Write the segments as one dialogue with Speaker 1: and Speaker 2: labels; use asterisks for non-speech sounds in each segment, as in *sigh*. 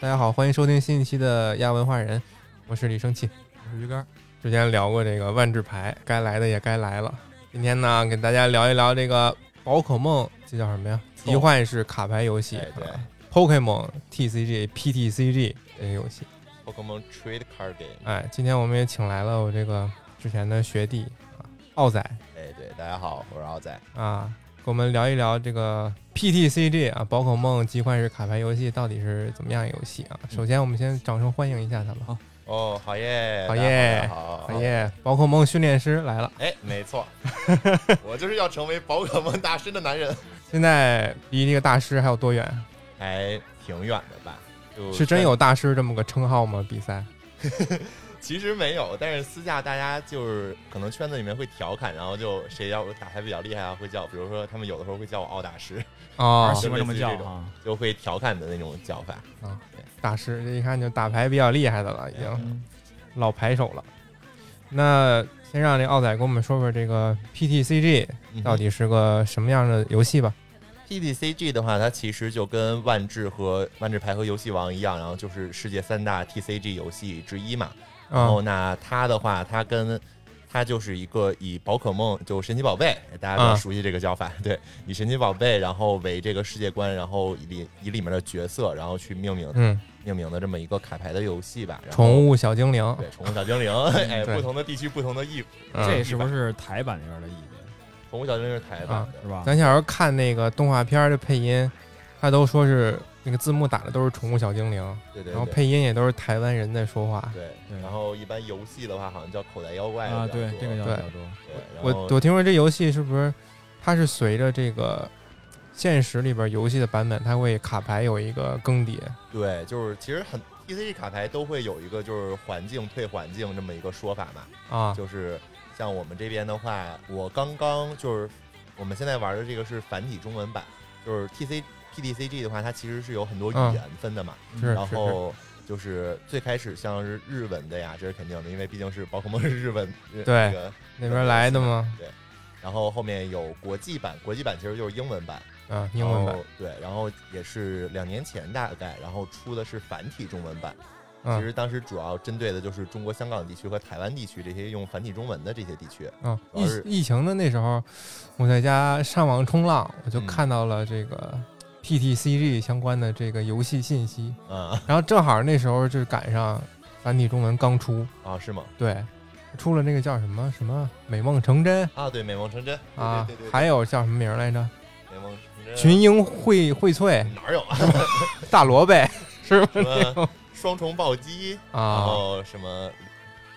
Speaker 1: 大家好，欢迎收听新一期的亚文化人，我是李生气，我是鱼竿。之前聊过这个万智牌，该来的也该来了。今天呢，给大家聊一聊这个宝可梦，这叫什么呀？
Speaker 2: 哦
Speaker 1: 奇幻式卡牌游戏，
Speaker 2: 哎对对
Speaker 1: 啊 Pokemon TCG、PTCG 这些游戏。
Speaker 2: Pokemon Trade Card Game。
Speaker 1: 哎，今天我们也请来了我这个之前的学弟啊，奥仔
Speaker 2: 哎，对，大家好，我是奥仔。
Speaker 1: 啊，跟我们聊一聊这个 PTCG 啊，宝可梦奇幻式卡牌游戏到底是怎么样一个游戏啊？首先，我们先掌声欢迎一下他们。
Speaker 2: 哦，好耶，
Speaker 1: 好
Speaker 2: 大家
Speaker 1: 耶
Speaker 2: 大家好，
Speaker 1: 哎。耶，宝可梦训练师来了！
Speaker 2: 哎，没
Speaker 1: *laughs*
Speaker 2: 错，我就是要成为宝可梦大师的男人，
Speaker 1: 现在离这个大师还有多远？
Speaker 2: 还哎挺远的吧？就是
Speaker 1: 真有，大师这么个称号吗？比赛？
Speaker 2: 其实没有，但是私下大家就是可能圈子里面会调侃，然后就谁要打牌比较厉害啊，会叫，比如说他们有的时候会叫我奥大师，
Speaker 1: 哦，
Speaker 3: 喜欢这么叫
Speaker 2: 就类似于这
Speaker 3: 啊。
Speaker 2: 就会调侃的那种叫法。
Speaker 1: 大师，这一看就打牌比较厉害的了，已经
Speaker 3: 嗯
Speaker 1: 老牌手了。那先让这奥仔给我们说说这个 PTCG
Speaker 2: 嗯哼
Speaker 1: 到底是个什么样的游戏吧？
Speaker 2: PTCG 的话，它其实就跟万智和万智牌和游戏王一样，然后就是世界三大 TCG 游戏之一嘛。然
Speaker 1: 啊
Speaker 2: 后那它的话，它跟它就是一个以宝可梦就神奇宝贝，大家比
Speaker 1: 啊
Speaker 2: 较熟悉这个叫法， *laughs* 对，以神奇宝贝然后为这个世界观，然后以里以里面的角色，然后去命名
Speaker 1: 嗯，
Speaker 2: 命名的这么一个卡牌的游戏吧。然后
Speaker 1: 宠物小精灵，
Speaker 2: 对宠物小精灵，
Speaker 1: *laughs*
Speaker 2: 哎，
Speaker 1: 对
Speaker 2: 不同的地区不同的译，
Speaker 1: 嗯
Speaker 3: 这是不是台版里边的意见
Speaker 2: 宠物小精灵是台版
Speaker 1: 啊
Speaker 2: 的，
Speaker 3: 是吧？
Speaker 1: 咱小时候看那个动画片儿的配音，他都说是那个字幕打的都是宠物小精灵，
Speaker 2: 对对
Speaker 1: 然后
Speaker 2: 对。
Speaker 1: 配音也都是台湾人在说话。
Speaker 2: 对，
Speaker 3: 对
Speaker 2: 然后一般游戏的话，好像叫口袋妖怪
Speaker 3: 啊，
Speaker 2: 比较
Speaker 3: 对，
Speaker 2: 多
Speaker 3: 这个叫
Speaker 1: 对
Speaker 3: 比较多。
Speaker 2: 对然
Speaker 1: 我
Speaker 2: 后
Speaker 1: 我听说这游戏是不是它是随着这个现实里边游戏的版本，它会卡牌有一个更迭
Speaker 2: 对，就是其实很 TCG 卡牌都会有一个就是环境退环境这么一个说法嘛，
Speaker 1: 啊？
Speaker 2: 就是像我们这边的话，我刚刚就是我们现在玩的这个是繁体中文版，就是 TC PDCG 的话，它其实是有很多语
Speaker 1: 嗯
Speaker 2: 言分的嘛，
Speaker 1: 是
Speaker 2: 然
Speaker 1: 是是，
Speaker 2: 后。就是最开始像是日文的呀，这是肯定的，因为毕竟是宝可梦 *laughs* 是日文对
Speaker 1: 对
Speaker 2: 那个，
Speaker 1: 那边来的吗？
Speaker 2: 然后后面有国际版，国际版其实就是英文版，
Speaker 1: 啊，英文版
Speaker 2: 然，后对，然后也是两年前大概，然后出的是繁体中文版。其
Speaker 1: 嗯
Speaker 2: 实当时主要针对的就是中国香港地区和台湾地区这些用繁体中文的这些地区。
Speaker 1: 啊，
Speaker 2: 主要是
Speaker 1: 疫疫情的那时候，我在家上网冲浪，我就
Speaker 2: 嗯
Speaker 1: 看到了这个 PTCG 相关的这个游戏信息，
Speaker 2: 啊、
Speaker 1: 然后正好那时候就赶上繁体中文刚出，
Speaker 2: 啊，是吗？
Speaker 1: 对，出了那个叫什么什么《美梦成真》
Speaker 2: 啊，对，美梦成真
Speaker 1: 啊
Speaker 2: 对呃对对，对
Speaker 1: 还有叫什么名儿来着？
Speaker 2: 美梦成真，
Speaker 1: 《群英荟荟萃》。
Speaker 2: 哪有啊？
Speaker 1: *laughs* 大萝卜是吧？
Speaker 2: 什么双重暴击，然
Speaker 1: 啊，
Speaker 2: 后什么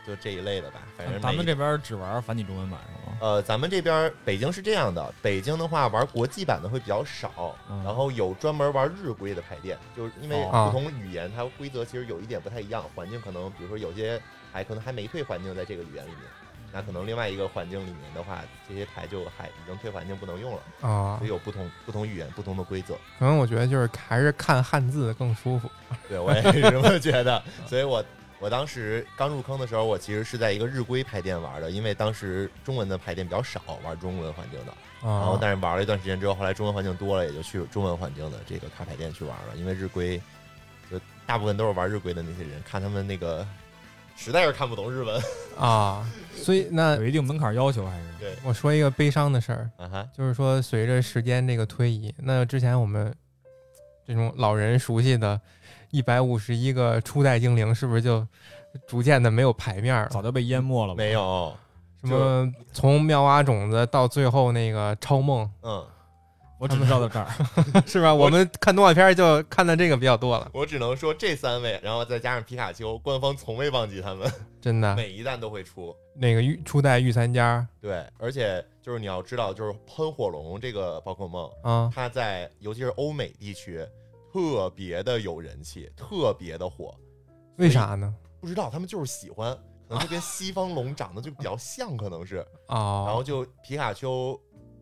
Speaker 2: 就这一类的吧，反正
Speaker 3: 咱
Speaker 2: 每
Speaker 3: 们
Speaker 2: 一
Speaker 3: 这边只玩繁体中文版是吗？
Speaker 2: 呃，咱们这边儿北京是这样的，北京的话玩国际版的会比较少，
Speaker 3: 嗯
Speaker 2: 然后有专门玩日规的牌店，就是因为
Speaker 1: 哦
Speaker 2: 不同语言它规则其实有一点不太一样，环境可能比如说有些牌可能还没退环境在这个语言里面，那可能另外一个环境里面的话，这些牌就还已经退环境不能用了，
Speaker 1: 啊
Speaker 2: 所以，有不同不同语言不同的规则。
Speaker 1: 可能我觉得就是还是看汉字更舒服。
Speaker 2: 对我也是这么觉得，所以我我当时刚入坑的时候，我其实是在一个日规牌店玩的，因为当时中文的牌店比较少，玩中文环境的。然后
Speaker 1: 啊，
Speaker 2: 但是玩了一段时间之后，后来中文环境多了，也就去中文环境的这个卡牌店去玩了，因为日规就大部分都是玩日规的那些人，看他们那个实在是看不懂日文。
Speaker 1: 啊，所以那
Speaker 3: 有一定门槛要求还是？
Speaker 2: 对
Speaker 1: 我说一个悲伤的事儿，
Speaker 2: *laughs* 啊哈，
Speaker 1: 就是说随着时间这个推移，那之前我们这种老人熟悉的，一百五十一个初代精灵，是不是就逐渐的没有牌面儿了？
Speaker 3: 早就被淹没了吧？
Speaker 2: 没有，
Speaker 1: 什么从妙蛙种子到最后那个超梦， *laughs*
Speaker 2: 嗯，
Speaker 3: 我只知道到这儿。
Speaker 1: 是吧？我们看动画片儿就看到这个比较多了，
Speaker 2: 我只能说这三位，然后再加上皮卡丘，官方从未忘记他们，
Speaker 1: 真的。
Speaker 2: 每一弹都会出。
Speaker 1: 那个御初代御三家
Speaker 2: 对，而且就是你要知道，就是喷火龙这个宝可梦，
Speaker 1: 啊，
Speaker 2: 它在尤其是欧美地区特别的有人气，特别的火。
Speaker 1: 为啥呢？
Speaker 2: 不知道，他们就是喜欢，可能就跟西方龙长得就比较像，可能是，
Speaker 1: *laughs* 哦，
Speaker 2: 然后就皮卡丘、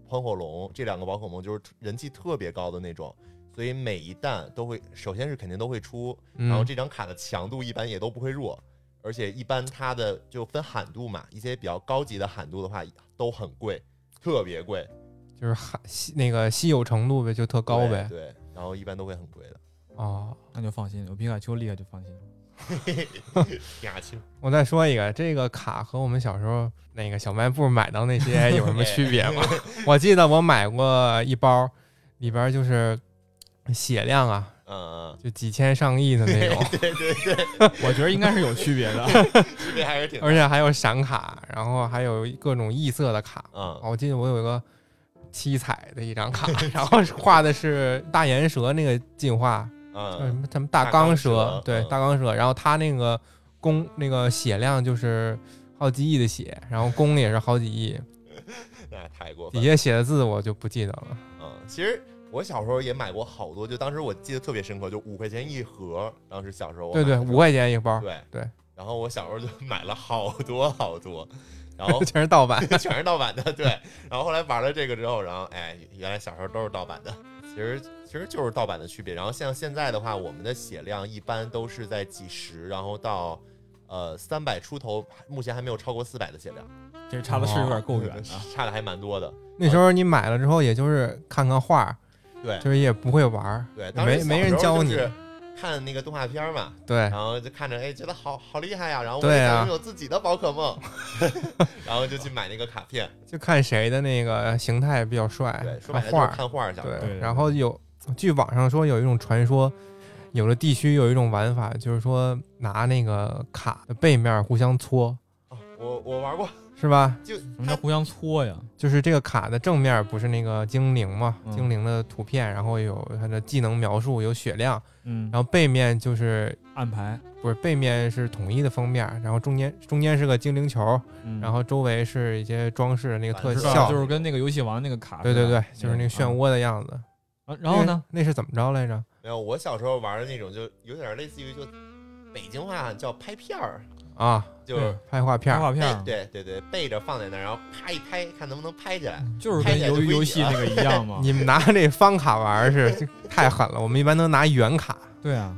Speaker 2: 喷火龙这两个宝可梦就是人气特别高的那种，所以每一弹都会，首先是肯定都会出，
Speaker 1: 嗯
Speaker 2: 然后这张卡的强度一般也都不会弱，而且一般它的就分罕度嘛，一些比较高级的罕度的话都很贵，特别贵，
Speaker 1: 嗯、就是罕稀那个稀有程度呗，就特高呗。
Speaker 2: 对，对然后一般都会很贵的。
Speaker 1: 哦，
Speaker 3: 那就放心，有皮卡丘厉害就放心了。
Speaker 2: 亚青
Speaker 1: 我再说一个，这个卡和我们小时候那个小卖部买到那
Speaker 2: *laughs*
Speaker 1: 些有什么区别吗？我记得我买过一包，里边就是血量啊，
Speaker 2: 嗯嗯，
Speaker 1: 就几千上亿的那种，
Speaker 2: 对对对，
Speaker 3: 我觉得应该是有区别的。
Speaker 2: 区别还是挺大
Speaker 1: 而且还有闪卡，然后还有各种异色的卡。
Speaker 2: 嗯
Speaker 1: 我记得我有一个七彩的一张卡， *laughs* 然后画的是大岩蛇那个进化，叫呃什
Speaker 2: 嗯
Speaker 1: 么什么
Speaker 2: 大
Speaker 1: 大
Speaker 2: 钢
Speaker 1: 钢
Speaker 2: 蛇
Speaker 1: 对
Speaker 2: 嗯
Speaker 1: 大钢蛇，然后它那个攻那个血量就是好几亿的血，然后攻也是好几
Speaker 2: *laughs*
Speaker 1: 亿，
Speaker 2: 那太过分
Speaker 1: 底
Speaker 2: 了。
Speaker 1: 下写的字我就不记得了。
Speaker 2: 嗯，其实我小时候也买过好多，就当时我记得特别深刻，就五块钱一盒，当时小时候我
Speaker 1: 对对，
Speaker 2: 买的
Speaker 1: 五块钱一包，
Speaker 2: 对
Speaker 1: 对。
Speaker 2: 然后我小时候就买了好多好多，然
Speaker 1: *laughs*
Speaker 2: 后
Speaker 1: 全是盗
Speaker 2: *laughs*
Speaker 1: 版。
Speaker 2: 全是盗版的，对。然后后来玩了这个之后，然后哎，原来小时候都是盗版的，其实其实就是盗版的区别。然后像现在的话，我们的血量一般都是在几十，然后到呃三百出头，目前还没有超过四百的血量，
Speaker 3: *laughs* 这差的是有点够
Speaker 2: 哦
Speaker 3: 远的。
Speaker 2: 差的还蛮多的。
Speaker 1: 那时候你买了之后，也就是看看画，
Speaker 2: 对
Speaker 1: 就是也不会玩儿，
Speaker 2: 对，当时
Speaker 1: 没没人教你
Speaker 2: 小时候就。是看那个动画片儿嘛，
Speaker 1: 对
Speaker 2: 然，后就看着哎，觉得好好厉害呀、然后我
Speaker 1: 对
Speaker 2: 也
Speaker 1: 啊
Speaker 2: 想拥有自己的宝可梦， *laughs* 然后就去买那个卡片。
Speaker 1: 就看谁的那个形态比较帅
Speaker 2: 对，，说
Speaker 1: 看
Speaker 2: 白了就
Speaker 1: 哎画
Speaker 2: 是
Speaker 1: 儿。
Speaker 2: 看画儿小时候。
Speaker 1: 对，
Speaker 3: 对
Speaker 1: 然后有据网上说有一种传说，有的地区有一种玩法，就是说拿那个卡的背面互相搓，
Speaker 2: 啊我我玩过，
Speaker 1: 是吧？
Speaker 2: 就
Speaker 3: 什么叫互相搓呀？
Speaker 1: 就是这个卡的正面不是那个精灵嘛，
Speaker 3: 嗯
Speaker 1: 精灵的图片，然后有它的技能描述，有血量，
Speaker 3: 嗯，
Speaker 1: 然后背面就是
Speaker 3: 暗牌，
Speaker 1: 不是背面是统一的封面，然后中间中间是个精灵球，
Speaker 3: 嗯
Speaker 1: 然后周围是一些装饰的那个特
Speaker 2: 知
Speaker 3: 知
Speaker 2: 道
Speaker 1: 效
Speaker 3: 道，就是跟那个游戏王那个卡似
Speaker 1: 对
Speaker 3: 的。
Speaker 1: 对对，就是那个漩
Speaker 3: 啊。
Speaker 1: 涡的样子。
Speaker 3: 啊然后呢？
Speaker 1: 那是？那是怎么着来着？
Speaker 2: 没有，我小时候玩的那种，就有点类似于就北京话叫拍片儿，
Speaker 1: 啊，
Speaker 2: 就是
Speaker 1: 拍画嗯片
Speaker 3: 动
Speaker 1: 儿，
Speaker 3: 画片
Speaker 2: 背
Speaker 3: 儿，
Speaker 2: 对对对背着放在那儿，然后啪一拍，看能不能拍起来。
Speaker 1: 嗯
Speaker 3: 就是跟鱿鱼游戏那个一样嘛。
Speaker 1: *laughs* 你们拿这方卡玩儿是这太狠了，我们一般都拿圆卡，
Speaker 3: 对啊，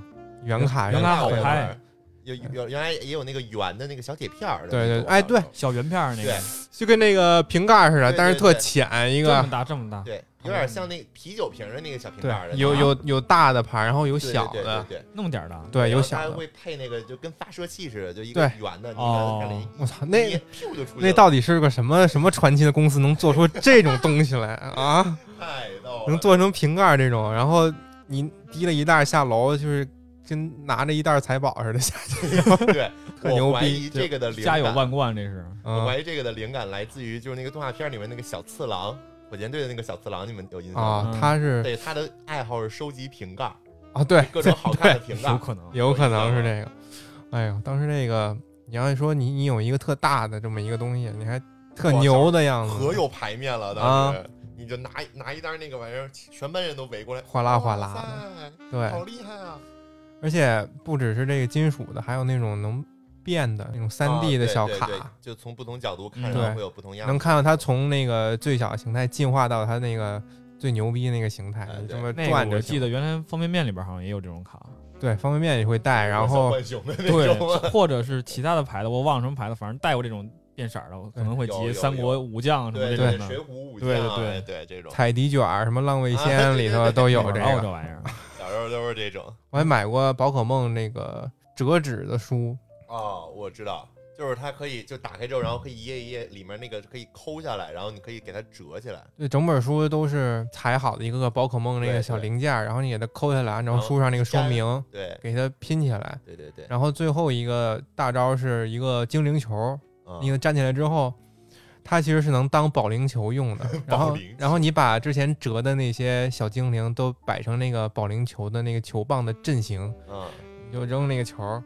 Speaker 1: 圆卡是
Speaker 3: 原圆
Speaker 1: 吧
Speaker 3: 来卡好
Speaker 2: 对
Speaker 3: 拍
Speaker 2: 玩儿，有有原来也有那个圆的那个小铁片儿的
Speaker 1: 对
Speaker 2: 那种。
Speaker 1: 对，哎
Speaker 2: 我小时
Speaker 1: 对，
Speaker 2: 候
Speaker 3: 小圆片儿那个
Speaker 2: 对，
Speaker 1: 就跟那个瓶盖似的，
Speaker 2: 对
Speaker 1: 但是
Speaker 2: 对
Speaker 1: 特
Speaker 2: 对
Speaker 1: 浅一
Speaker 3: 这
Speaker 1: 个
Speaker 3: 么，大这么大。
Speaker 2: 对，有点像那啤酒瓶儿的那个小瓶盖儿的，
Speaker 1: 对，有有有大的牌，然后有
Speaker 2: 对对
Speaker 1: 小
Speaker 2: 对
Speaker 1: 的，
Speaker 2: 对对。
Speaker 3: 那么点儿大，
Speaker 1: 对，
Speaker 2: 然
Speaker 1: 有
Speaker 2: 后
Speaker 1: 小
Speaker 2: 它
Speaker 1: 的。
Speaker 2: 会配那个就跟发射器似的，就一个
Speaker 1: 对
Speaker 2: 圆的，你
Speaker 3: 哦
Speaker 2: 看看
Speaker 1: 我操，
Speaker 2: 那
Speaker 1: 那
Speaker 2: 屁就出去
Speaker 1: 那
Speaker 2: 了
Speaker 1: 到底是个什么什么传奇的公司，能做出这种东西来啊？
Speaker 2: 太逗了，
Speaker 1: 能做成瓶盖儿这种，然后你提了一袋儿下楼，就是跟拿着一袋儿财宝似的下去。
Speaker 2: *laughs* 对，
Speaker 1: *laughs* 特牛
Speaker 2: 我怀
Speaker 1: 逼
Speaker 2: 疑这个的灵
Speaker 3: 家有
Speaker 2: 感
Speaker 3: 万贯这是。
Speaker 2: 我
Speaker 1: 嗯
Speaker 2: 怀疑这个的灵感来自于就是那个动画片里面那个小次郎，火箭队的那个小次郎，你们有印象吗？
Speaker 1: 啊，
Speaker 3: 嗯
Speaker 1: 他是
Speaker 2: 对，他的爱好是收集
Speaker 1: *laughs*
Speaker 2: 瓶盖，
Speaker 1: 啊，对，
Speaker 2: 各种好看的啊瓶
Speaker 3: 有
Speaker 2: 盖。
Speaker 3: 可能，
Speaker 1: 有可能是这个。哎呦，当时这个你要说你你有一个特大的这么一个东西，你还特牛的样子，
Speaker 2: 可有排面了，
Speaker 1: 啊
Speaker 2: 当时你就拿拿一袋那个玩意儿，全班人都围过来，
Speaker 1: 哗啦哗啦的。
Speaker 2: 的，好
Speaker 1: 对，
Speaker 2: 厉害啊！
Speaker 1: 而且不只是这个金属的，还有那种能变的那种三 D 的小
Speaker 2: 啊对对对
Speaker 1: 卡，
Speaker 2: 就从不同角度看，
Speaker 3: 嗯
Speaker 2: 然后
Speaker 1: 对
Speaker 2: 会有不同样
Speaker 1: 能
Speaker 2: 子。
Speaker 1: 看到它从那个最小形态进化到它那个最牛逼那个形态
Speaker 2: 哎，
Speaker 1: 你
Speaker 2: 对
Speaker 1: 这么
Speaker 3: 那
Speaker 1: 转
Speaker 3: 个
Speaker 1: 着
Speaker 3: 我
Speaker 1: 行
Speaker 3: 记得原来方便面里边好像也有这种
Speaker 1: *laughs*
Speaker 3: 卡，
Speaker 1: 对，方便面也会带，然
Speaker 2: 小
Speaker 1: 后
Speaker 2: 浣熊的那
Speaker 3: 对
Speaker 2: 种
Speaker 3: *laughs*
Speaker 2: 啊，
Speaker 3: 或者是其他的牌子，我忘了什么牌子，反正带过这种变色儿的，我可能会
Speaker 2: 有有
Speaker 3: 集三国武将什么
Speaker 2: 对
Speaker 3: 这种
Speaker 2: 水
Speaker 3: 的，
Speaker 2: 浒武将
Speaker 3: 对
Speaker 2: 啊，
Speaker 3: 对
Speaker 2: 哎对这种，
Speaker 1: 彩迪卷儿、什么浪味
Speaker 2: 啊
Speaker 1: 仙
Speaker 2: 对对
Speaker 1: 里
Speaker 2: 对
Speaker 1: 头
Speaker 2: 对
Speaker 1: 都有
Speaker 3: 哪
Speaker 1: 这
Speaker 3: 儿有
Speaker 1: 个。
Speaker 3: 这玩意儿。
Speaker 2: 小时候都是这种。
Speaker 1: 我还买过宝可梦那个折纸的书，
Speaker 2: 哦，我知道，就是它可以就打开之后，然后可以一页一页里面那个可以抠下来，然后你可以给它折起来。
Speaker 1: 对，整本书都是裁好的一个个宝可梦那
Speaker 2: 对对
Speaker 1: 个小零件儿，然后你给它抠下来，按照
Speaker 2: 嗯
Speaker 1: 书上那个说
Speaker 2: 粘
Speaker 1: 明
Speaker 2: 对，
Speaker 1: 给它拼起来。
Speaker 2: 对对对，
Speaker 1: 然后最后一个大招是一个精灵球，你给
Speaker 2: 嗯，。
Speaker 1: 它粘起来之后，它其实是能当保龄球用的然
Speaker 2: 保
Speaker 1: 后
Speaker 2: 龄，
Speaker 1: 然后你把之前折的那些小精灵都摆成那个保龄球的那个球棒的阵型，
Speaker 2: 嗯，
Speaker 1: 你就扔那个球儿。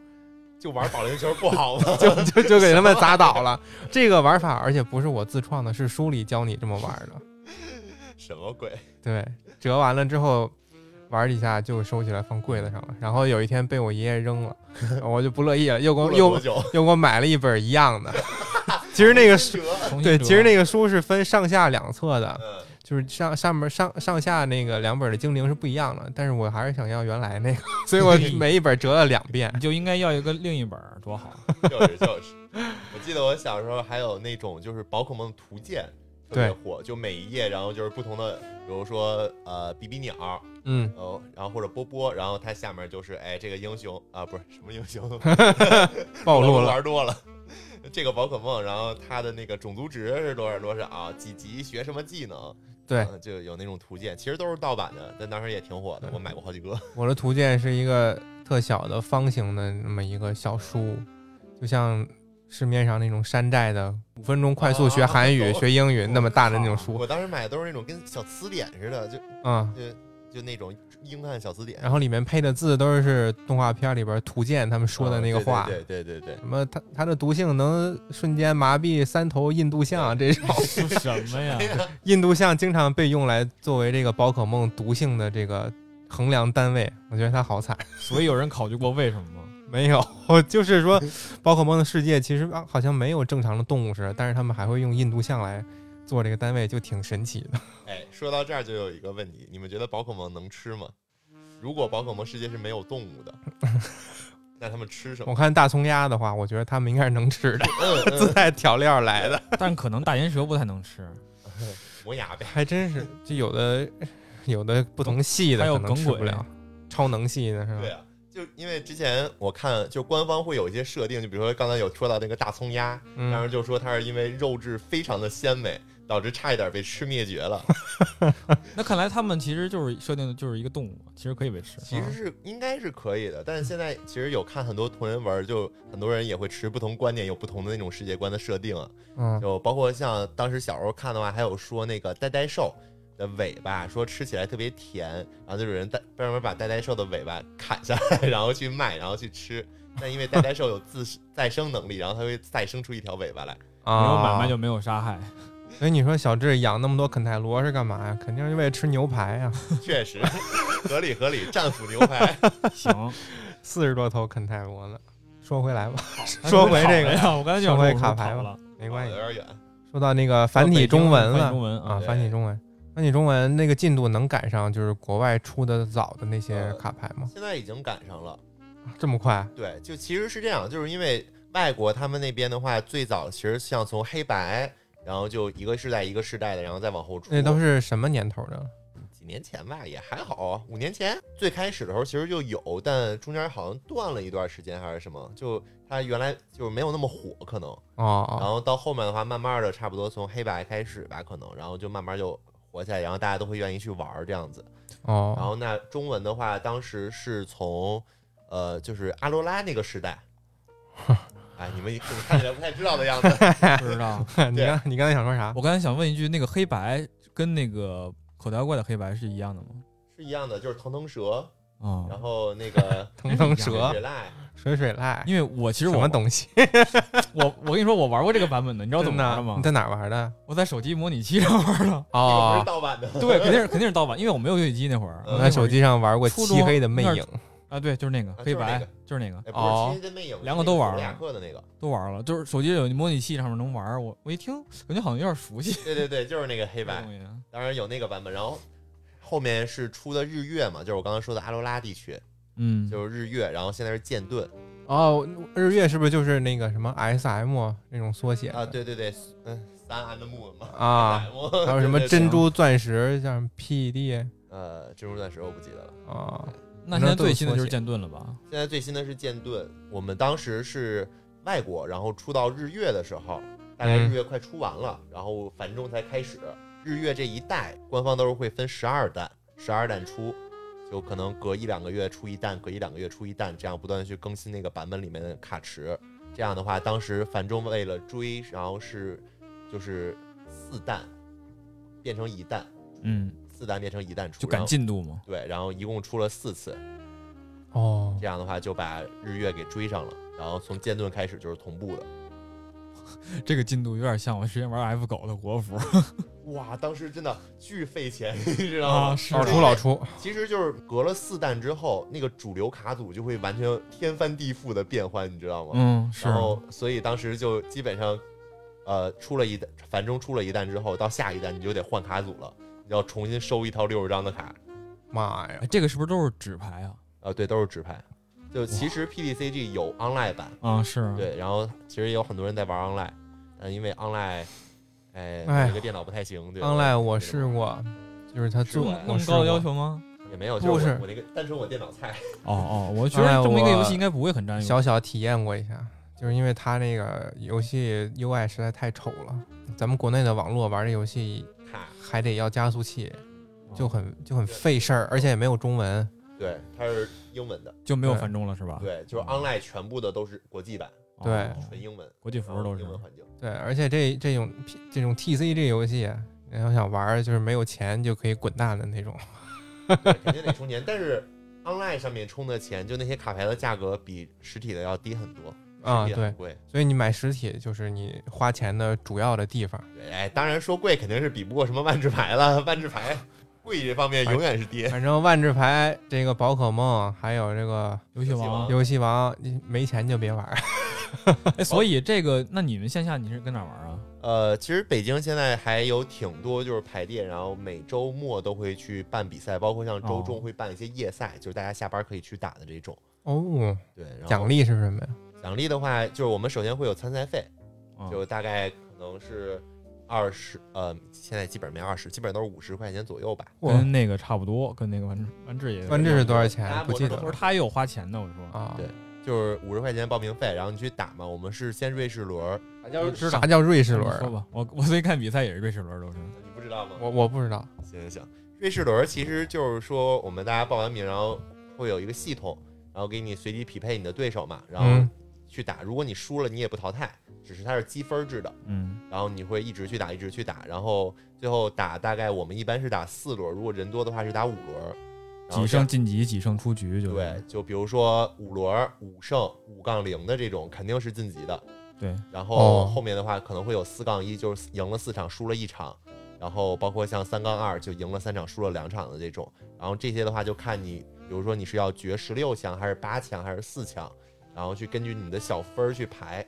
Speaker 2: 就玩保龄球不好吗？ *laughs*
Speaker 1: 就就就给他们砸倒了。这个玩法，而且不是我自创的，是书里教你这么玩的。
Speaker 2: 什么鬼？
Speaker 1: 对，折完了之后玩几下就收起来放柜子上了。然后有一天被我爷爷扔了，我就不乐意了，又给
Speaker 2: 过
Speaker 1: 我
Speaker 2: 了多
Speaker 1: 又
Speaker 2: 久？ *laughs*
Speaker 1: *laughs* 又给我买了一本一样的。 *laughs* 其实那个书，
Speaker 2: 折，
Speaker 3: 重新
Speaker 1: 对，
Speaker 3: 折
Speaker 1: 其实那个书是分上下两册的，
Speaker 2: 嗯，
Speaker 1: 就是上上面上上下那个两本的精灵是不一样的，但是我还是想要原来那个，所以
Speaker 2: *laughs*
Speaker 1: 我每一本折了两遍
Speaker 3: 你。就应该要一个另一本儿，
Speaker 1: *laughs*
Speaker 3: 多好！
Speaker 2: 就是就是。我记得我小时候还有那种就是宝可梦图鉴，特别
Speaker 1: 对
Speaker 2: 火，就每一页然后就是不同的，比如说呃比比鸟，
Speaker 1: 嗯，
Speaker 2: 呃，然后或者波波，然后它下面就是哎这个英雄啊不是什么英雄，
Speaker 1: *laughs* *laughs* 暴露了，
Speaker 2: 玩多了。这个宝可梦，然后它的那个种族值是多少多少，几级学什么技能，
Speaker 1: 对，
Speaker 2: 嗯就有那种图鉴，其实都是盗版的，但当时也挺火的，我买过好几个。
Speaker 1: 我的图鉴是一个特小的方形的那么一个小书，就像市面上那种山寨的五分钟快速学韩语、
Speaker 2: 啊
Speaker 1: 学英语那么大的那种书，
Speaker 2: 我当时买的都是那种跟小词典似的，就
Speaker 1: 嗯，
Speaker 2: 就就那种英汉小词典，
Speaker 1: 然后里面配的字都是动画片里边图鉴他们说的那个
Speaker 2: 嗯
Speaker 1: 话，
Speaker 2: 对对对对对
Speaker 1: 什么它它的毒性能瞬间麻痹三头印度象，这种
Speaker 3: 是什么呀？ *laughs*
Speaker 1: 印度象经常被用来作为这个宝可梦毒性的这个衡量单位，我觉得它好惨。
Speaker 3: 所以有人考虑过为什么吗？
Speaker 1: 没有， *laughs* 就是说，宝可梦的世界其实啊好像没有正常的动物似的，但是他们还会用印度象来做这个单位，就挺神奇的。
Speaker 2: 哎，说到这儿就有一个问题，你们觉得宝可梦能吃吗？如果宝可梦世界是没有
Speaker 1: *laughs*
Speaker 2: 动物的，那他们吃什么
Speaker 1: 我？看大葱鸭的话，我觉得他们应该是能吃
Speaker 3: *laughs*
Speaker 1: 的，
Speaker 2: *laughs* 嗯
Speaker 1: 自
Speaker 2: 嗯，
Speaker 1: 带调料来的，
Speaker 3: 但可能大银蛇不太能吃，
Speaker 2: *laughs* 磨牙呗。
Speaker 1: 还真是。就有的有的不同系的
Speaker 3: 还有
Speaker 1: 可能吃
Speaker 3: 耿
Speaker 1: 不
Speaker 3: 鬼
Speaker 1: 了，超能系 *laughs* 的是吧
Speaker 2: 对？啊，就因为之前我看，就官方会有一些设定，就比如说刚才有说到那个大葱鸭，当
Speaker 1: 嗯，
Speaker 2: 时就说它是因为肉质非常的鲜美，导致差一点被吃灭
Speaker 1: *laughs*
Speaker 2: 绝了。
Speaker 3: 那看来他们其实就是设定的就是一个动物，其实可以被吃。
Speaker 2: 其实是应该是可以的，但是现在其实有看很多同人文，就很多人也会持不同观点，有不同的那种世界观的设定啊。
Speaker 1: 嗯，
Speaker 2: 就包括像当时小时候看的话，还有说那个呆呆兽的尾巴，说吃起来特别甜，然后就有人带专门把呆呆兽的尾巴砍下来， *laughs* 然后去卖，然后去吃。但因为呆呆兽有自再生能力，然后它会再生出一条尾巴来。
Speaker 3: 没有
Speaker 1: 啊，
Speaker 3: 买卖就没有
Speaker 1: *laughs*
Speaker 3: 杀害，
Speaker 1: 所以你说小智养那么多肯泰罗是干嘛呀？肯定是为了吃牛排啊呀，
Speaker 2: 确实，合理合理，战斧牛排。
Speaker 3: 行。
Speaker 1: 四十多头肯泰罗呢。说回来吧，
Speaker 3: 哎
Speaker 1: 说回这个
Speaker 3: 烤了呀，我刚才就想
Speaker 1: 说回
Speaker 3: 说
Speaker 1: 卡
Speaker 3: 我
Speaker 1: 牌吧
Speaker 3: 烤了，
Speaker 1: *laughs* 没关系
Speaker 2: 有。点远。
Speaker 1: 说到那个繁体中文了
Speaker 3: 繁体中文
Speaker 1: 啊，
Speaker 3: 啊，
Speaker 1: 繁体
Speaker 2: 对
Speaker 1: 中文，繁体中文那个进度能赶上就是国外出的早的那些
Speaker 2: 呃
Speaker 1: 卡牌吗？
Speaker 2: 现在已经赶上了。
Speaker 1: 这么快？
Speaker 2: 对，就其实是这样，就是因为外国他们那边的话，最早其实像从黑白，然后就一个世代一个世代的，然后再往后出。
Speaker 1: 那都是什么年头的？
Speaker 2: 几年前吧，也还好。五年前最开始的时候其实就有，但中间好像断了一段时间还是什么，就它原来就是没有那么火，可能。然
Speaker 1: 哦
Speaker 2: 后到后面的话，慢慢的差不多从黑白开始吧，可能，然后就慢慢就火起来，然后大家都会愿意去玩儿这样子。
Speaker 1: 哦
Speaker 2: 然
Speaker 1: 哦
Speaker 2: 后那中文的话，当时是从呃，就是阿罗拉那个
Speaker 1: *laughs*
Speaker 2: 时代。哎，你们你们看起来不太知道的样子。
Speaker 1: *laughs*
Speaker 3: 不知道。
Speaker 1: *laughs* 你刚你刚才想说啥？
Speaker 3: 我刚才想问一句，那个黑白跟那个口袋怪的黑白是一样的吗？
Speaker 2: 是一样的，就是腾腾蛇，
Speaker 3: 啊、
Speaker 2: 然后那个
Speaker 1: 腾腾
Speaker 2: 雪
Speaker 1: 蛇、
Speaker 2: 雪赖，
Speaker 1: 水水赖，
Speaker 3: 因为我其实
Speaker 1: 什
Speaker 3: 我
Speaker 1: 么东西？
Speaker 3: 我我跟你说，我玩过这个版本的，你知道怎
Speaker 1: 真
Speaker 3: 么玩的
Speaker 1: 的？
Speaker 3: 吗
Speaker 1: *laughs* 你？在哪儿玩的？
Speaker 3: 我在手机模拟器上玩
Speaker 1: *laughs*
Speaker 3: 的。
Speaker 2: 这个不
Speaker 1: 哦
Speaker 2: 是，盗版的。
Speaker 3: 对，肯定是肯定是盗版，因为我没有游戏机那会儿。
Speaker 2: 嗯
Speaker 1: 我
Speaker 3: 那
Speaker 1: 在
Speaker 3: 会
Speaker 1: 手
Speaker 3: 儿
Speaker 1: 机上玩过《
Speaker 3: 初
Speaker 1: 漆
Speaker 3: 中
Speaker 1: 黑的魅
Speaker 3: 那
Speaker 1: 影》。
Speaker 3: 啊，对，就是那个
Speaker 2: 啊
Speaker 3: 黑
Speaker 2: 就是
Speaker 3: 白
Speaker 2: 那，
Speaker 3: 就是那个
Speaker 2: 哎，
Speaker 1: 哦
Speaker 2: 不是七天魅影，
Speaker 3: 两个都玩
Speaker 2: 是那
Speaker 3: 了
Speaker 2: 个索尔雅克的那个，
Speaker 3: 都玩了，就是手机有模拟器上面能玩儿。我我一听感觉好像有点熟悉。
Speaker 2: 对对对，就是那个黑
Speaker 3: 这
Speaker 2: 白
Speaker 3: 东，西啊
Speaker 2: 当然有那个版本，然后后面是出的日月嘛，就是我刚刚说的阿罗拉地区，
Speaker 3: 嗯，
Speaker 2: 就是日月，然后现在是剑盾
Speaker 1: 哦，日月是不是就是那个什么 S M 那种缩写
Speaker 2: 啊，对对对，嗯，三 and moon 嘛， *laughs*
Speaker 1: 啊？还
Speaker 3: *laughs*
Speaker 2: 还
Speaker 1: 有什么珍
Speaker 2: 珍珠？
Speaker 1: 珠、钻石，像什么 P E D
Speaker 2: 呃，珍珠钻石我不记得了。
Speaker 1: 啊？
Speaker 3: 那现在最新的
Speaker 1: 那都是缩写
Speaker 3: 就是剑盾了吧？
Speaker 2: 现在最新的是剑盾，我们当时是外国，然后出到日月的时候，大概
Speaker 1: 嗯
Speaker 2: 日月快出完了，然后繁中才开始。日月这一代，官方都是会分十二弹，十二弹出，就可能隔一两个月出一弹，隔一两个月出一弹，这样不断的去更新那个版本里面的卡池。这样的话，当时繁中为了追，然后是就是四弹变成一弹，
Speaker 3: 嗯，
Speaker 2: 四弹变成一弹出，
Speaker 3: 就
Speaker 2: 然
Speaker 3: 赶
Speaker 2: 后
Speaker 3: 进度嘛。
Speaker 2: 对，然后一共出了四次，
Speaker 1: 哦，
Speaker 2: 这样的话就把日月给追上了，然后从剑盾开始就是同步的。
Speaker 3: 这个进度有点像我之前玩 F 狗的国服
Speaker 2: 哇，当时真的巨费钱， *laughs* 你知道吗？
Speaker 3: 啊，是
Speaker 1: 老
Speaker 2: 这
Speaker 1: 出老出，
Speaker 2: 其实就是隔了四弹之后，那个主流卡组就会完全天翻地覆的变换，你知道吗？
Speaker 3: 嗯是
Speaker 2: 然，后所以当时就基本上，呃，出了一弹，繁中出了一弹之后，到下一弹你就得换卡组了，你要重新收一套六十张的卡。
Speaker 1: 妈呀
Speaker 3: 哎！这个是不是都是纸牌啊？
Speaker 2: 呃，对，都是纸牌。就其实 PDCG 有 online 版，
Speaker 3: 啊是，
Speaker 2: 对，然后其实也有很多人在玩呃 online，但因为 online，哎，哎，
Speaker 1: 哎呀
Speaker 2: 这个电脑不太行，对吧。
Speaker 1: 刚赖我试过，就是他
Speaker 2: 是
Speaker 1: 做
Speaker 2: 吧
Speaker 3: 那
Speaker 1: 我
Speaker 3: 么
Speaker 1: 试
Speaker 3: 高的要
Speaker 1: 过。
Speaker 3: 求吗？
Speaker 2: 也没有，
Speaker 1: 不
Speaker 2: 就是我我那个单纯我电脑菜，
Speaker 3: 哦哦，我觉
Speaker 1: 看来
Speaker 3: 得这么一个
Speaker 1: 我
Speaker 3: 游戏应该不会很占用。
Speaker 1: 小小体验过一下，就是因为它那个游戏 UI 实在太丑了。咱们国内的网络玩这游戏
Speaker 2: 卡，
Speaker 1: 还得要加速器，就很
Speaker 3: 哦
Speaker 1: 就很
Speaker 2: 对
Speaker 1: 费事儿，而且也没有中文。
Speaker 2: 对，它是英文的，
Speaker 3: 就没有
Speaker 1: 对
Speaker 3: 繁中了是吧？
Speaker 2: 对，就是 online 全部的都是国际版，
Speaker 3: 哦
Speaker 1: 对
Speaker 2: 纯英文，嗯
Speaker 3: 国际服都是
Speaker 2: 英文环境。
Speaker 1: 对，而且这这种这种 TC 这游戏，你要想玩儿就是没有钱就可以滚蛋的那种。
Speaker 2: 对肯定得充钱，但是 online 上面充的钱，就那些卡牌的价格比实体的要低很多
Speaker 1: 啊
Speaker 2: 实体的很
Speaker 1: 对
Speaker 2: 贵。
Speaker 1: 所以你买实体就是你花钱的主要的地方。
Speaker 2: 对哎，当然说贵肯定是比不过什么万智牌了，万智牌贵这方面永远是爹。
Speaker 1: 反正万智牌、这个宝可梦，还有这个
Speaker 3: 游戏
Speaker 2: 游戏
Speaker 3: 王
Speaker 2: 王。
Speaker 1: 游戏王，你没钱就别玩儿。
Speaker 3: 哎，所以这个，那你们线下你是跟哪玩啊？
Speaker 2: 呃，其实北京现在还有挺多就是牌店，然后每周末都会去办比赛，包括像周中
Speaker 3: 哦
Speaker 2: 会办一些夜赛，就是大家下班可以去打的这种。
Speaker 1: 哦，
Speaker 2: 对，然后
Speaker 1: 奖励是什么呀？
Speaker 2: 奖励的话，就是我们首先会有参赛费，
Speaker 1: 哦
Speaker 3: 啊
Speaker 2: 就大概可能是二十，呃，现在基本上没二十，基本上都是五十块钱左右吧。
Speaker 1: 哇
Speaker 3: 跟那个差不多，跟那个万智万智也
Speaker 1: 万智是多少钱
Speaker 2: 大家？
Speaker 1: 不记得
Speaker 2: 摩
Speaker 3: 不
Speaker 2: 托
Speaker 1: 了
Speaker 3: 是他也有花钱的，我说
Speaker 1: 啊。
Speaker 2: 对就是五十块钱报名费，然后你去打嘛。我们是先瑞士轮儿，
Speaker 3: 我知道
Speaker 1: 啥叫瑞士
Speaker 3: 你
Speaker 1: 轮
Speaker 3: 说
Speaker 1: 儿？
Speaker 3: 吧，我我最近看比赛也是瑞士轮，都是
Speaker 2: 你不知道吗？
Speaker 1: 我我不知道。
Speaker 3: 啊
Speaker 2: 行行行，瑞士轮儿其实就是说我们大家报完名，然后会有一个系统，然后给你随机匹配你的对手嘛，然后
Speaker 1: 嗯
Speaker 2: 去打。如果你输了，你也不淘汰，只是它是积分制的，
Speaker 3: 嗯，
Speaker 2: 然后你会一直去打，一直去打，然后最后打大概我们一般是打四轮儿，如果人多的话是打五轮儿，然后
Speaker 3: 几
Speaker 2: 这样
Speaker 3: 胜晋级，几胜出局，就是
Speaker 2: 对，就比如说五轮儿五胜五杠零的这种肯定是晋级的，
Speaker 3: 对，
Speaker 2: 然
Speaker 1: 哦
Speaker 2: 后后面的话可能会有四杠一，就是赢了四场，输了一场，然后包括像三杠二就赢了三场，输了两场的这种，然后这些的话就看你，比如说你是要决十六强还是八强还是四强，然后去根据你的小分儿去排，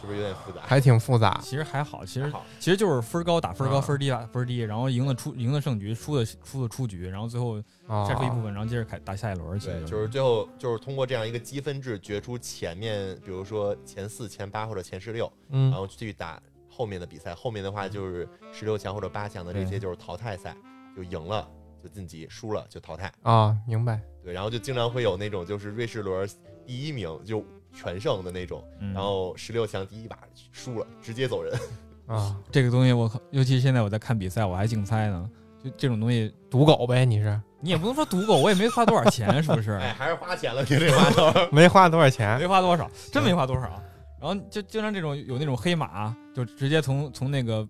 Speaker 2: 是不是有点复杂？
Speaker 1: 还挺复杂。
Speaker 3: 其实还好，其实
Speaker 2: 好，嗯
Speaker 3: 其实就是分儿高打分儿
Speaker 1: 啊
Speaker 3: 高，分儿低打分儿低，然后赢了出赢了胜局，输的输的出局，然后最后
Speaker 1: 啊
Speaker 3: 再出一部分，然后接着开打下一轮儿，其
Speaker 2: 对
Speaker 3: 实，
Speaker 2: 就是最后就是通过这样一个积分制决出前面，比如说前四、前八或者前十六，
Speaker 1: 嗯
Speaker 2: 然，后去打后面的比赛。后面的话就是十六强或者八强的这些
Speaker 3: 对
Speaker 2: 就是淘汰赛，就赢了就晋级，输了就淘汰。
Speaker 1: 啊，明白。
Speaker 2: 对，然后就经常会有那种就是瑞士轮第一名就全胜的那种，
Speaker 3: 嗯
Speaker 2: 然后十六强第一把输了直接走人。
Speaker 1: 啊，
Speaker 3: 这个东西我靠，尤其现在我在看比赛，我还竞猜呢，就这种东西，
Speaker 1: 赌狗呗，你是
Speaker 3: 你也不能说赌狗，我也没花多少钱，是
Speaker 2: *laughs*
Speaker 3: 不是？
Speaker 2: 哎，还是花钱了，你这话头。
Speaker 1: 没花多少钱
Speaker 3: 没花多少，真没花多少。然后就经常这种有那种黑马，就直接从从那个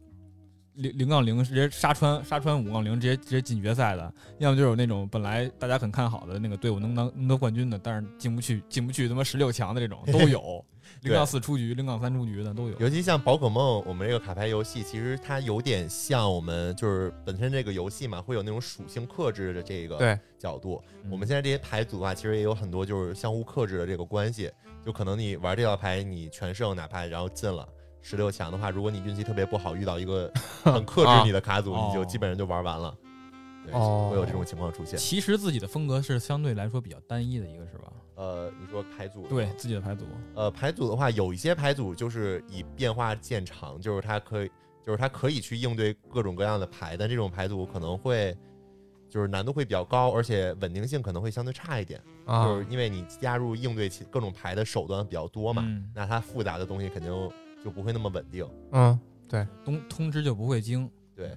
Speaker 3: 零零杠零直接杀穿杀穿五杠零，直接直接进决赛的；要么就有那种本来大家很看好的那个队伍能当能得冠军的，但是进不去进不去他妈十六强的这种都
Speaker 2: *laughs*
Speaker 3: 有，零
Speaker 2: 对
Speaker 3: 杠四出局、零杠三出局的都
Speaker 2: *laughs*
Speaker 3: 有。
Speaker 2: 尤其像宝可梦，我们这个卡牌游戏，其实它有点像我们就是本身这个游戏嘛，会有那种属性克制的这个
Speaker 1: 对
Speaker 2: 角度。
Speaker 3: 嗯
Speaker 2: 我们现在这些牌组啊，其实也有很多就是相互克制的这个关系。就可能你玩这道牌你全胜，哪怕然后进了十六强的话，如果你运气特别不好，遇到一个很克制你的卡组，
Speaker 3: *laughs* 啊
Speaker 2: 你就
Speaker 3: 哦
Speaker 2: 基本上就玩完了。对，
Speaker 1: 哦
Speaker 2: 会有这种情况出现。
Speaker 3: 其实自己的风格是相对来说比较单一的一个，是吧？
Speaker 2: 呃，你说牌组
Speaker 3: 对自己的牌组，
Speaker 2: 呃，牌组的话，有一些牌组就是以变化见长，就是它可以，就是它可以去应对各种各样的牌，但这种牌组可能会就是难度会比较高，而且稳定性可能会相对差一点，
Speaker 1: 啊
Speaker 2: 就是因为你加入应对其各种牌的手段比较多嘛，
Speaker 3: 嗯
Speaker 2: 那它复杂的东西肯定就不会那么稳定。
Speaker 1: 嗯，
Speaker 3: 通通知就不会精。
Speaker 2: 对，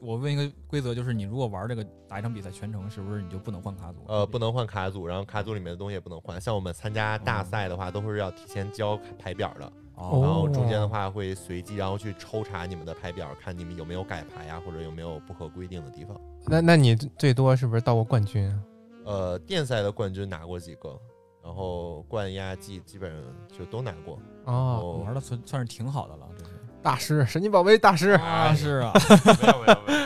Speaker 3: 我问一个规则，就是你如果玩这个打一场比赛全程，是不是你就不能换卡组？
Speaker 2: 呃，不能换卡组，然后卡组里面的东西也不能换。像我们参加大赛的话，都是要提前交牌表的，
Speaker 1: 哦
Speaker 2: 然后中间的话会随机，然后去抽查你们的牌表，看你们有没有改牌呀、啊或者有没有不合规定的地方。
Speaker 1: 那那你最多是不是到过冠军啊？
Speaker 2: 呃，电赛的冠军拿过几个，然后冠亚季基本上就都拿过。
Speaker 1: 哦，
Speaker 3: 玩的算算是挺好的了，这是
Speaker 1: 大师，神奇宝贝大师，
Speaker 2: 哎
Speaker 3: 啊是 *laughs* 啊，
Speaker 2: 没有没有没有。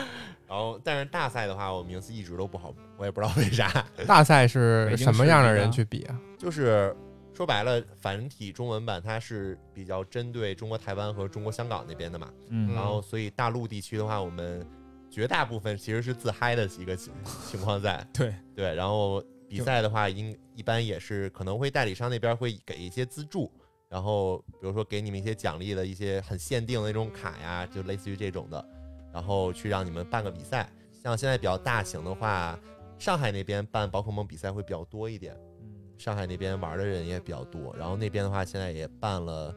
Speaker 2: 然后，但是大赛的话，我名次一直都不好，我也不知道为啥。 *laughs*
Speaker 1: 大赛是
Speaker 3: 北京
Speaker 1: 什么样的
Speaker 3: 市级的
Speaker 1: 人去比啊？
Speaker 2: 就是说白了，繁体中文版它是比较针对中国台湾和中国香港那边的嘛。
Speaker 3: 嗯
Speaker 2: 然后，所以大陆地区的话，我们绝大部分其实是自嗨的一个情 *laughs* 情况在。
Speaker 3: 对，
Speaker 2: 对，然后比赛的话，应一般也是可能会代理商那边会给一些资助，然后比如说给你们一些奖励的一些很限定的那种卡呀，就类似于这种的，然后去让你们办个比赛。像现在比较大型的话，上海那边办宝可梦比赛会比较多一点，
Speaker 3: 嗯
Speaker 2: 上海那边玩的人也比较多。然后那边的话，现在也办了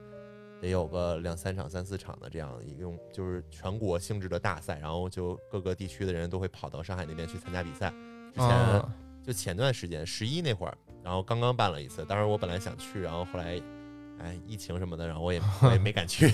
Speaker 2: 得有个两三场、三四场的这样一种就是全国性质的大赛，然后就各个地区的人都会跑到上海那边去参加比赛。之前、
Speaker 1: 啊，
Speaker 2: 就前段时间十一那会儿，然后刚刚办了一次。当时我本来想去，然后后来，哎，疫情什么的，然后我也我也没敢
Speaker 3: *laughs*
Speaker 2: 去。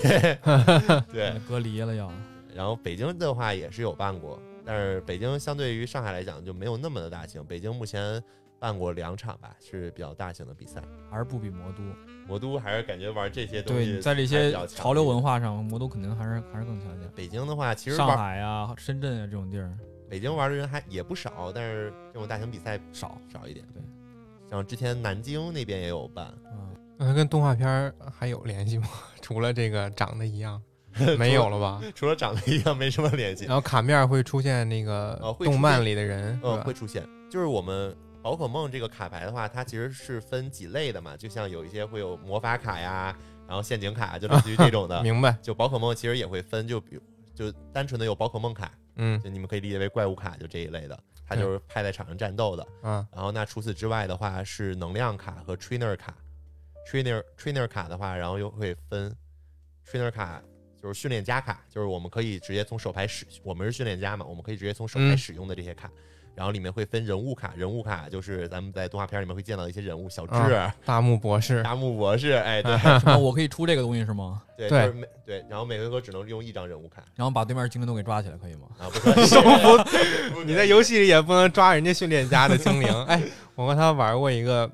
Speaker 2: 对，
Speaker 3: 隔离了要，
Speaker 2: 然后北京的话也是有办过，但是北京相对于上海来讲就没有那么的大型。北京目前办过两场吧，是比较大型的比赛。
Speaker 3: 还是不比魔都。
Speaker 2: 魔都还是感觉玩这些东西
Speaker 3: 对，在
Speaker 2: 还
Speaker 3: 这
Speaker 2: 是
Speaker 3: 些
Speaker 2: 比较强
Speaker 3: 潮流
Speaker 2: 烈的
Speaker 3: 文化上，魔都肯定还是还是更强一点。
Speaker 2: 北京的话，其实
Speaker 3: 上
Speaker 2: 玩
Speaker 3: 海啊、深圳啊这种地儿
Speaker 2: 北京玩的人还也不少，但是这种大型比赛
Speaker 3: 少，
Speaker 2: 少一点。
Speaker 3: 对，
Speaker 2: 像之前南京那边也有办，
Speaker 3: 嗯，
Speaker 1: 那它跟动画片儿还有联系吗？ *laughs* 除了这个长得一
Speaker 2: *laughs*
Speaker 1: 样，没有了吧？
Speaker 2: 除了长得一样没什么联系。
Speaker 1: 然后卡面儿会出现那个
Speaker 2: 啊会出
Speaker 1: 动漫里的人，
Speaker 2: 嗯，
Speaker 1: 是
Speaker 2: 会
Speaker 1: 吧？
Speaker 2: 出现。就是我们宝可梦这个卡牌的话，它其实是分几类的嘛，就像有一些会有魔法卡呀，然后陷阱卡，就类似于这种
Speaker 1: *laughs*
Speaker 2: 的。
Speaker 1: 明白，
Speaker 2: 就宝可梦其实也会分，就比如就单纯的有宝可梦卡，
Speaker 1: 嗯
Speaker 2: 就你们可以理解为怪物卡，就这一类的，它就是派在场上战斗的。
Speaker 1: 啊，
Speaker 2: 然后那除此之外的话是能量卡和 trainer 卡，trainer trainer 卡的话，然后又会分 trainer 卡就是训练家卡，就是我们可以直接从手牌使，我们是训练家嘛，我们可以直接从手牌
Speaker 1: 嗯
Speaker 2: 使用的这些卡。然后里面会分人物卡，人物卡就是咱们在动画片里面会见到一些人物，小智、
Speaker 1: 啊大木博士，
Speaker 2: 达木博士，哎，对、
Speaker 3: 什么我可以出这个东西是吗？
Speaker 2: 对，
Speaker 1: 对
Speaker 2: 就是每对，然后每回合只能用一张人物卡
Speaker 3: 然后把对面精灵都给抓起来可以吗？
Speaker 2: 啊，不
Speaker 1: *laughs*
Speaker 2: 可以
Speaker 1: 你在游戏里也不能抓人家训练家的
Speaker 2: *laughs*
Speaker 1: 精灵。哎，我和他玩过一个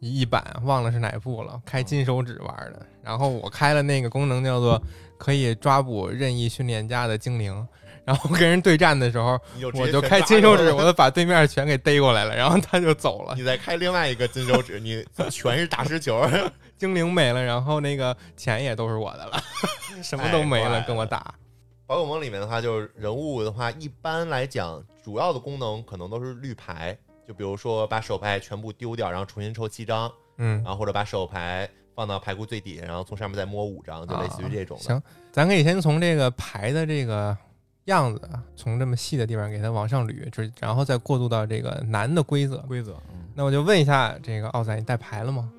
Speaker 1: 一版，忘了是哪部了，
Speaker 2: 哦
Speaker 1: 开金手指玩的。然后我开了那个功能叫做可以抓捕任意训练家的精灵。然后跟人对战的时候，
Speaker 2: 你就直接
Speaker 1: 我就
Speaker 2: 全
Speaker 1: 开
Speaker 2: 抓
Speaker 1: 金手
Speaker 2: 过
Speaker 1: 指，
Speaker 2: 来
Speaker 1: 我就把对面全给逮过来了，然后他就走了，
Speaker 2: *laughs* 你再开另外一个金手指，你全是大师球，
Speaker 1: 精灵没了，然后那个钱也都是我的 *laughs* 了，什么都没
Speaker 2: 太坏
Speaker 1: 哎了，
Speaker 2: 了
Speaker 1: 跟我打。
Speaker 2: 宝可梦里面的话，就是人物的话，一般来讲，主要的功能可能都是绿牌，就比如说把手牌全部丢掉，然后重新抽七张，
Speaker 1: 嗯
Speaker 2: 然，后或者把手牌放到牌库最底，然后从上面再摸五张，就类似于这种
Speaker 3: 啊
Speaker 2: 的。
Speaker 1: 行，咱可以先从这个牌的这个样子，啊，从这么细的地方给它往上捋，就是然后再过渡到这个难的规则。
Speaker 3: 规则，嗯，
Speaker 1: 那我就问一下，这个奥仔，你带牌了吗？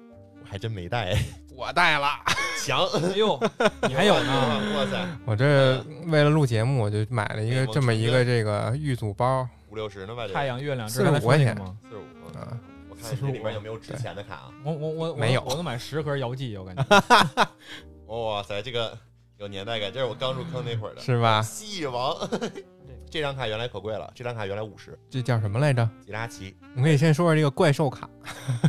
Speaker 2: 我还真没
Speaker 3: *laughs*
Speaker 2: 带
Speaker 1: 我带了，
Speaker 2: 强，
Speaker 3: 哎呦，你还有呢？
Speaker 2: *laughs* 哇塞，
Speaker 1: *laughs* 我这为了录节目，我就买了一个
Speaker 2: 哎我
Speaker 1: 这么一
Speaker 2: 承
Speaker 1: 个这个玉组包
Speaker 2: 五六十呢吧？这
Speaker 3: 太阳、月亮，
Speaker 1: 45
Speaker 3: 这是刚才说那个
Speaker 1: 块钱
Speaker 3: 吗？
Speaker 2: 四十五，
Speaker 1: 啊，
Speaker 2: 我看这里面有没有值钱的卡啊？
Speaker 3: 我我我我
Speaker 1: 没有
Speaker 3: 我能买十盒姚记，我感 *laughs* 觉
Speaker 2: 哇塞，这个有年代感，这是我刚入坑那会儿的。
Speaker 1: 是
Speaker 3: 啊
Speaker 1: 吧？
Speaker 2: 蜥蜴王， *laughs* 这张卡原来可贵了，这张卡原来五十，
Speaker 1: 这叫什么来着？
Speaker 2: 吉拉
Speaker 3: *laughs*
Speaker 2: 奇
Speaker 1: 我们可以先说说这个怪兽卡。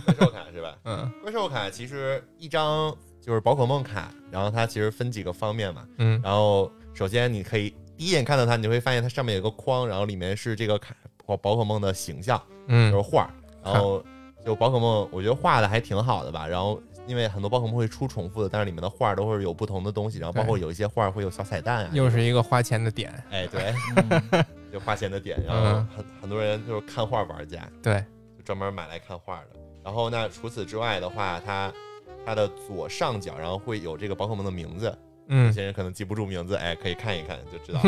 Speaker 2: 怪兽卡是吧？
Speaker 1: 嗯
Speaker 2: 怪兽卡其实一张就是宝可梦卡，然后它其实分几个方面嘛。
Speaker 1: 嗯
Speaker 2: 然后首先你可以第一眼看到它，你就会发现它上面有个框，然后里面是这个卡宝宝可梦的形象，就是
Speaker 1: 嗯，
Speaker 2: 画儿。然后就宝可梦，我觉得画的还挺好的吧。然后因为很多宝可梦会出重复的，但是里面的画儿都会有不同的东西，然后包括有一些画儿会有小彩蛋啊。
Speaker 1: 又是一个花钱的点。
Speaker 2: 哎，对，
Speaker 3: 嗯
Speaker 2: *laughs* 就花钱的点。然后很很多人就是看画玩家，
Speaker 1: 对，
Speaker 2: 就专门买来看画的。然后那除此之外的话，它它的左上角然后会有这个宝可梦的名字，有
Speaker 1: 嗯
Speaker 2: 些人可能记不住名字，哎，可以看一看就知道。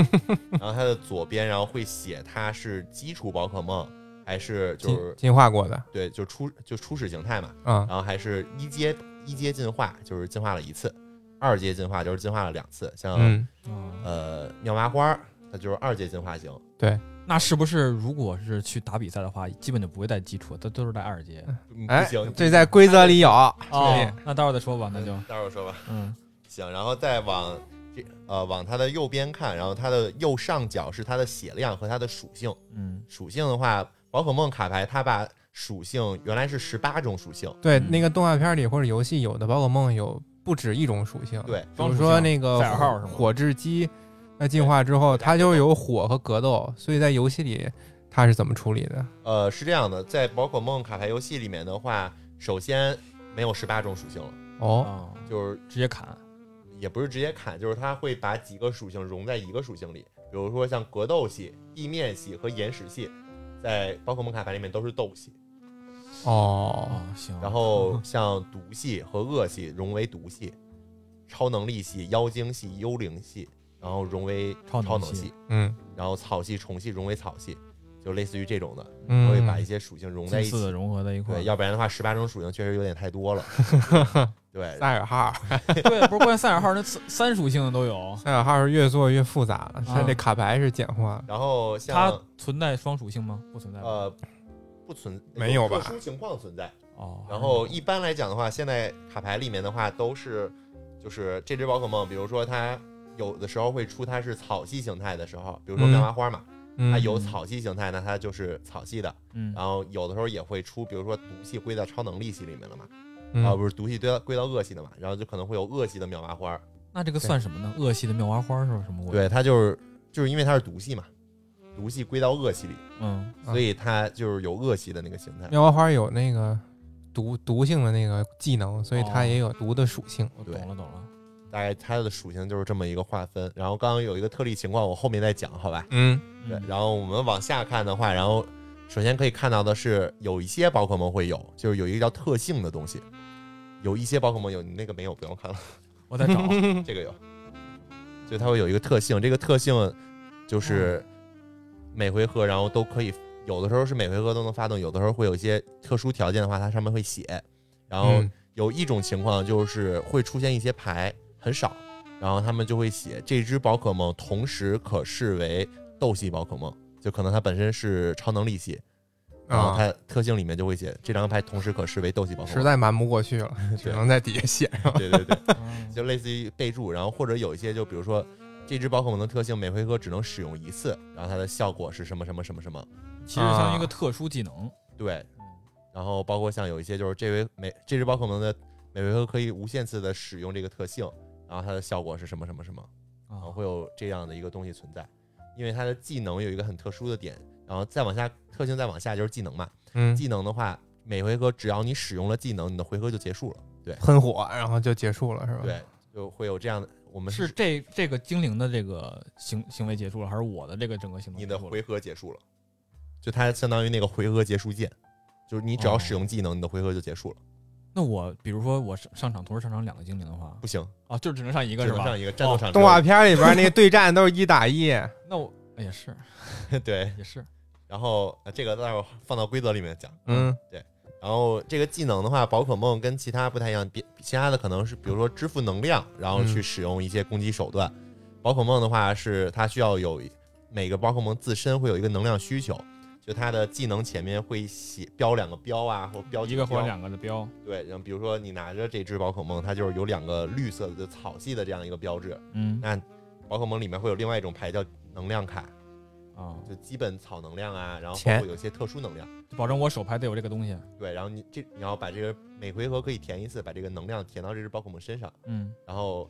Speaker 2: 然后它的左边然后会写它是基础宝可梦还是就
Speaker 1: 进
Speaker 2: 是
Speaker 1: 进化过的
Speaker 2: 对就初就初始形态嘛，
Speaker 1: 啊，
Speaker 2: 然后还是一阶一阶进化，就是进化了一次，二阶进化就是进化了两次，像、
Speaker 1: 嗯，
Speaker 3: 嗯
Speaker 2: 呃妙蛙花儿。它就是二阶进化型，
Speaker 3: 那是不是如果是去打比赛的话，基本就不会带基础，它都是带二阶。
Speaker 2: 嗯不
Speaker 1: 哎
Speaker 2: 行，，
Speaker 1: 这在规则里有。
Speaker 3: 哦，那待会儿再说吧，那就
Speaker 2: 待会儿说吧。
Speaker 3: 嗯
Speaker 2: 行，然后再往这呃往它的右边看，然后它的右上角是它的血量和它的属性。
Speaker 3: 嗯
Speaker 2: 属性的话，宝可梦卡牌它把属性原来是十八种属性，
Speaker 1: 对，
Speaker 3: 嗯
Speaker 1: 那个动画片里或者游戏有的宝可梦有不止一种属性，，
Speaker 2: 对，
Speaker 1: 比如说那个
Speaker 3: 双属性赛尔号是吗
Speaker 1: 火之鸡，它进化之后
Speaker 2: 对
Speaker 1: 它就有火和格斗，所以在游戏里它是怎么处理的？
Speaker 2: 呃是这样的，在宝可梦卡牌游戏里面的话，首先没有十八种属性了，
Speaker 1: 哦，
Speaker 3: 哦，
Speaker 2: 就是
Speaker 3: 直接砍。
Speaker 2: 也不是直接砍，就是它会把几个属性融在一个属性里，比如说像格斗系、地面系和岩石系，在宝可梦卡牌里面都是斗系。
Speaker 1: 哦，
Speaker 3: 哦，行。
Speaker 2: 然后像毒系和恶系融为毒系，超能力系、妖精系、幽灵系，然后融为
Speaker 3: 超
Speaker 2: 超
Speaker 3: 能系
Speaker 2: 系，
Speaker 1: 嗯
Speaker 2: 然后草系、虫系融为草系，就类似于这种的，
Speaker 1: 嗯，
Speaker 2: 会把一些属性融在
Speaker 3: 近
Speaker 2: 一
Speaker 3: 似的嗯
Speaker 2: 起。
Speaker 3: 融合在一块儿
Speaker 2: 对，。要不然的话，十八种属性确实有点太多
Speaker 3: *laughs*
Speaker 2: 了。对，
Speaker 1: 赛尔号，
Speaker 3: 对，不是关于赛尔号那三三属性的都有，
Speaker 1: 赛尔号是越做越复杂了，它
Speaker 3: 啊
Speaker 1: 这卡牌是简化的。
Speaker 2: 然后
Speaker 3: 它
Speaker 2: *laughs* 像
Speaker 3: 存在双属性吗？不存在吧。
Speaker 2: 呃，不存
Speaker 1: 没有吧
Speaker 2: 特殊情况存在。
Speaker 3: 哦，
Speaker 2: 然后一般来讲的话，现在卡牌里面的话都是，就是这只宝可梦，比如说它有的时候会出它是草系形态的时候，比如说
Speaker 1: 嗯
Speaker 2: 妙蛙花嘛，它
Speaker 1: 嗯，
Speaker 2: 有草系形态，那它就是草系的。
Speaker 3: 嗯，
Speaker 2: 然后有的时候也会出，比如说毒系归到超能力系里面了嘛，
Speaker 1: 嗯
Speaker 2: 啊不是毒系归到归到恶系的嘛，然后就可能会有恶系的妙蛙花。
Speaker 3: 那这个算什么呢？恶系的妙蛙花是不是什么
Speaker 1: 嗯
Speaker 3: 鬼？，
Speaker 2: 对，它就是就是因为它是毒系嘛，毒系归到恶系里，
Speaker 3: 嗯，
Speaker 2: 所以它就是有恶系的那个形态。
Speaker 1: 妙蛙花有那个毒毒性的那个技能，所以它
Speaker 3: 哦
Speaker 1: 也有毒的属性。
Speaker 3: 我懂
Speaker 2: 对
Speaker 3: 了懂了。
Speaker 2: 大概它的属性就是这么一个划分。然后刚刚有一个特例情况，我后面再讲，好吧？
Speaker 1: 嗯
Speaker 2: 对，
Speaker 3: 嗯
Speaker 2: 然后我们往下看的话，然后首先可以看到的是，有一些宝可梦会有，就是有一个叫特性的东西，有一些宝可梦有，你那个没有，不用看了， *laughs*
Speaker 3: 我在找，嗯
Speaker 2: 这个有，就它会有一个特性，这个特性就是每回合，然后都可以，有的时候是每回合都能发动，有的时候会有一些特殊条件的话，它上面会写，然后
Speaker 1: 嗯
Speaker 2: 有一种情况就是会出现一些牌很少，然后他们就会写这只宝可梦同时可视为斗系宝可梦，就可能它本身是超能力系，然后
Speaker 1: 啊，
Speaker 2: 它特性里面就会写这张牌同时可视为斗系宝可
Speaker 1: 实
Speaker 2: 梦，
Speaker 1: 在瞒不过去
Speaker 2: *laughs*
Speaker 1: 了，只能在底下写上。
Speaker 2: 对对对，
Speaker 3: 嗯
Speaker 2: 就类似于备注，然后或者有一些就比如说。这只宝可梦的特性每回合只能使用一次，然后它的效果是什么什么什么什么？
Speaker 3: 其实相当于一
Speaker 2: 啊
Speaker 3: 个特殊技能。
Speaker 2: 对，
Speaker 3: 嗯
Speaker 2: 然后包括像有一些就是这回每这只宝可梦的每回合可以无限次的使用这个特性，然后它的效果是什么什么什么。然后
Speaker 3: 啊，
Speaker 2: 会有这样的一个东西存在，因为它的技能有一个很特殊的点，然后再往下特性再往下就是技能嘛，
Speaker 1: 嗯，
Speaker 2: 技能的话，每回合只要你使用了技能，你的回合就结束了，
Speaker 1: 喷火，然后就结束了，是吧？
Speaker 2: 对，就会有这样的，我们
Speaker 3: 是这这个精灵的这个行行为结束了，还是我的这个整个行为
Speaker 2: 你
Speaker 3: 结
Speaker 2: 的
Speaker 3: 束了？
Speaker 2: 回合结束了，就它相当于那个回合结束键，就是你
Speaker 3: 哦
Speaker 2: 只要使用技能，你的回合就结束了，
Speaker 3: 那我比如说我上上场同时上场两个精灵的话
Speaker 2: 不，行，
Speaker 3: 啊，就只能上一个
Speaker 2: 只
Speaker 3: 是
Speaker 2: 能
Speaker 3: 吧哦
Speaker 2: 上？一个战斗场只
Speaker 1: 动
Speaker 2: 有
Speaker 1: 画片里边那个对战都是一打一，
Speaker 2: 嗯
Speaker 3: 那我哎也是
Speaker 2: *laughs* 对，
Speaker 3: 也是，
Speaker 2: 然后呃这个待会儿放到规则里面讲。
Speaker 1: 嗯
Speaker 2: 然后这个技能的话，宝可梦跟其他不太一样，别其他的可能是比如说支付能量，然后去使用一些攻击手
Speaker 3: 嗯
Speaker 2: 段。宝可梦的话是它需要有每个宝可梦自身会有一个能量需求，就它的技能前面会写标两个标啊，或标
Speaker 3: 一个或
Speaker 2: 标
Speaker 3: 者两个的标，
Speaker 2: 对，然后比如说你拿着这只宝可梦，它就是有两个绿色的草系的这样一个标志。
Speaker 3: 嗯
Speaker 2: 那宝可梦里面会有另外一种牌叫能量卡，
Speaker 3: 啊，
Speaker 2: 就基本草能量啊，然后包
Speaker 1: 钱
Speaker 2: 括有一些特殊能量。
Speaker 3: 就保证我手牌得有这个东西。
Speaker 2: 对，然后你这你要把这个每回合可以填一次，把这个能量填到这只宝可梦身上，
Speaker 3: 嗯，
Speaker 2: 然后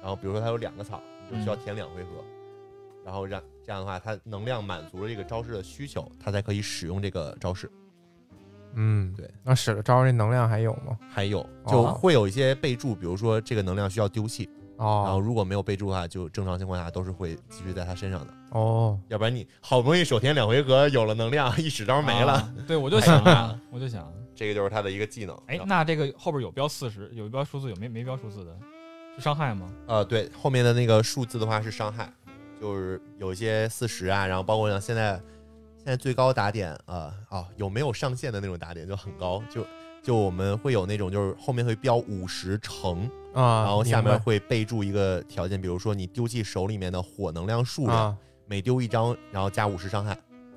Speaker 2: 然后比如说它有两个草，你就需要
Speaker 3: 嗯
Speaker 2: 填两回合，然后让这样的话，它能量满足了这个招式的需求，它才可以使用这个招式。
Speaker 1: 嗯，
Speaker 2: 对。
Speaker 1: 那使了招这能量还有吗？
Speaker 2: 还有
Speaker 1: 哦
Speaker 2: 就会有一些备注，比如说这个能量需要丢弃，然后
Speaker 1: 哦
Speaker 2: 如果没有备注的话，就正常情况下都是会继续在它身上的，
Speaker 1: 哦，
Speaker 2: 要不然你好不容易手填两回合有了能量， *laughs* 一使招没了，
Speaker 3: 啊。对，我就想啊，我就
Speaker 2: *laughs*
Speaker 3: 想，
Speaker 2: 这个就是它的一个技能。
Speaker 3: 哎
Speaker 2: 然，后
Speaker 3: 那这个后边有标四十，有标数字，有没没标数字的？是伤害吗？
Speaker 2: *laughs* 呃，对，后面的那个数字的话是伤害，就是有一些四十啊，然后包括像现在现在最高打点啊、呃、哦，有没有上限的那种打点就很高，就就我们会有那种就是后面会标五十乘，
Speaker 1: 啊，
Speaker 2: 然后下
Speaker 1: 明白
Speaker 2: 面会备注一个条件，比如说你丢弃手里面的火能量数量，
Speaker 1: 啊，
Speaker 2: 每丢一张，然后加五十伤害，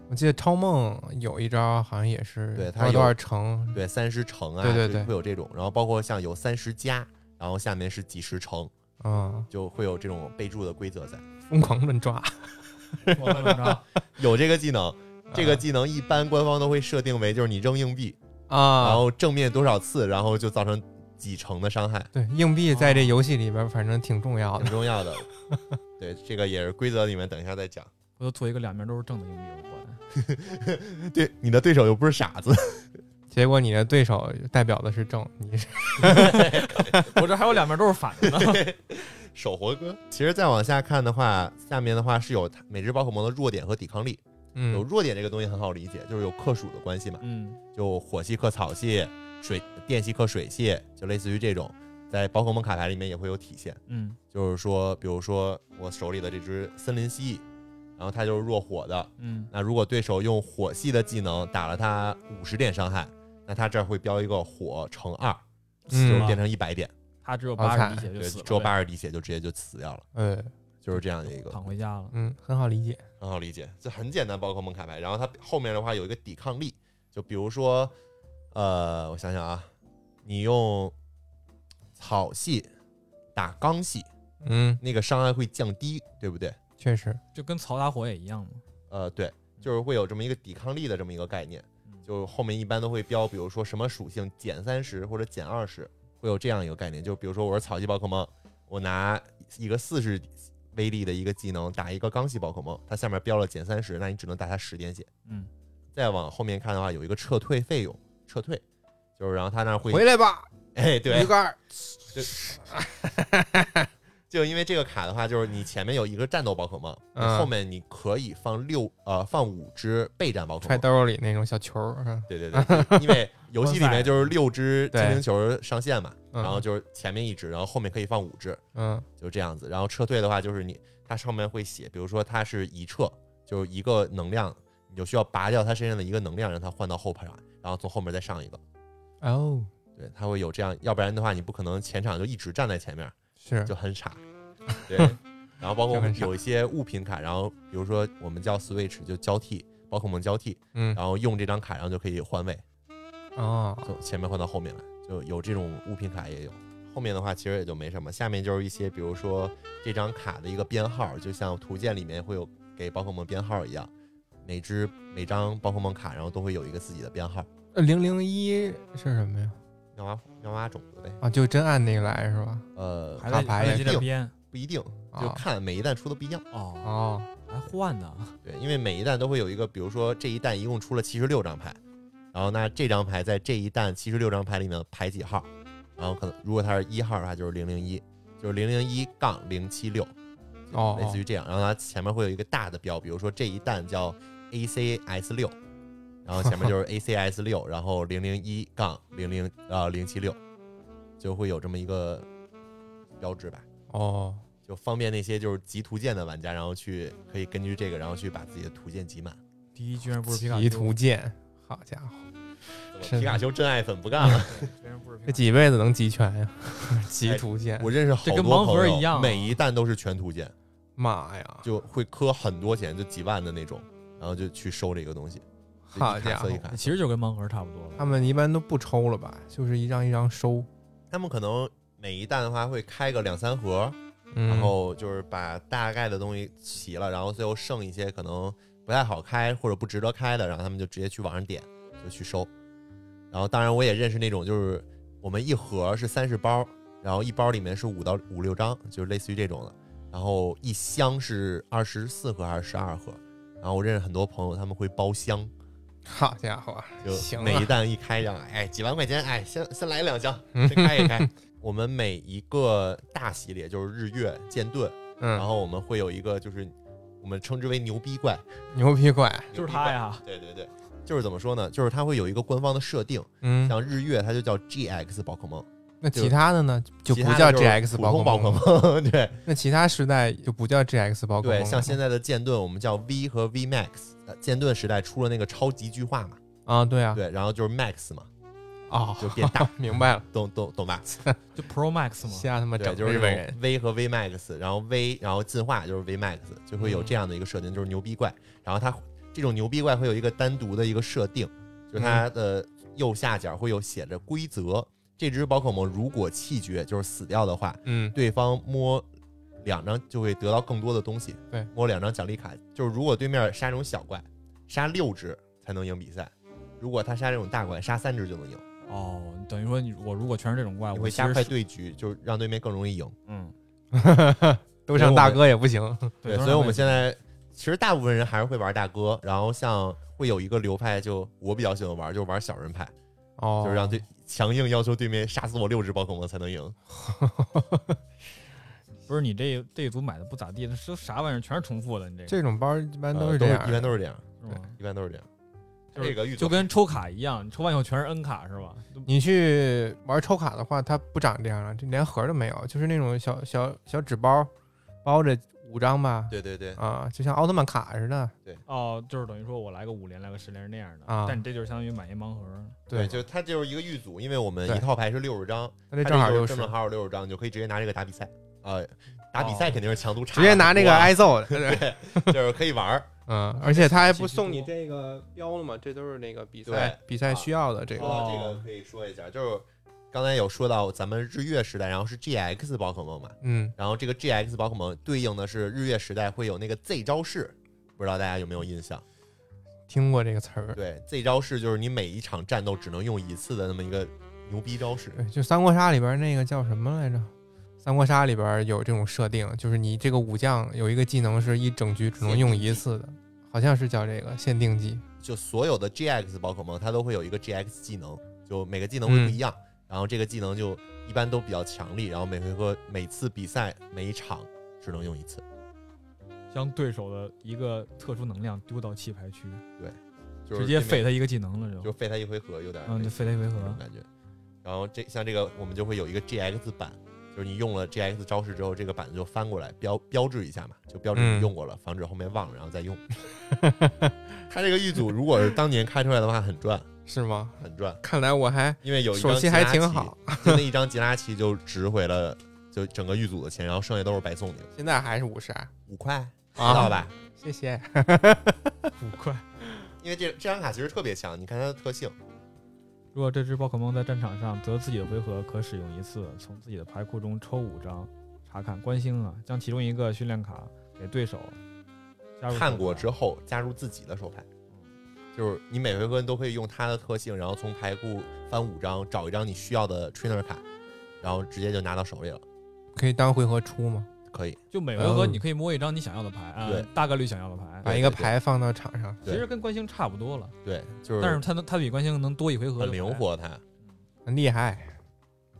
Speaker 1: 我记得超梦有一招好像也是
Speaker 2: 对
Speaker 1: 多
Speaker 2: 它
Speaker 1: 少
Speaker 2: 有
Speaker 1: 多少乘，
Speaker 2: 对，三十乘啊，
Speaker 1: 对对
Speaker 2: 就
Speaker 1: 对
Speaker 2: 会有这种，然后包括像有三十加，然后下面是几十乘，
Speaker 1: 嗯，
Speaker 2: 就会有这种备注的规则在，
Speaker 1: 疯狂乱抓，
Speaker 3: 我怎么着？
Speaker 2: 有这个技能。这个技能一般官方都会设定为就是你扔硬币，
Speaker 1: 啊，
Speaker 2: 然后正面多少次，然后就造成几成的伤害，
Speaker 1: 对硬币在这游戏里边反正挺重要
Speaker 2: 挺
Speaker 1: 的，
Speaker 2: 重要的。
Speaker 1: *laughs*
Speaker 2: 对，这个也是规则里面，等一下再讲。
Speaker 3: 我就做一个两面都是正的硬币，我管。
Speaker 2: 对，你的对手又不是
Speaker 1: *laughs*
Speaker 2: 傻子，
Speaker 1: 结果你的对手代表的是正，你是
Speaker 3: 我这还有两面都是反
Speaker 2: *laughs*
Speaker 3: 的呢。
Speaker 2: 手活哥。其实再往下看的话，下面的话是有它每只宝可梦的弱点和抵抗力。有
Speaker 1: 嗯
Speaker 2: 弱点这个东西很好理解，就是有克数的关系嘛，
Speaker 3: 嗯
Speaker 2: 就火系克草系，水电系克水系，就类似于这种，在宝可梦卡牌里面也会有体现。
Speaker 3: 嗯
Speaker 2: 就是说，比如说我手里的这只森林蜥蜴，然后它就是弱火的，
Speaker 3: 嗯
Speaker 2: 那如果对手用火系的技能打了它五十点伤害，那它这儿会标一个火乘二，
Speaker 1: 嗯
Speaker 2: 就是变成一百点，
Speaker 3: 他只有
Speaker 1: 好
Speaker 3: 八
Speaker 1: 惨
Speaker 3: 十滴啊血就
Speaker 2: 对，
Speaker 3: 死了，
Speaker 2: 只有八十滴血就直接就死掉了，
Speaker 1: 呃
Speaker 2: 就是这样的一个
Speaker 3: 对，躺回家了。
Speaker 1: 嗯，很好理解。
Speaker 2: 很好理解，这很简单，宝可梦卡牌。然后它后面的话有一个抵抗力，就比如说，呃，我想想啊，你用草系打钢系，
Speaker 1: 嗯，
Speaker 2: 那个伤害会降低，对不对？
Speaker 1: 确实，
Speaker 3: 就跟曹打火也一样嘛。
Speaker 2: 呃，对，就是会有这么一个抵抗力的这么一个概念。
Speaker 3: 嗯
Speaker 2: 就后面一般都会标，比如说什么属性减三十或者减二十，会有这样一个概念。就比如说我是草系宝可梦，我拿一个四十威力的一个技能打一个钢系宝可梦，它下面标了减三十，那你只能打它十点血。
Speaker 3: 嗯，
Speaker 2: 再往后面看的话，有一个撤退费用，撤退就是然后他那会
Speaker 1: 回来吧，
Speaker 2: 哎
Speaker 1: 鱼
Speaker 2: 对，
Speaker 1: 竿儿。
Speaker 2: *laughs* 就因为这个卡的话，就是你前面有一个战斗宝可梦，你
Speaker 1: 嗯
Speaker 2: 后面你可以放六呃放五只备战宝可
Speaker 1: 揣
Speaker 2: 梦。
Speaker 1: 兜里那种小球儿，嗯
Speaker 2: 对对对，因为游戏里面就是六
Speaker 1: *laughs*
Speaker 2: 只精
Speaker 1: 对
Speaker 2: 灵球上线嘛，
Speaker 1: 嗯
Speaker 2: 然后就是前面一只，然后后面可以放五只，
Speaker 1: 嗯
Speaker 2: 就这样子。然后撤退的话，就是你它上面会写，比如说它是一撤，就是一个能量，你就需要拔掉它身上的一个能量，让它换到后排，然后从后面再上一个。
Speaker 1: 哦，
Speaker 2: 对，它会有这样，要不然的话，你不可能前场就一直站在前面，
Speaker 1: 是
Speaker 2: 就很傻。
Speaker 1: *laughs*
Speaker 2: 对，然后包括
Speaker 1: 就很傻
Speaker 2: 有一些物品卡，然后比如说我们叫 Switch 就交替，宝可梦交替，
Speaker 1: 嗯
Speaker 2: 然后用这张卡，然后就可以换位，
Speaker 1: 哦，
Speaker 2: 从前面换到后面来，就有这种物品卡也有。后面的话其实也就没什么，下面就是一些比如说这张卡的一个编号，就像图鉴里面会有给宝可梦编号一样，每只每张宝可梦卡然后都会有一个自己的编号，
Speaker 1: 零零一是什么呀？
Speaker 2: 妙蛙妙蛙种子呗。
Speaker 1: 啊，就真按那个来是吧？
Speaker 2: 呃，
Speaker 3: 还
Speaker 2: 卡
Speaker 3: 在
Speaker 1: 卡牌
Speaker 3: 还
Speaker 1: 也
Speaker 2: 不
Speaker 3: 在这
Speaker 2: 一定
Speaker 3: 两边
Speaker 2: 不一定，
Speaker 1: 啊
Speaker 2: 就看每一弹出的不一样。
Speaker 3: 哦，
Speaker 1: 哦，
Speaker 3: 还换呢。
Speaker 2: 对，因为每一弹都会有一个，比如说这一弹一共出了七十六张牌，然后那这张牌在这一弹七十六张牌里面排几号，然后可能如果它是一号的话就是零零一，就是零零一杠零七六，
Speaker 1: 哦
Speaker 2: 类似于这样。然后它前面会有一个大的标，比如说这一弹叫 ACS 六，然后前面就
Speaker 1: *laughs*
Speaker 2: 是 ACS 六，然后零零一杠零零呃零七六，就会有这么一个标志吧。
Speaker 1: 哦，
Speaker 2: 就方便那些就是集图鉴的玩家，然后去可以根据这个，然后去把自己的图鉴集满。
Speaker 3: 第一居然不是皮卡
Speaker 1: 极
Speaker 3: 丘 *laughs*
Speaker 1: 图，鉴，好家伙，
Speaker 2: 怎么
Speaker 1: 是的
Speaker 2: 皮卡丘真爱粉不干了，
Speaker 3: 对居然不是皮
Speaker 1: 这
Speaker 3: 卡丘。
Speaker 1: 几辈子能集全呀？ *laughs* 集图鉴，
Speaker 2: *laughs* 哎我认识好
Speaker 3: 这
Speaker 2: 多
Speaker 3: 跟盲盒
Speaker 2: 朋友
Speaker 3: 一样啊
Speaker 2: 每一弹都是全图鉴，
Speaker 1: 妈呀，
Speaker 2: 就会磕很多钱，就几万的那种，然后就去收这个东西。就
Speaker 1: 好
Speaker 2: 一卡
Speaker 1: 家伙
Speaker 2: 色一卡色，
Speaker 3: 啊其实就跟盲盒差不多了。
Speaker 2: 啊
Speaker 1: 他们一般都不抽了吧？就是一张一张收，
Speaker 2: 他们可能每一弹的话会开个两三盒，
Speaker 1: 嗯
Speaker 2: 然后就是把大概的东西齐了，然后最后剩一些可能不太好开或者不值得开的，然后他们就直接去网上点就去收。然后当然我也认识那种就是我们一盒是三十包，然后一包里面是五到五六张，就是类似于这种的。然后一箱是二十四盒还是十二盒？然后我认识很多朋友，他们会包箱，
Speaker 1: 好家伙，行啊
Speaker 2: 就每一弹一开这样，哎，几万块钱，哎，先先来两箱，
Speaker 1: 嗯
Speaker 2: 先开一开。我们每一个大系列就是日月剑盾，然
Speaker 1: 嗯，
Speaker 2: 后我们会有一个就是我们称之为牛逼怪，
Speaker 1: 牛皮怪，
Speaker 3: 就是他
Speaker 2: 牛
Speaker 3: 呀，
Speaker 2: 逼怪。对对对，就是怎么说呢？就是它会有一个官方的设定，
Speaker 1: 嗯，
Speaker 2: 像日月它就叫 GX 宝可梦，
Speaker 1: 那
Speaker 2: 就
Speaker 1: 其他的呢就
Speaker 2: 其
Speaker 1: 不叫
Speaker 2: 他的就是
Speaker 1: GX
Speaker 2: 普
Speaker 1: 宝
Speaker 2: 通
Speaker 1: 可
Speaker 2: 宝
Speaker 1: 梦了，
Speaker 2: 梦。 *laughs* 对
Speaker 1: 那其他时代就不叫 GX 宝可梦了啊
Speaker 2: 对，
Speaker 1: 吗，
Speaker 2: 像现在的剑盾，我们叫 V 和 V Max，呃剑盾时代出了那个超级巨化嘛，
Speaker 1: 啊，对啊，
Speaker 2: 对，然后就是 Max 嘛，
Speaker 1: 哦，，
Speaker 2: 就变大
Speaker 1: *laughs* 明白了，
Speaker 2: 懂懂懂吧？
Speaker 3: 就 Pro Max 嘛。
Speaker 1: 瞎他妈
Speaker 2: 嗯对，
Speaker 1: 整
Speaker 2: 就是
Speaker 1: 日
Speaker 2: 这
Speaker 1: 本
Speaker 2: 种
Speaker 1: 人，
Speaker 2: V 和 V Max，然后 V 然后进化就是 V Max，就会有这样的一个设定，就是牛逼怪。然后它这种牛逼怪会有一个单独的一个设定，就是它的右下角会有写着规则，这只宝可梦如果气绝就是死掉的话，
Speaker 1: 嗯，
Speaker 2: 对方摸两张就会得到更多的东西，
Speaker 1: 对，
Speaker 2: 摸两张奖励卡。就是如果对面杀这种小怪，杀六只才能赢比赛。如果他杀这种大怪，杀三只就能赢，
Speaker 3: 哦，等于说你我如果全是这种怪，
Speaker 2: 你
Speaker 3: 啊我
Speaker 2: 会
Speaker 3: 其
Speaker 2: 加
Speaker 3: 实
Speaker 2: 快
Speaker 3: 是
Speaker 2: 对局，就是让对面更容易赢。
Speaker 3: 嗯，
Speaker 1: 都上大哥也
Speaker 2: *laughs*
Speaker 1: 不行，
Speaker 2: 对，
Speaker 3: 都是
Speaker 2: 所以我
Speaker 3: 会
Speaker 2: 们现在其实大部分人还是会玩大哥，然后像会有一个流派就，我比较喜欢玩，就是玩小人派，
Speaker 1: 哦，
Speaker 2: 就是让对强硬要求对面杀死我六只宝可梦才能赢。
Speaker 3: 不是你这这一组买的不咋地，那都啥玩意儿，全是重复的，你这个
Speaker 1: 这种包一般
Speaker 2: 呃
Speaker 1: 都是这样
Speaker 2: 一
Speaker 1: 的，
Speaker 2: 般都是这样，
Speaker 3: 是吗？
Speaker 2: 一般都是这样。
Speaker 3: 就是
Speaker 2: 这个玉
Speaker 3: 就跟抽卡一样，你抽完以后全是 N 卡是吧？都
Speaker 1: 你去玩抽卡的话，它不长这样了，这连盒都没有，就是那种小小小纸包，包着五张吧，
Speaker 2: 对对对，
Speaker 1: 啊，就像奥特曼卡似的。
Speaker 3: 哦，就是等于说我来个五连，来个十连是那样的，
Speaker 1: 啊
Speaker 3: 但你这就是相当于买一盲盒。
Speaker 1: 对
Speaker 2: 就它就是一个玉组，因为我们
Speaker 1: 对
Speaker 2: 一套牌是六十张，
Speaker 1: 它这
Speaker 2: 它
Speaker 1: 正好
Speaker 2: 就
Speaker 1: 六
Speaker 2: 是
Speaker 1: 十，
Speaker 2: 正好有六十张，你就可以直接拿这个打比赛啊。打比赛肯定是强度差
Speaker 1: 哦直
Speaker 2: 很多啊，
Speaker 1: 接拿那个挨
Speaker 2: *laughs*
Speaker 1: 揍的。对
Speaker 2: 就是可以玩儿。
Speaker 1: 嗯，而且他还不
Speaker 3: 这是
Speaker 1: 送你
Speaker 3: 多
Speaker 1: 这个标了吗？这都是那个比
Speaker 2: 对
Speaker 1: 赛比赛
Speaker 2: 啊
Speaker 1: 需要 *laughs* 的这
Speaker 2: 说
Speaker 1: 个。
Speaker 2: 到这个可以说一下，就是刚才有说到咱们日月时代，然后是 GX 宝可梦嘛，
Speaker 1: 嗯，
Speaker 2: 然后这个 GX 宝可梦对应的是日月时代会有那个 Z 招式，不知道大家有没有印象？
Speaker 1: 听过这个词儿。
Speaker 2: 对，Z 招式就是你每一场战斗只能用一次的那么一个牛逼招式。
Speaker 1: 对，就《三国杀》里边那个叫什么来着？《三国杀》里边有这种设定，就是你这个武将有一个技能是一整局只能用一次的，好像是叫这个限定技。
Speaker 2: 就所有的 GX 宝可梦它都会有一个 GX 技能，就每个技能
Speaker 3: 嗯
Speaker 2: 会不一样，然后这个技能就一般都比较强力，然后每回合每次比赛每一场只能用一次，
Speaker 3: 将对手的一个特殊能量丢到弃牌区，
Speaker 2: 就是
Speaker 3: 直接
Speaker 2: 这
Speaker 3: 废
Speaker 2: 每
Speaker 3: 他一个技能了就
Speaker 2: 就，废他一回合，有点
Speaker 3: 嗯，就废他一回
Speaker 2: 这种 *laughs*
Speaker 3: 合。
Speaker 2: 感觉。然后这像这个我们就会有一个 GX 版，就是你用了 GX 招式之后，这个板子就翻过来标标志一下嘛，就标志
Speaker 1: 嗯
Speaker 2: 你用过了，防止后面忘了然后再用。 *laughs* 他这个玉组如果是当年开出来的话，很赚，
Speaker 1: 是吗？
Speaker 2: 很赚，
Speaker 1: 看来我还
Speaker 2: 因为有一张
Speaker 1: 手气
Speaker 2: 吉
Speaker 1: 还
Speaker 2: 拉
Speaker 1: 挺
Speaker 2: 奇
Speaker 1: 好，
Speaker 2: 就那一张吉拉奇就值回了就整个玉组的钱，然后剩下都是白送你的，
Speaker 1: 现在还是五十啊，
Speaker 2: 五块，知道吧？
Speaker 1: 谢谢。
Speaker 3: 五块。
Speaker 2: 因为这这张卡其实特别强，你看它的特性，
Speaker 3: 如果这只宝可梦在战场上得自己的回合可使用一次，从自己的牌库中抽五张，查看关心啊，将其中一个训练卡给对手。加入
Speaker 2: 看过
Speaker 3: 手
Speaker 2: 之后加入自己的手牌，就是你每回合都可以用它的特性，然后从牌库翻五张，找一张你需要的 trainer 卡，然后直接就拿到手里了，
Speaker 1: 可以当回合出吗？
Speaker 2: 可以。
Speaker 3: 牌，就每回合
Speaker 1: 哦
Speaker 3: 你可以摸一张你想要的牌，啊
Speaker 2: 对，
Speaker 3: 大概率想要的牌。
Speaker 1: 把
Speaker 2: 对
Speaker 1: 一个
Speaker 2: 对对
Speaker 1: 牌放到场上，
Speaker 3: 其
Speaker 2: 对
Speaker 3: 实跟关星差不多了，
Speaker 2: 对，就是
Speaker 3: 但是它能它比关星能多一回合，
Speaker 2: 很灵。活它，
Speaker 1: 很厉害。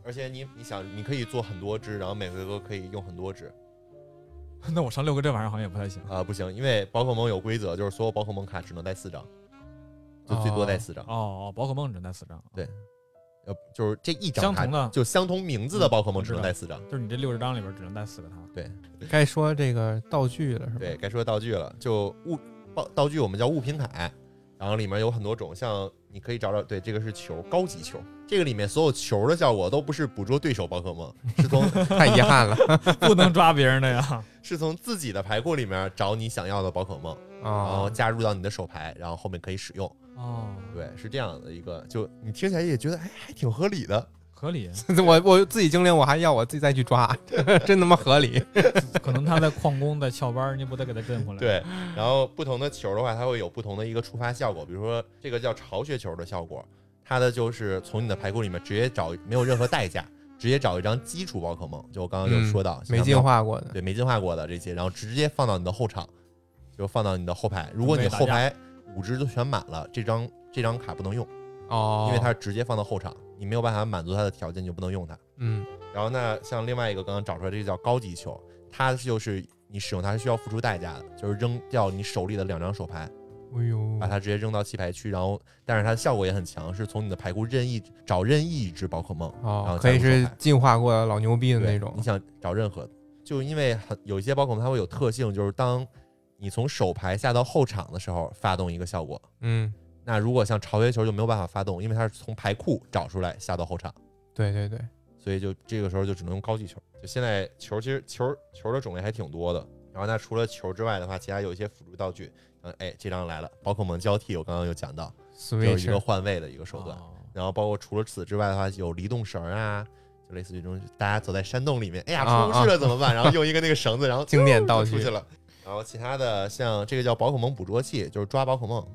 Speaker 2: 而且你你想你可以做很多只，然后每回合可以用很多只。
Speaker 3: *laughs* 那我上六个这玩意儿好像也不太行。
Speaker 2: 啊、不行，因为宝可梦有规则，就是所有宝可梦卡只能带四张，就最多带四张。
Speaker 3: 哦，哦，宝可梦只能带四张，
Speaker 2: 对呃，就是这一张
Speaker 3: 相
Speaker 2: 卡
Speaker 3: 同的嗯
Speaker 2: 就相同名字的宝可梦只能带四张。
Speaker 3: 就是你这六十张里边只能带四个它。
Speaker 1: 该说这个道具了，是吧？
Speaker 2: 对，该说道具了，就物道道具我们叫物品卡，然后里面有很多种，像你可以找找，对，这个是球，高级球，这个里面所有球的效果都不是捕捉对手宝可梦，是从
Speaker 1: 太遗
Speaker 2: *laughs*
Speaker 1: 憾了
Speaker 3: 不能抓别人的呀。 *laughs*
Speaker 2: 是从自己的牌库里面找你想要的宝可梦，然后
Speaker 1: 啊！
Speaker 2: 加入到你的手牌，然后后面可以使用。
Speaker 3: 哦，
Speaker 2: 对，是这样的一个，就你听起来也觉得哎还挺合理的。
Speaker 3: 合理，
Speaker 1: 我我自己精灵，我还要我自己再去抓， *laughs* 真他妈合理。
Speaker 3: 可能他在旷工，在翘班，你不得给他震回来？，
Speaker 2: 对，然后不同的球的话，它会有不同的一个触发效果，比如说这个叫巢穴球的效果，它的就是从你的牌库里面直接找，没有任何代价，直接找一张基础宝可梦，就我刚刚就说到、
Speaker 1: 嗯没进，化过的，
Speaker 2: 对，没进化过的这些，然后直接放到你的后场，就放到你的后排。如果你
Speaker 3: 准备打
Speaker 2: 后排五只都选满了，这张这张卡不能用，
Speaker 1: 哦，
Speaker 2: 因为它是直接放到后场，你没有办法满足它的条件，你就不能用它。
Speaker 1: 嗯
Speaker 2: 然后那像另外一个刚刚找出来，这个叫高级球，它就是你使用它是需要付出代价的，就是扔掉你手里的两张手牌，
Speaker 1: 哎呦，
Speaker 2: 把它直接扔到弃牌区，然后但是它的效果也很强，是从你的牌库任意找任意一只宝可梦，然
Speaker 1: 哦
Speaker 2: 后，
Speaker 1: 可以
Speaker 2: 加入
Speaker 1: 是
Speaker 2: 手牌
Speaker 1: 进化过的老牛逼的
Speaker 2: 对
Speaker 1: 那种
Speaker 2: 你，想找任何，就因为很有一些宝可梦它会有特性，就是当你从手牌下到后场的时候发动一个效果。
Speaker 1: 嗯，
Speaker 2: 那如果像潮汐球就没有办法发动，因为它是从牌库找出来下到后场。
Speaker 1: 对对对，
Speaker 2: 所以就这个时候就只能用高级球。就现在球其实球球的种类还挺多的。然后那除了球之外的话，其他有一些辅助道具，嗯，哎，这张来了，宝可梦交替，我刚刚有讲到，
Speaker 1: s w
Speaker 2: 就
Speaker 1: i
Speaker 2: 是
Speaker 1: t
Speaker 2: 一个
Speaker 1: c
Speaker 2: 换位的一个手段。
Speaker 3: 哦
Speaker 2: 然后包括除了此之外的话，有离动绳啊，就类似于这种，大家走在山洞里面，哎呀，
Speaker 1: 啊
Speaker 2: 出事了怎么办？然后用一个那个绳子，然后
Speaker 1: 经典
Speaker 2: 就
Speaker 1: 道具
Speaker 2: 出去了。然后其他的像这个叫宝可梦捕捉器，就是抓宝可梦，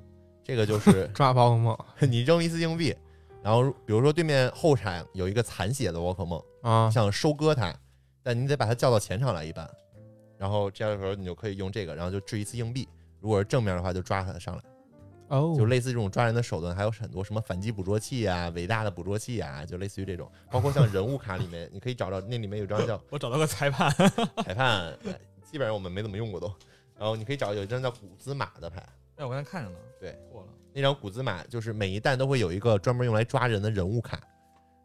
Speaker 2: 这个就是 *laughs*
Speaker 1: 抓宝可梦
Speaker 2: 你扔一次硬币，然后比如说对面后场有一个残血的宝可梦。
Speaker 1: 啊，
Speaker 2: 想收割它，但你得把它叫到前场来一般，然后这样的时候你就可以用这个，然后就掷一次硬币，如果是正面的话就抓它上来，
Speaker 1: 哦，
Speaker 2: 就类似这种抓人的手段，还有很多什么反击捕捉器啊、伟大的捕捉器啊，就类似于这种，包括像人物卡里面，你可以找找那里面有张叫
Speaker 3: 我找到个裁判，
Speaker 2: 裁判，呃基本上我们没怎么用过都。然后你可以找有一张叫古兹马的牌，
Speaker 3: *laughs* 哎，我刚才看见了，
Speaker 2: 对，
Speaker 3: 过了，
Speaker 2: 那张古兹马就是每一弹都会有一个专门用来抓人的人物卡，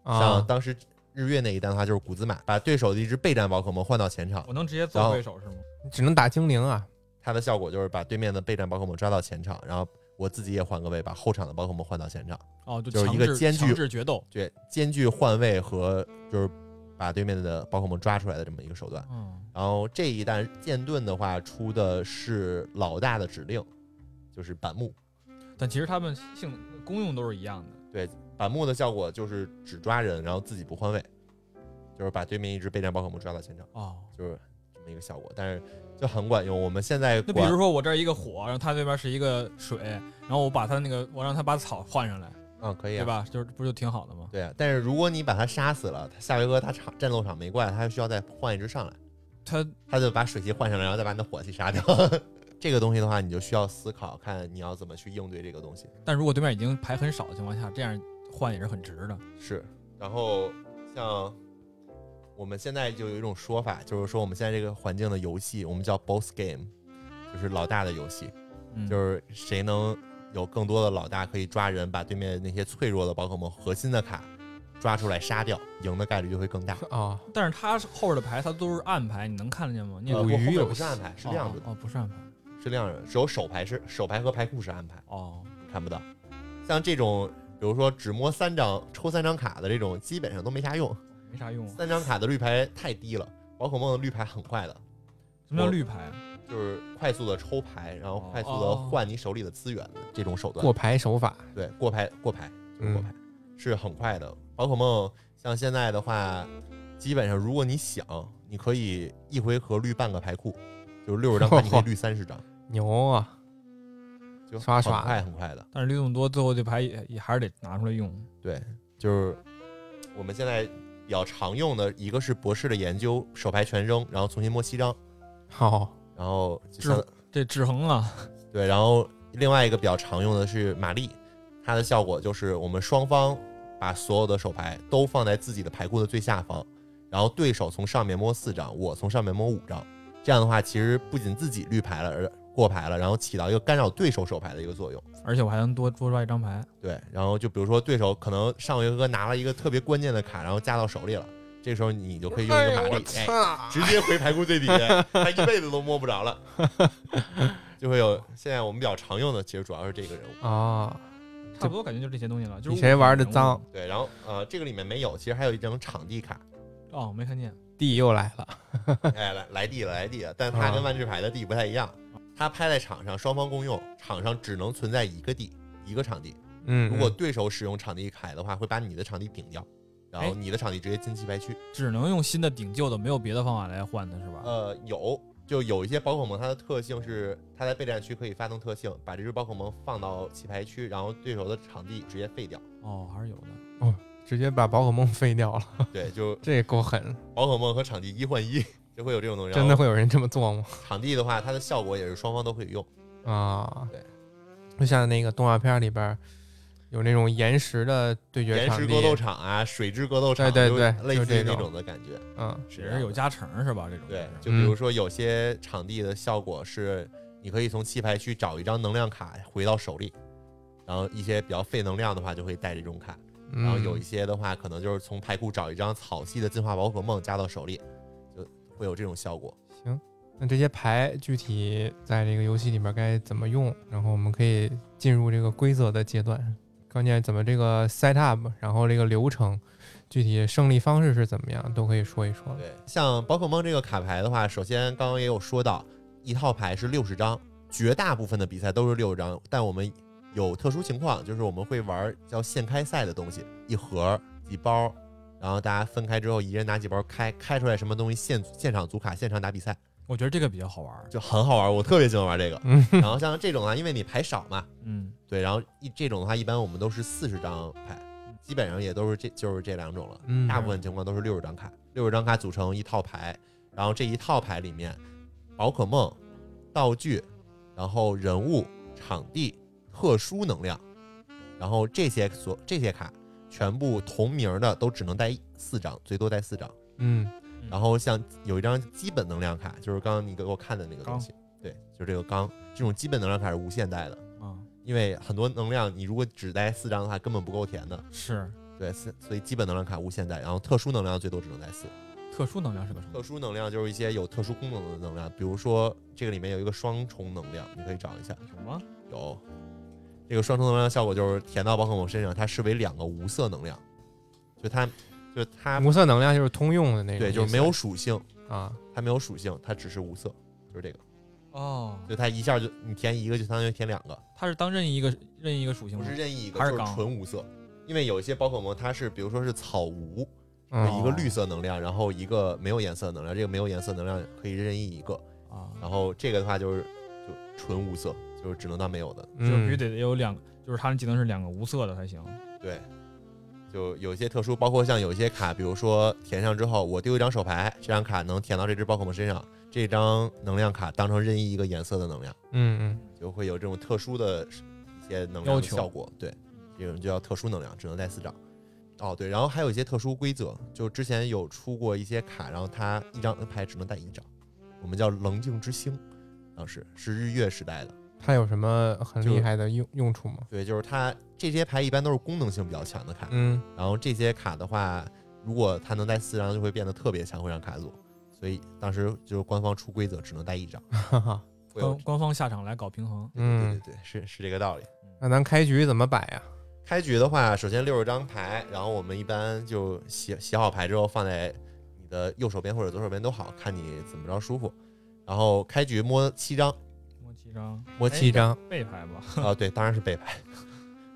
Speaker 2: 像
Speaker 1: 啊，
Speaker 2: 当时日月那一弹的话就是古兹马，把对手的一只备战宝可梦换到前场，
Speaker 3: 我能直接
Speaker 2: 然
Speaker 3: 做
Speaker 2: 后
Speaker 3: 对手是吗？
Speaker 1: 只能打精灵啊，
Speaker 2: 它的效果就是把对面的备战宝可梦抓到前场，然后我自己也换个位，把后场的宝可梦换到前场，
Speaker 3: 哦，就
Speaker 2: 就是
Speaker 3: 强
Speaker 2: 一个
Speaker 3: 制
Speaker 2: 间距
Speaker 3: 强制决斗，
Speaker 2: 对，兼具换位和就是把对面的宝可梦抓出来的这么一个手段。
Speaker 3: 嗯，
Speaker 2: 然后这一弹剑盾的话出的是老大的指令，就是板木。
Speaker 3: 但其实他们性功用都是一样的，
Speaker 2: 板木的效果就是只抓人，然后自己不换位，就是把对面一只备战宝可梦抓到现场，
Speaker 3: 哦。
Speaker 2: 就是这么一个效果。但是就很管用。我们现在
Speaker 3: 那比
Speaker 2: 管
Speaker 3: 如说我这儿一个火，然后他那边是一个水，然后我把他那个我让他把草换上来，
Speaker 2: 啊，可以
Speaker 3: 对
Speaker 2: 啊。
Speaker 3: 吧？就是不就挺好的吗？
Speaker 2: 对啊，但是如果你把它杀死了，它下回合它场战斗场没怪，它还需要再换一只上来，
Speaker 3: 他
Speaker 2: 它就把水系换上来，然后再把你的火系杀掉。 *laughs* 这个东西的话，你就需要思考，看你要怎么去应对这个东西。
Speaker 3: 但如果对面已经牌很少的情况下，这样换也是很值的。
Speaker 2: 是，然后像我们现在就有一种说法，就是说我们现在这个环境的游戏，我们叫 boss game，就是老大的游戏，
Speaker 3: 嗯，
Speaker 2: 就是谁能有更多的老大可以抓人，把对面那些脆弱的宝可梦核心的卡抓出来杀掉，赢的概率就会更大。
Speaker 1: 啊，
Speaker 3: 但是他后边的牌他都是暗牌，你能看得见吗？你也
Speaker 2: 呃
Speaker 1: 捕
Speaker 2: 不后
Speaker 1: 鱼啊
Speaker 2: 面
Speaker 1: 游
Speaker 2: 不是暗牌，是亮着的，
Speaker 3: 哦，哦不是暗牌
Speaker 2: 是亮着的，只有手牌是手牌和牌库是暗牌，
Speaker 3: 哦，
Speaker 2: 看不到。像这种，比如说只摸三张、抽三张卡的这种，基本上都没啥用。
Speaker 3: 没啥用啊。
Speaker 2: 三张卡的绿牌太低了，宝可梦的绿牌很快的，
Speaker 3: 什么叫绿牌啊？
Speaker 2: 就是快速的抽牌，然后快速的换你手里的资源的这种手段。
Speaker 1: 哦过嗯牌手法，
Speaker 2: 对过牌过牌就是过牌、是很快的。宝可梦像现在的话，基本上如果你想，你可以一回合绿半个牌库，就是六
Speaker 1: *laughs*
Speaker 2: 十张牌你可以绿三十张，
Speaker 1: 牛啊，
Speaker 2: 就
Speaker 1: 刷刷
Speaker 2: 很快很快的。
Speaker 3: 但是绿这么多，最后这牌也也还是得拿出来用。
Speaker 2: 对，就是我们现在比较常用的一个是博士的研究，手牌全扔，然后重新摸七张，
Speaker 1: 好，
Speaker 2: 然后就
Speaker 3: 制
Speaker 2: 像
Speaker 3: 这制衡啊，
Speaker 2: 对，然后另外一个比较常用的是玛丽，它的效果就是我们双方把所有的手牌都放在自己的牌库的最下方，然后对手从上面摸四张，我从上面摸五张，这样的话其实不仅自己绿牌了，而过牌了，然后起到一个干扰对手手牌的一个作用。
Speaker 3: 而且我还能多多抓一张牌。
Speaker 2: 对，然后就比如说对手可能上回合拿了一个特别关键的卡，然后加到手里了，这时候你就可以用一个玛丽，哎，直接回排库最底下，他一辈子都摸不着了。就会有现在我们比较常用的，其实主要是这个人物。
Speaker 1: 啊，
Speaker 3: 差不多感觉就这些东西了。就是
Speaker 1: 比谁玩的
Speaker 3: 我
Speaker 1: 脏，
Speaker 2: 对，然后呃，这个里面没有，其实还有一张场地卡，
Speaker 3: 哦，没看见。
Speaker 1: 地又来了，
Speaker 2: 哎，来来地了来地了，但它跟万智牌的地不太一样，它拍在场上，双方共用，场上只能存在一个地，一个场地。
Speaker 1: 嗯，
Speaker 2: 如果对手使用场地卡的话，会把你的场地顶掉，然后
Speaker 3: 哎
Speaker 2: 你的场地直接进弃牌区。
Speaker 3: 只能用新的顶旧的，没有别的方法来换的是吧？
Speaker 2: 呃，有就有一些宝可梦，它的特性是它在备战区可以发动特性，把这只宝可梦放到弃牌区，然后对手的场地直接废
Speaker 1: *laughs*
Speaker 2: 掉。
Speaker 3: 哦，还是有的。
Speaker 1: 嗯直接把宝可梦废掉了，
Speaker 2: 对，就
Speaker 1: 这也够狠，
Speaker 2: 宝可梦和场地一换一，就会有这种东西。
Speaker 1: 真的会有人这么做吗？
Speaker 2: 场地的话，它的效果也是双方都会用。
Speaker 1: 啊，
Speaker 2: 对，
Speaker 1: 就像那个动画片里边儿有那种延时的对决
Speaker 2: 岩
Speaker 1: 场
Speaker 2: 石
Speaker 1: 地，
Speaker 2: 格斗场啊，水之格斗场，
Speaker 1: 对
Speaker 2: 就
Speaker 1: 对对
Speaker 2: 类
Speaker 1: 就
Speaker 2: 似于
Speaker 1: 这
Speaker 2: 那
Speaker 1: 种
Speaker 2: 种的感觉，
Speaker 1: 嗯，
Speaker 3: 也是有加成是吧？这种
Speaker 2: 对，就
Speaker 3: 就
Speaker 2: 比如说有些场地的效果是，你可以从弃牌区找一张能量卡回到手里，然后一些比较费能量的话就会带这种卡，然后有一
Speaker 1: 些
Speaker 2: 些的话可能就是从牌库找一张草系的进化宝可梦加到手里，就会有这种效果。
Speaker 1: 那这些牌具体在这个游戏里面该怎么用？然后我们可以进入这个规则的阶段，关键怎么这个 set up，然后这个流程，具体胜利方式是怎么样，都可以说一说了。
Speaker 2: 对，像宝可梦这个卡牌的话，首先刚刚也有说到，一套牌是六十张，绝大部分的比赛都是六十张，但我们有特殊情况，就是我们会玩叫现开赛的东西，一盒几包，然后大家分开之后，一人拿几包开，开出来什么东西现现场组卡，现场打比赛，
Speaker 3: 我觉得这个比较好玩儿。
Speaker 2: 就很好玩，我特别喜欢玩这个。
Speaker 1: 嗯
Speaker 2: 然后像这种啊，因为你牌少嘛，
Speaker 3: 嗯，
Speaker 2: 对，然后一这种的话，一般我们都是四十张牌，基本上也都是这就是这两种了。
Speaker 1: 嗯，
Speaker 2: 大部分情况都是六十张卡，六十张卡组成一套牌，然后这一套牌里面，宝可梦、道具，然后人物、场地、特殊能量，然后这些所这些卡全部同名的都只能带四张，最多带四张。
Speaker 1: 嗯
Speaker 2: 然后像有一张基本能量卡，就是刚刚你给我看的那个东西，对，就是这个钢，这种基本能量卡是无限带的，
Speaker 3: 啊，
Speaker 2: 因为很多能量你如果只带四张的话，根本不够填的。
Speaker 3: 是
Speaker 2: 对，四所以基本能量卡无限带，然后特殊能量最多只能带四。
Speaker 3: 特殊能量是个什
Speaker 2: 特
Speaker 3: 么？
Speaker 2: 殊能量就是一些有特殊功能的能量，比如说这个里面有一个双重能量，你可以找一下，
Speaker 3: 什么？
Speaker 2: 有这个双重能量效果就是填到宝可梦身上，它视为两个无色能量，就它就它
Speaker 1: 无色能量就是通用的那种意思，
Speaker 2: 对就是没有属性，
Speaker 1: 啊，
Speaker 2: 它没有属性，它只是无色，就是这个，
Speaker 3: 哦，
Speaker 2: 就它一下就你填一个就相当于填两个，
Speaker 3: 它是当任意一个任意一个属性
Speaker 2: 不
Speaker 3: 吗
Speaker 2: 是？任意一个，
Speaker 3: 还是
Speaker 2: 就是
Speaker 3: 钢
Speaker 2: 纯无色，因为有一些宝可梦它是比如说是草无，
Speaker 1: 嗯
Speaker 2: 一个绿色能量，然后一个没有颜色能量，这个没有颜色能量可以任意一个，
Speaker 3: 啊，
Speaker 2: 然后这个的话就是就纯无色，就是只能当没有的。
Speaker 3: 就是必须
Speaker 1: 嗯
Speaker 3: 得有两，就是它的技能是两个无色的才行。
Speaker 2: 对，就有一些特殊，包括像有一些卡，比如说填上之后，我丢一张手牌，这张卡能填到这只宝可梦身上，这张能量卡当成任意一个颜色的能量，
Speaker 1: 嗯
Speaker 2: 就会有这种特殊的一些能量
Speaker 3: 要
Speaker 2: 的
Speaker 3: 求
Speaker 2: 效果。对，这种就叫特殊能量，只能带四张。哦，对，然后还有一些特殊规则，就之前有出过一些卡，然后它一张牌只能带一张，我们叫棱镜之星，当时是日月时代的。
Speaker 1: 嗯，它有什么很
Speaker 2: 就
Speaker 1: 厉害的用用处吗？
Speaker 2: 对，就是它这些牌一般都是功能性比较强的卡，
Speaker 1: 嗯
Speaker 2: 然后这些卡的话，如果它能带四张，就会变得特别强，会让卡组。所以当时就是官方出规则，只能带一张。
Speaker 1: 哈哈，
Speaker 2: 会有
Speaker 3: 官官方下场来搞平衡，
Speaker 2: 对
Speaker 1: 嗯
Speaker 2: 对，对对，是是这个道理。
Speaker 1: 那咱开局怎么摆啊呀？
Speaker 2: 开局的话，首先六十张牌，然后我们一般就写写好牌之后，放在你的右手边或者左手边都好看你怎么着舒服。然后开局摸七 *laughs* 张，
Speaker 3: 摸七张
Speaker 2: 摸
Speaker 1: 七
Speaker 2: 七张
Speaker 1: 张，
Speaker 3: 背牌吧。 *laughs*
Speaker 2: 啊、对，当然是背牌，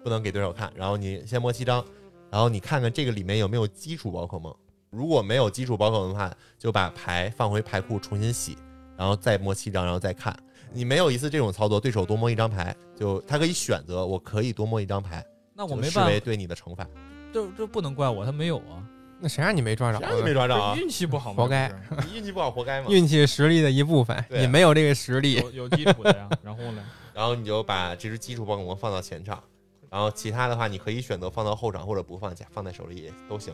Speaker 2: 不能给对手看。然后你先摸七张，然后你看看这个里面有没有基础宝可梦，如果没有基础宝可梦的话，就把牌放回牌库重新洗，然后再摸七张，然后再看。你没有一次这种操作，对手多摸一张牌，就他可以选择，我可以多摸一张牌，
Speaker 3: 那我
Speaker 2: 就
Speaker 3: 没
Speaker 2: 视
Speaker 3: 办
Speaker 2: 为
Speaker 3: 法，
Speaker 2: 对你的惩罚。
Speaker 3: 这这不能怪我，他没有啊，
Speaker 1: 那谁让你没抓着
Speaker 2: 谁让你没
Speaker 1: 呢？
Speaker 2: 抓着
Speaker 3: 这
Speaker 2: 啊？
Speaker 3: 运气不好嘛，
Speaker 1: 活该
Speaker 3: 这不
Speaker 1: *laughs*
Speaker 3: 是
Speaker 2: 你运气不好，活该嘛。
Speaker 1: 运气实力的一部分，
Speaker 2: 对啊
Speaker 1: 你没有这个实力，
Speaker 3: 有有基础的呀。然后呢，
Speaker 2: 然后你就把这只基础宝可梦放到前场，然后其他的话你可以选择放到后场或者不放，加放在手里也都行。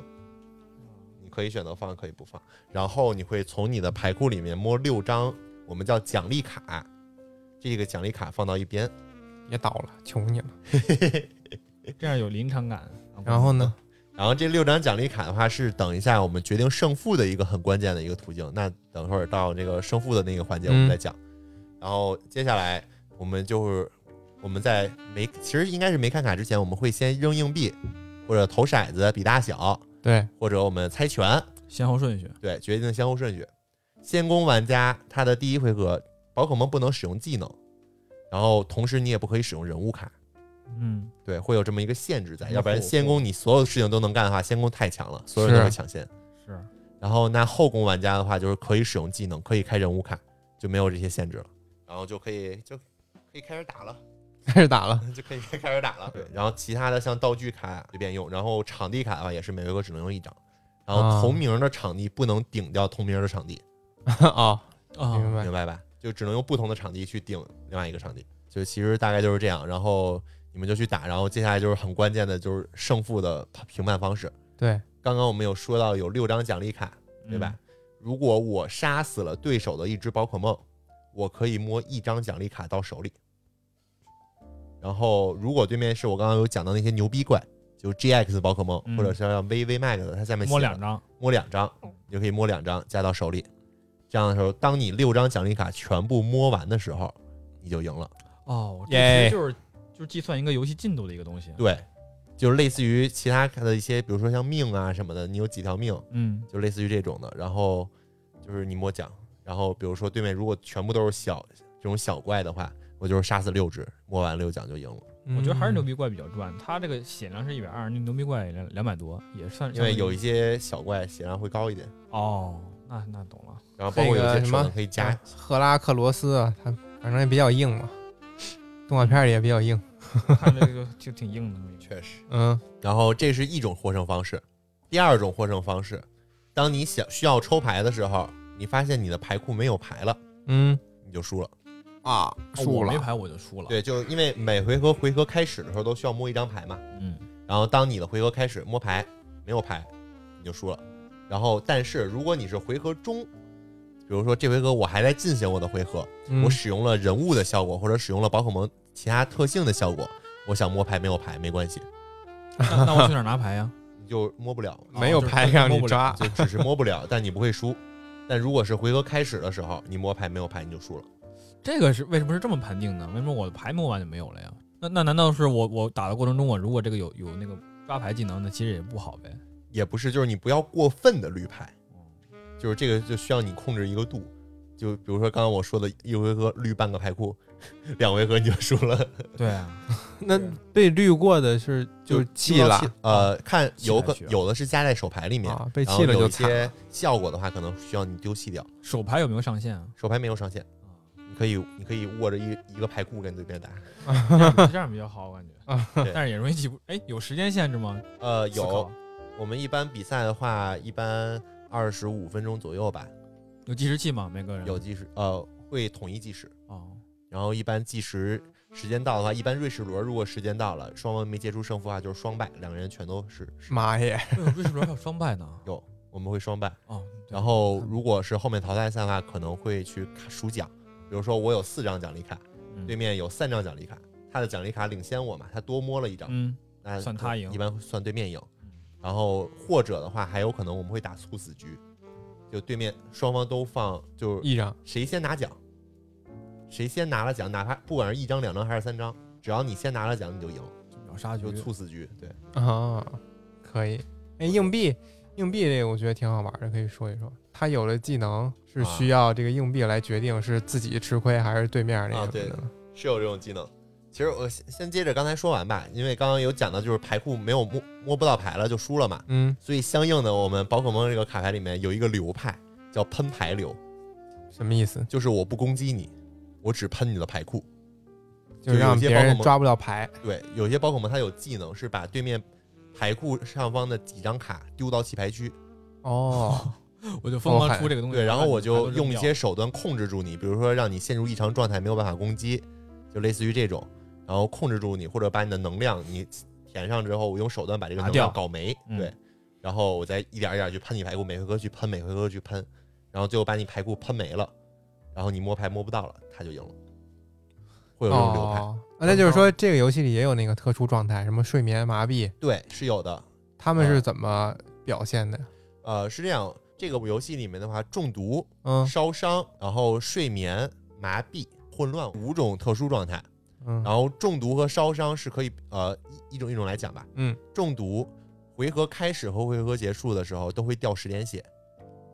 Speaker 2: 你可以选择放，可以不放。然后你会从你的牌库里面摸六张，我们叫奖励卡，这个奖励卡放到一边。
Speaker 1: 也倒了，求你了。
Speaker 3: 这样有临场感。
Speaker 1: 然后呢？
Speaker 2: 然后这六张奖励卡的话，是等一下我们决定胜负的一个很关键的一个途径。那等会儿到这个胜负的那个环节，我们再讲。然后接下来我们就是我们在没其实应该是没看卡之前，我们会先扔硬币，或者投骰子比大小，
Speaker 1: 对， *laughs*
Speaker 2: 或者我们猜拳，
Speaker 3: 先后顺序，
Speaker 2: 对，决定先后顺序。先攻玩家他的第一回合，宝可梦不能使用技能，然后同时你也不可以使用人物卡，
Speaker 3: 嗯，
Speaker 2: 对，会有这么一个限制在，
Speaker 3: 嗯
Speaker 2: 要不然先攻你所有事情都能干的话，先攻太强了，所有人
Speaker 1: 是
Speaker 2: 都会抢先。
Speaker 3: 是
Speaker 2: 然后那后宫玩家的话，就是可以使用技能，可以开人物卡，就没有这些限制了，然后就可以就可以开始打了， *laughs*
Speaker 1: 开始打了。
Speaker 2: 就可以开始打了。对，然后其他的像道具卡随便用，然后场地卡的话也是每回合只能用一张，然后
Speaker 1: 啊
Speaker 2: 同名的场地不能顶掉同名的场地，
Speaker 1: 哦，明
Speaker 3: 啊，
Speaker 1: 白
Speaker 2: 明。白吧？就只能用不同的场地去顶另外一个场地，就其实大概就是这样。然后你们就去打，然后接下来就是很关键的，就是胜负的评判方式。
Speaker 1: 对，
Speaker 2: 刚刚我们有说到有六张奖励卡，对吧？
Speaker 3: 嗯
Speaker 2: 如果我杀死了对手的一只宝可梦，我可以摸一张奖励卡到手里。然后，如果对面是我刚刚有讲到那些牛逼怪，就 GX 宝可梦，
Speaker 3: 嗯
Speaker 2: 或者是像 VV Max 的，它下面
Speaker 3: 摸
Speaker 2: 写了
Speaker 3: 两张，
Speaker 2: 摸两张，你就可以摸两张加到手里。这样的时候，当你六张奖励卡全部摸完的时候，你就赢了。
Speaker 3: 哦，这
Speaker 1: 耶
Speaker 3: 其实就是就是计算一个游戏进度的一个东西。
Speaker 2: 对，就类似于其他的一些，比如说像命啊什么的，你有几条命，
Speaker 3: 嗯，
Speaker 2: 就类似于这种的。然后就是你摸奖，然后比如说对面如果全部都是小这种小怪的话，我就是杀死六只，摸完六奖就赢了。
Speaker 1: 我
Speaker 3: 我觉得还是牛。
Speaker 1: 嗯
Speaker 3: 逼怪比较赚，它这个血量是一百二，那牛逼怪两两百多，也算
Speaker 2: 因为
Speaker 3: 相当
Speaker 2: 有
Speaker 3: 于
Speaker 2: 一些小怪血量会高一点，
Speaker 3: 哦，那那懂了。
Speaker 1: *laughs*
Speaker 2: 然后包括有
Speaker 1: 这
Speaker 2: 些
Speaker 1: 个什
Speaker 2: 手
Speaker 1: 么
Speaker 2: 能可以加
Speaker 1: 啊赫拉克罗斯啊，他反正也比较硬嘛，动画片儿也比较硬。
Speaker 3: 看这个就挺硬的，
Speaker 2: 确实。
Speaker 1: 嗯，
Speaker 2: 然后这是一种获胜方式，第二种获胜方式，当你想需要抽牌的时候，你发现你的牌库没有牌了，
Speaker 1: 嗯，
Speaker 2: 你就输了。
Speaker 1: 啊，
Speaker 2: 哦
Speaker 1: 输
Speaker 3: 哦我没
Speaker 1: 了，
Speaker 3: 牌我就输了。
Speaker 2: 对，就因为每回合回合开始的时候都需要摸一张牌嘛，
Speaker 3: 嗯，
Speaker 2: 然后当你的回合开始摸牌，没有牌你就输了。然后，但是如果你是回合中，比如说这回合我还在进行我的回合，
Speaker 1: 嗯
Speaker 2: 我使用了人物的效果或者使用了宝可梦其他特性的效果，我想摸牌没有牌没关系，
Speaker 3: 那那我去哪儿拿牌呀？哦
Speaker 2: 你就摸不了，
Speaker 1: *laughs* 没有
Speaker 3: 就是
Speaker 1: 牌
Speaker 3: 真
Speaker 1: 让
Speaker 3: 摸
Speaker 1: 你
Speaker 3: 不了
Speaker 1: 抓，
Speaker 2: 就只是摸不了，但你不会输。但如果是回合开始的时候，你摸牌没有牌你就输了。
Speaker 3: 这个是为什么是这么判定呢？为什么我的牌摸完就没有了呀？那那难道是我我打的过程中，我如果这个有有那个抓牌技能，那其实也不好呗？
Speaker 2: 也不是，就是你不要过分的绿牌，
Speaker 1: 嗯
Speaker 2: 就是这个就需要你控制一个度。就比如说刚刚我说的一回合绿半个牌库， *laughs* 两回合你就输了，
Speaker 3: 对啊，
Speaker 1: 那被绿过的是就
Speaker 2: 就是
Speaker 1: 弃了
Speaker 2: 呃，看
Speaker 3: 弃牌
Speaker 2: 有可
Speaker 3: 需要
Speaker 2: 有的是加在手牌里面，
Speaker 1: 啊，被
Speaker 2: 然后
Speaker 1: 弃了
Speaker 2: 有
Speaker 1: 就
Speaker 2: 一
Speaker 1: 惨了
Speaker 2: 些效果的话，可能需要你丢弃掉。
Speaker 3: 手牌有没有上限啊？
Speaker 2: 手牌没有上限，
Speaker 1: 嗯
Speaker 2: 你可以你可以握着一一个牌库跟对面打。
Speaker 3: 这样比较好，我感
Speaker 2: *laughs*
Speaker 3: 觉。
Speaker 2: 对
Speaker 3: 但是也容易记不。哎，有时间限制吗？
Speaker 2: 呃，
Speaker 3: 思考
Speaker 2: 有，我们一般比赛的话，一般二十五分钟左右吧，
Speaker 3: 有计时器吗？每个人
Speaker 2: 有计时，呃，会统一计时。
Speaker 3: 哦，
Speaker 2: 然后一般计时时间到的话，一般瑞士轮如果时间到了，双方没结出胜负的话，就是双败，两个人全都是是
Speaker 1: 妈耶，
Speaker 3: 为什么瑞士轮还有双败呢？
Speaker 2: 有，我们会双败。
Speaker 3: 哦，对
Speaker 2: 然后如果是后面淘汰赛的话，可能会去卡数奖，比如说我有四张奖励卡，
Speaker 3: 嗯
Speaker 2: 对面有三张奖励卡，他的奖励卡领先我嘛，他多摸了一张，
Speaker 3: 嗯，
Speaker 2: 那
Speaker 3: 算
Speaker 2: 可
Speaker 3: 他赢
Speaker 2: 一般算对面赢
Speaker 3: 嗯。
Speaker 2: 然后或者的话，还有可能我们会打猝死局，就对面双方都放，就是
Speaker 1: 一张
Speaker 2: 谁先拿奖，谁先拿了奖，哪怕不管是一张、两张还是三张，只要你先拿了奖，你就赢，
Speaker 3: 秒杀局
Speaker 2: 就猝死局。对，
Speaker 1: 啊，可以。哎，硬币，硬币这个我觉得挺好玩的，可以说一说。它有了技能是需
Speaker 2: 啊
Speaker 1: 要这个硬币来决定是自己吃亏还是对面那
Speaker 2: 啊
Speaker 1: 个
Speaker 2: 对
Speaker 1: 什么的。
Speaker 2: 是有这种技能。其实我先先接着刚才说完吧，因为刚刚有讲到就是牌库没有摸摸不到牌了就输了嘛，
Speaker 1: 嗯，
Speaker 2: 所以相应的我们宝可梦这个卡牌里面有一个流派叫喷牌流，
Speaker 1: 什么意思？
Speaker 2: 就是我不攻击你，我只喷你的牌库。
Speaker 1: 就
Speaker 2: 就有
Speaker 1: 让
Speaker 2: 些
Speaker 1: 别
Speaker 2: 宝可
Speaker 1: 人
Speaker 2: 梦
Speaker 1: 抓不了牌。
Speaker 2: 对，有些宝可梦它有技能是把对面牌库上方的几张卡丢到弃牌区， *laughs*
Speaker 1: 哦，
Speaker 3: 我就疯狂出这个东西。
Speaker 2: 对，然后我就用一些
Speaker 3: 些
Speaker 2: 手段控制住你，比如说让你陷入异常状态，没有办法攻击，就类似于这种，然后控制住你，或者把你的能量你填上之后，我用手段把这个
Speaker 3: 拿
Speaker 2: 能量
Speaker 3: 掉
Speaker 2: 搞没，
Speaker 3: 嗯
Speaker 2: 对，然后我再一点一点去喷你排骨，每回合去喷，每回合去喷，然后最后把你排骨喷没了，然后你摸牌摸不到了，他就赢了，会有这种流派，
Speaker 1: 哦，啊那就是说这个游戏里也有那个特殊状态，什么睡眠麻痹，
Speaker 2: 对，是有的，
Speaker 1: 他
Speaker 2: 啊
Speaker 1: 们是怎么表现的？
Speaker 2: 呃，是这样，这个游戏里面的话，中毒
Speaker 1: 嗯
Speaker 2: 烧伤，然后睡眠、麻痹、混乱五种特殊状态。
Speaker 1: 嗯
Speaker 2: 然后中毒和烧伤是可以呃一一种一种来讲吧。
Speaker 1: 嗯，
Speaker 2: 中毒回合开始和回合结束的时候都会掉十点血，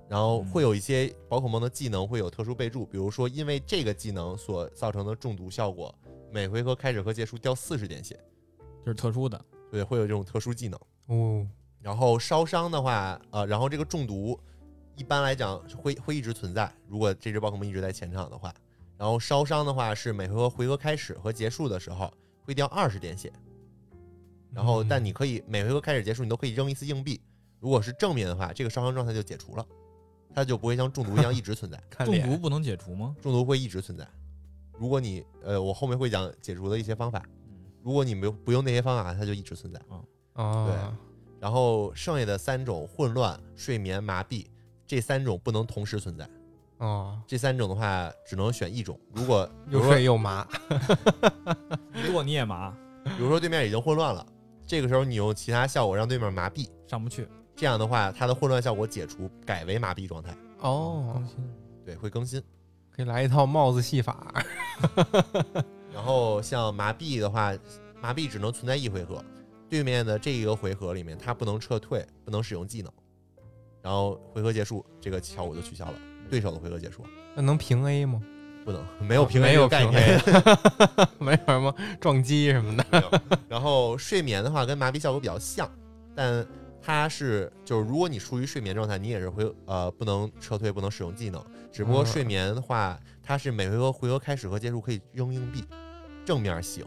Speaker 2: 然后
Speaker 3: 嗯
Speaker 2: 会有一些宝可梦的技能会有特殊备注，比如说因为这个技能所造成的中毒效果，每回合开始和结束掉四十点血，
Speaker 3: 就是特殊的，
Speaker 2: 对，会有这种特殊技能。
Speaker 1: 哦，
Speaker 2: 然后烧伤的话，呃，然后这个中毒一般来讲会会一直存在，如果这只宝可梦一直在前场的话。然后烧伤的话是每回合回合开始和结束的时候会掉二十点血，然后但
Speaker 1: 嗯，
Speaker 2: 你可以每回合开始结束你都可以扔一次硬币，如果是正面的话，这个烧伤状态就解除了，它就不会像中毒一样一直存在
Speaker 1: 看
Speaker 3: 中
Speaker 1: 脸
Speaker 3: 毒不能解除吗？
Speaker 2: 中毒会一直存在。如果你呃，我后面会讲解除的一些方法，如果你没有不用那些方法，它就一直存在。
Speaker 1: 啊，
Speaker 2: 然后剩下的三种混乱、睡眠、麻痹这三种不能同时存在。
Speaker 1: 哦，
Speaker 2: 这三种的话，只能选一种。如果比
Speaker 1: 又
Speaker 2: 如说，
Speaker 1: 睡又麻，
Speaker 3: 你剁你也麻，
Speaker 2: 比如说对面已经混乱了，这个时候你用其他效果让对面麻痹，
Speaker 3: 上不去。
Speaker 2: 这样的话，它的混乱效果解除，改为麻痹状态。
Speaker 1: 哦
Speaker 2: 嗯
Speaker 3: 更，新
Speaker 2: 对，会更新。
Speaker 1: 可以来一套帽子戏法。
Speaker 2: 然后像麻痹的话，麻痹只能存在一回合，对面的这一个回合里面，它不能撤退，不能使用技能。然后回合结束，这个效果就取消了。对手的回合结束，
Speaker 1: 那能平 A 吗？ *laughs*
Speaker 2: 不能没有平 A
Speaker 1: 没
Speaker 2: 这
Speaker 1: 有
Speaker 2: 个概
Speaker 1: 平
Speaker 2: 念
Speaker 1: A，没有什么撞击什么的。
Speaker 2: 没有然后睡眠的话跟麻痹效果比较像，但它是就是如果你处于睡眠状态，你也是会呃不能撤退，不能使用技能。只不过
Speaker 1: 嗯
Speaker 2: 睡眠的话，它是每回合回合开始和结束可以扔硬币，正面醒，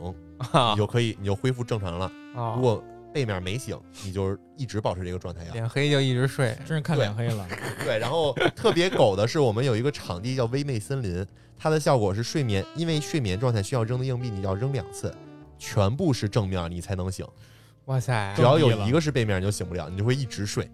Speaker 1: 啊
Speaker 2: 你就可以你就恢复正常了。
Speaker 1: 啊
Speaker 2: 如果背面没醒，你就是一直保持这个状态呀。
Speaker 1: 脸黑就一直睡，
Speaker 3: 真是看脸黑了。
Speaker 2: 对，然后特别狗的是，我们有一个场地叫微魅森林，它的效果是睡眠，因为睡眠状态需要扔的硬币，你要扔两次，全部是正面，你才能醒。
Speaker 1: 哇塞
Speaker 2: 只！要有
Speaker 3: 更低了
Speaker 2: 一个是背面，你就醒不了，你就会一直睡。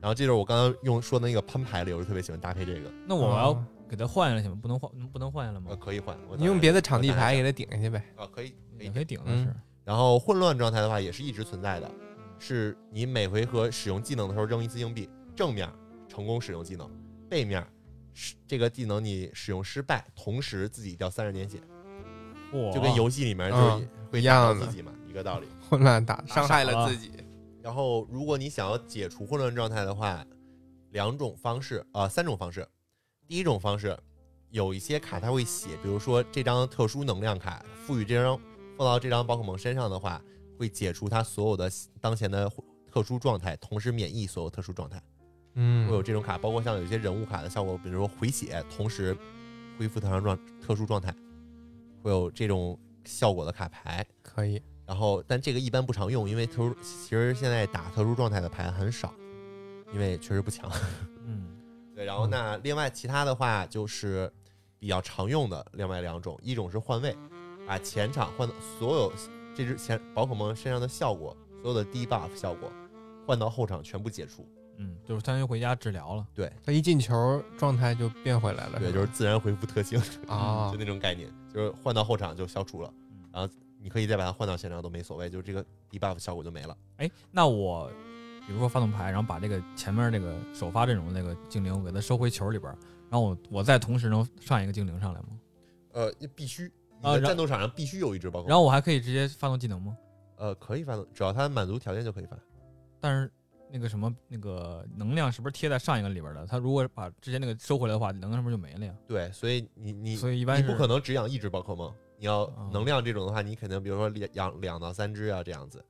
Speaker 2: 然后这就是我刚刚用说的那个攀牌里，我就特别喜欢搭配这个。
Speaker 3: 那我要
Speaker 2: 啊
Speaker 1: 哦
Speaker 3: 给它换下来行吗？不能换，不能换下来
Speaker 2: 呃，
Speaker 3: 吗？
Speaker 2: 可以换，我
Speaker 1: 你用别的场地
Speaker 2: 我打
Speaker 1: 牌给他顶下去呗。
Speaker 2: 啊，可以，可
Speaker 3: 也
Speaker 2: 以
Speaker 3: 可。以顶的
Speaker 1: 嗯
Speaker 3: 是。
Speaker 2: 然后混乱状态的话也是一直存在的，是你每回合使用技能的时候扔一次硬币，正面成功使用技能，背面是这个技能你使用失败，同时自己掉三十点血，
Speaker 3: 哇，
Speaker 2: 就跟游戏里面就是会
Speaker 1: 嗯一
Speaker 2: 打到
Speaker 1: 样的
Speaker 2: 自己嘛，一个道理。
Speaker 1: 混乱打
Speaker 3: 傻
Speaker 1: 伤害了
Speaker 3: 了
Speaker 1: 自己，
Speaker 2: 然后，如果你想要解除混乱状态的话，两种方式啊、呃三种方式。第一种方式，有一些卡它会写，比如说这张特殊能量卡，赋予这张放到这张宝可梦身上的话，会解除它所有的当前的特殊状态，同时免疫所有特殊状态。会
Speaker 1: 嗯，
Speaker 2: 有这种卡，包括像有一些人物卡的效果，比如说回血，同时恢复特长状特殊状态，会有这种效果的卡牌。
Speaker 1: 可以，
Speaker 2: 然后，但这个一般不常用，因为特殊，其实现在打特殊状态的牌很少，因为确实不强。 *laughs*
Speaker 3: 嗯，
Speaker 2: 对，然后那另外其他的话就是比较常用的另外两种，一种是换位，把前场换到所有这只前宝可梦身上的效果，所有的 debuff 效果换到后场全部解除。
Speaker 3: 嗯，就是相当于回家治疗了。
Speaker 1: 他一进球状态就变回来了，
Speaker 2: 对，
Speaker 1: 吧
Speaker 2: 就是自然恢复特性， *laughs*
Speaker 1: 啊
Speaker 2: 就，那种概念，就是换到后场就消除了，然后你可以再把它换到现场都没所谓，就是这个 debuff 效果就没了。
Speaker 3: 哎，那我比如说发动牌，然后把这个前面这个首发阵容那个精灵，我给它收回球里边儿，然后我我再同时能上一个精灵上来吗？
Speaker 2: 呃，必须。你
Speaker 3: 啊
Speaker 2: 在
Speaker 3: 然
Speaker 2: 战斗场上必须有一只宝可梦，
Speaker 3: 然后我还可以直接发动技能吗？
Speaker 2: 呃，可以发动，只要它满足条件就可以发。
Speaker 3: 但是那个什么那个能量是不是贴在上一个里边的？它如果把之前那个收回来的话，能量是不是就没了呀？
Speaker 2: 对，所以你你
Speaker 3: 所以一般
Speaker 2: 你
Speaker 3: 是
Speaker 2: 不可能只养一只宝可梦，你要
Speaker 3: 哦
Speaker 2: 能量这种的话，你肯定比如说两养两到三只啊这样子。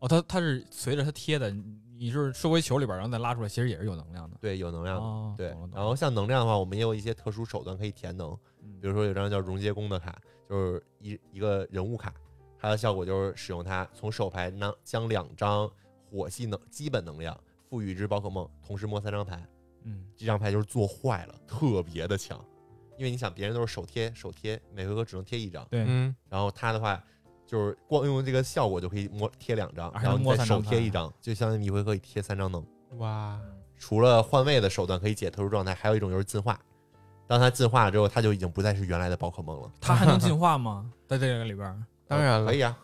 Speaker 3: 哦，它它是随着它贴的，你就是收回球里边，然后再拉出来，其实也是有能量的。
Speaker 2: 对，有能量的。
Speaker 3: 哦，
Speaker 2: 对
Speaker 3: 懂了，懂
Speaker 2: 然
Speaker 3: 了
Speaker 2: 后像能量的话，我们也有一些特殊手段可以填能，
Speaker 3: 嗯
Speaker 2: 比如说有张叫溶解弓的卡，就是一一个人物卡，它的效果就是使用它从手牌拿将两张火系能基本能量赋予一只宝可梦，同时摸三张牌，
Speaker 3: 嗯，
Speaker 2: 这张牌就是做坏了，特别的强。因为你想，别人都是手贴手贴，每回合只能贴一张，
Speaker 3: 对，
Speaker 1: 嗯，
Speaker 2: 然后它的话就是光用这个效果就可以摸贴两张，
Speaker 3: 啊还能
Speaker 2: 然后你
Speaker 3: 摸
Speaker 2: 再
Speaker 3: 三
Speaker 2: 手
Speaker 3: 张
Speaker 2: 贴
Speaker 3: 牌
Speaker 2: 一张，就相当于一回合可以贴三张能。
Speaker 1: 哇，
Speaker 2: 除了换位的手段可以解特殊状态，还有一种就是进化。当它进化了之后，它就已经不再是原来的宝可梦了。
Speaker 3: 它还能进化吗？ *laughs* 在这个里边儿，
Speaker 1: 当然了
Speaker 2: 可以啊。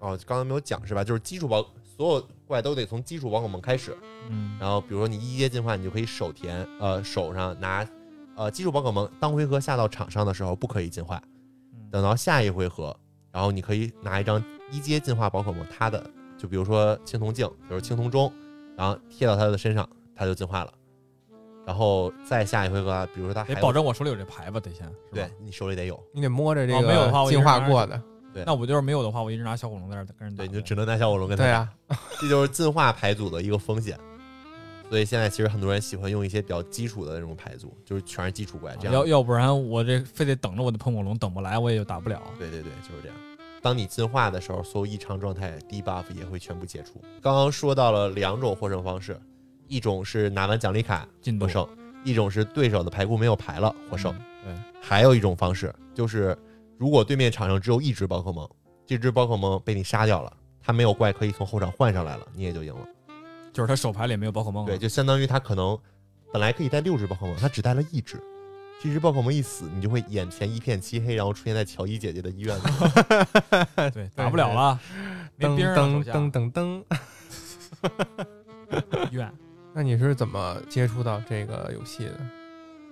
Speaker 2: 哦，刚才没有讲是吧？就是基础宝，所有怪都得从基础宝可梦开始。
Speaker 3: 嗯，
Speaker 2: 然后比如说你一阶进化，你就可以手填，呃，手上拿，呃，基础宝可梦当回合下到场上的时候不可以进化，
Speaker 3: 嗯
Speaker 2: 等到下一回合，然后你可以拿一张一阶进化宝可梦它的，就比如说青铜镜，比如青铜钟，然后贴到它的身上，它就进化了。然后再下一回合啊，比如说它还
Speaker 3: 得保证我手里有这牌吧，得先。是吧
Speaker 2: 对，你手里得有，
Speaker 1: 你得摸着这
Speaker 3: 哦没有的话
Speaker 1: 个
Speaker 3: 我一直
Speaker 1: 进化
Speaker 3: 拿着
Speaker 1: 过的，
Speaker 3: 那我就是没有的话，我一直拿小火龙在这儿跟人打。
Speaker 2: 对，你就只能拿小火龙跟它
Speaker 1: 对啊，
Speaker 2: 这就是进化牌组的一个风险。所以现在其实很多人喜欢用一些比较基础的那种牌组，就是全是基础怪，这样
Speaker 3: 要要不然我这非得等着我的喷火龙等不来，我也就打不了。
Speaker 2: 对对对，就是这样。当你进化的时候，所有异常状态 debuff 也会全部解除。刚刚说到了两种获胜方式，一种是拿完奖励卡
Speaker 3: 进度
Speaker 2: 获胜，一种是对手的牌库没有牌了获胜。
Speaker 3: 嗯
Speaker 2: 还有一种方式就是，如果对面场上只有一只宝可梦，这只宝可梦被你杀掉了，它没有怪可以从后场换上来了，你也就赢了。
Speaker 3: 对，就是他手牌里没有宝可梦了。
Speaker 2: 对，就相当于他可能本来可以带六只宝可梦，他只带了一只。这只宝可梦一死，你就会眼前一片漆黑，然后出现在乔伊姐姐的医院里。
Speaker 3: 对，打不了了，没
Speaker 1: 噔
Speaker 3: 兵儿了，
Speaker 1: 噔
Speaker 3: 手
Speaker 1: 噔噔噔。 *laughs*
Speaker 3: 下医院。
Speaker 1: 那你是怎么接触到这个游戏的？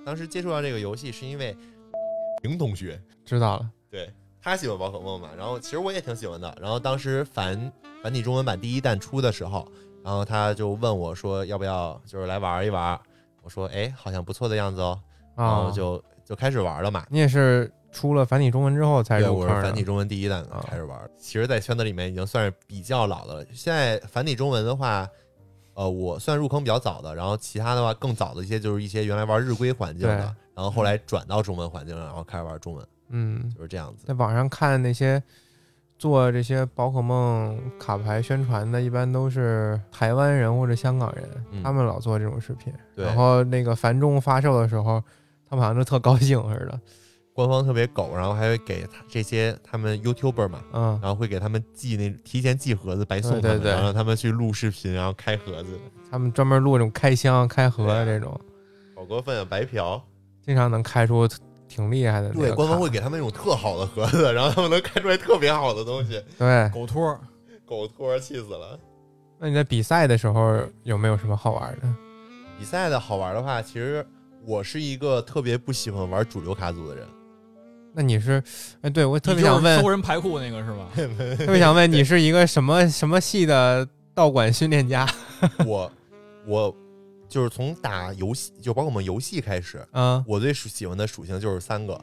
Speaker 2: 当时接触到这个游戏是因为林同学，
Speaker 1: 知道了，
Speaker 2: 对他喜欢宝可梦嘛，然后其实我也挺喜欢的。然后当时繁繁体中文版第一弹出的时候，然后他就问我说要不要就是来玩一玩，我说哎好像不错的样子哦，然
Speaker 1: 啊
Speaker 2: 后，就就开始玩了嘛。
Speaker 1: 你也是出了繁体中文之后才
Speaker 2: 对，
Speaker 1: 入
Speaker 2: 我
Speaker 1: 坑
Speaker 2: 是
Speaker 1: 的
Speaker 2: 繁体中文第一弹
Speaker 1: 啊
Speaker 2: 开始玩儿。其实，在圈子里面已经算是比较老的了。现在繁体中文的话，呃，我算入坑比较早的，然后其他的话更早的一些就是一些原来玩日规环境
Speaker 1: 对
Speaker 2: 的，然后后来转到中文环境了，然后开始玩中文，
Speaker 1: 嗯，
Speaker 2: 就是这样子。
Speaker 1: 在网上看那些做这些宝可梦卡牌宣传的，一般都是台湾人或者香港人，
Speaker 2: 嗯
Speaker 1: 他们老做这种视频。
Speaker 2: 对
Speaker 1: 然后那个繁中发售的时候，他们好像就特高兴似的。嗯
Speaker 2: 官方特别狗，然后还会给他这些他们 YouTuber 嘛，
Speaker 1: 嗯，
Speaker 2: 然后会给他们寄那提前寄盒子白送他们，
Speaker 1: 对对对
Speaker 2: 然后让他们去录视频，然后开盒子，
Speaker 1: 他们专门录这种开箱、开盒的
Speaker 2: 对
Speaker 1: 这种，
Speaker 2: 好过分啊！白嫖，
Speaker 1: 经常能开出挺厉害的那个卡。
Speaker 2: 对，官方会给他们那种特好的盒子，然后他们能开出来特别好的东西，
Speaker 1: 对。
Speaker 3: 狗托儿
Speaker 2: 狗托儿气死了。
Speaker 1: 那你在比赛的时候有没有什么好玩的？
Speaker 2: 比赛的好玩的话，其实我是一个特别不喜欢玩主流卡组的人，
Speaker 1: 那你是，哎，对我特别
Speaker 3: 你就是
Speaker 1: 想问
Speaker 3: 搜，人排库那个是吧？
Speaker 1: 特别想问你是一个什么什么系的道馆训练家？
Speaker 2: 我我就是从打游戏，就包括我们游戏开始，
Speaker 1: 嗯，
Speaker 2: 我最喜欢的属性就是三个：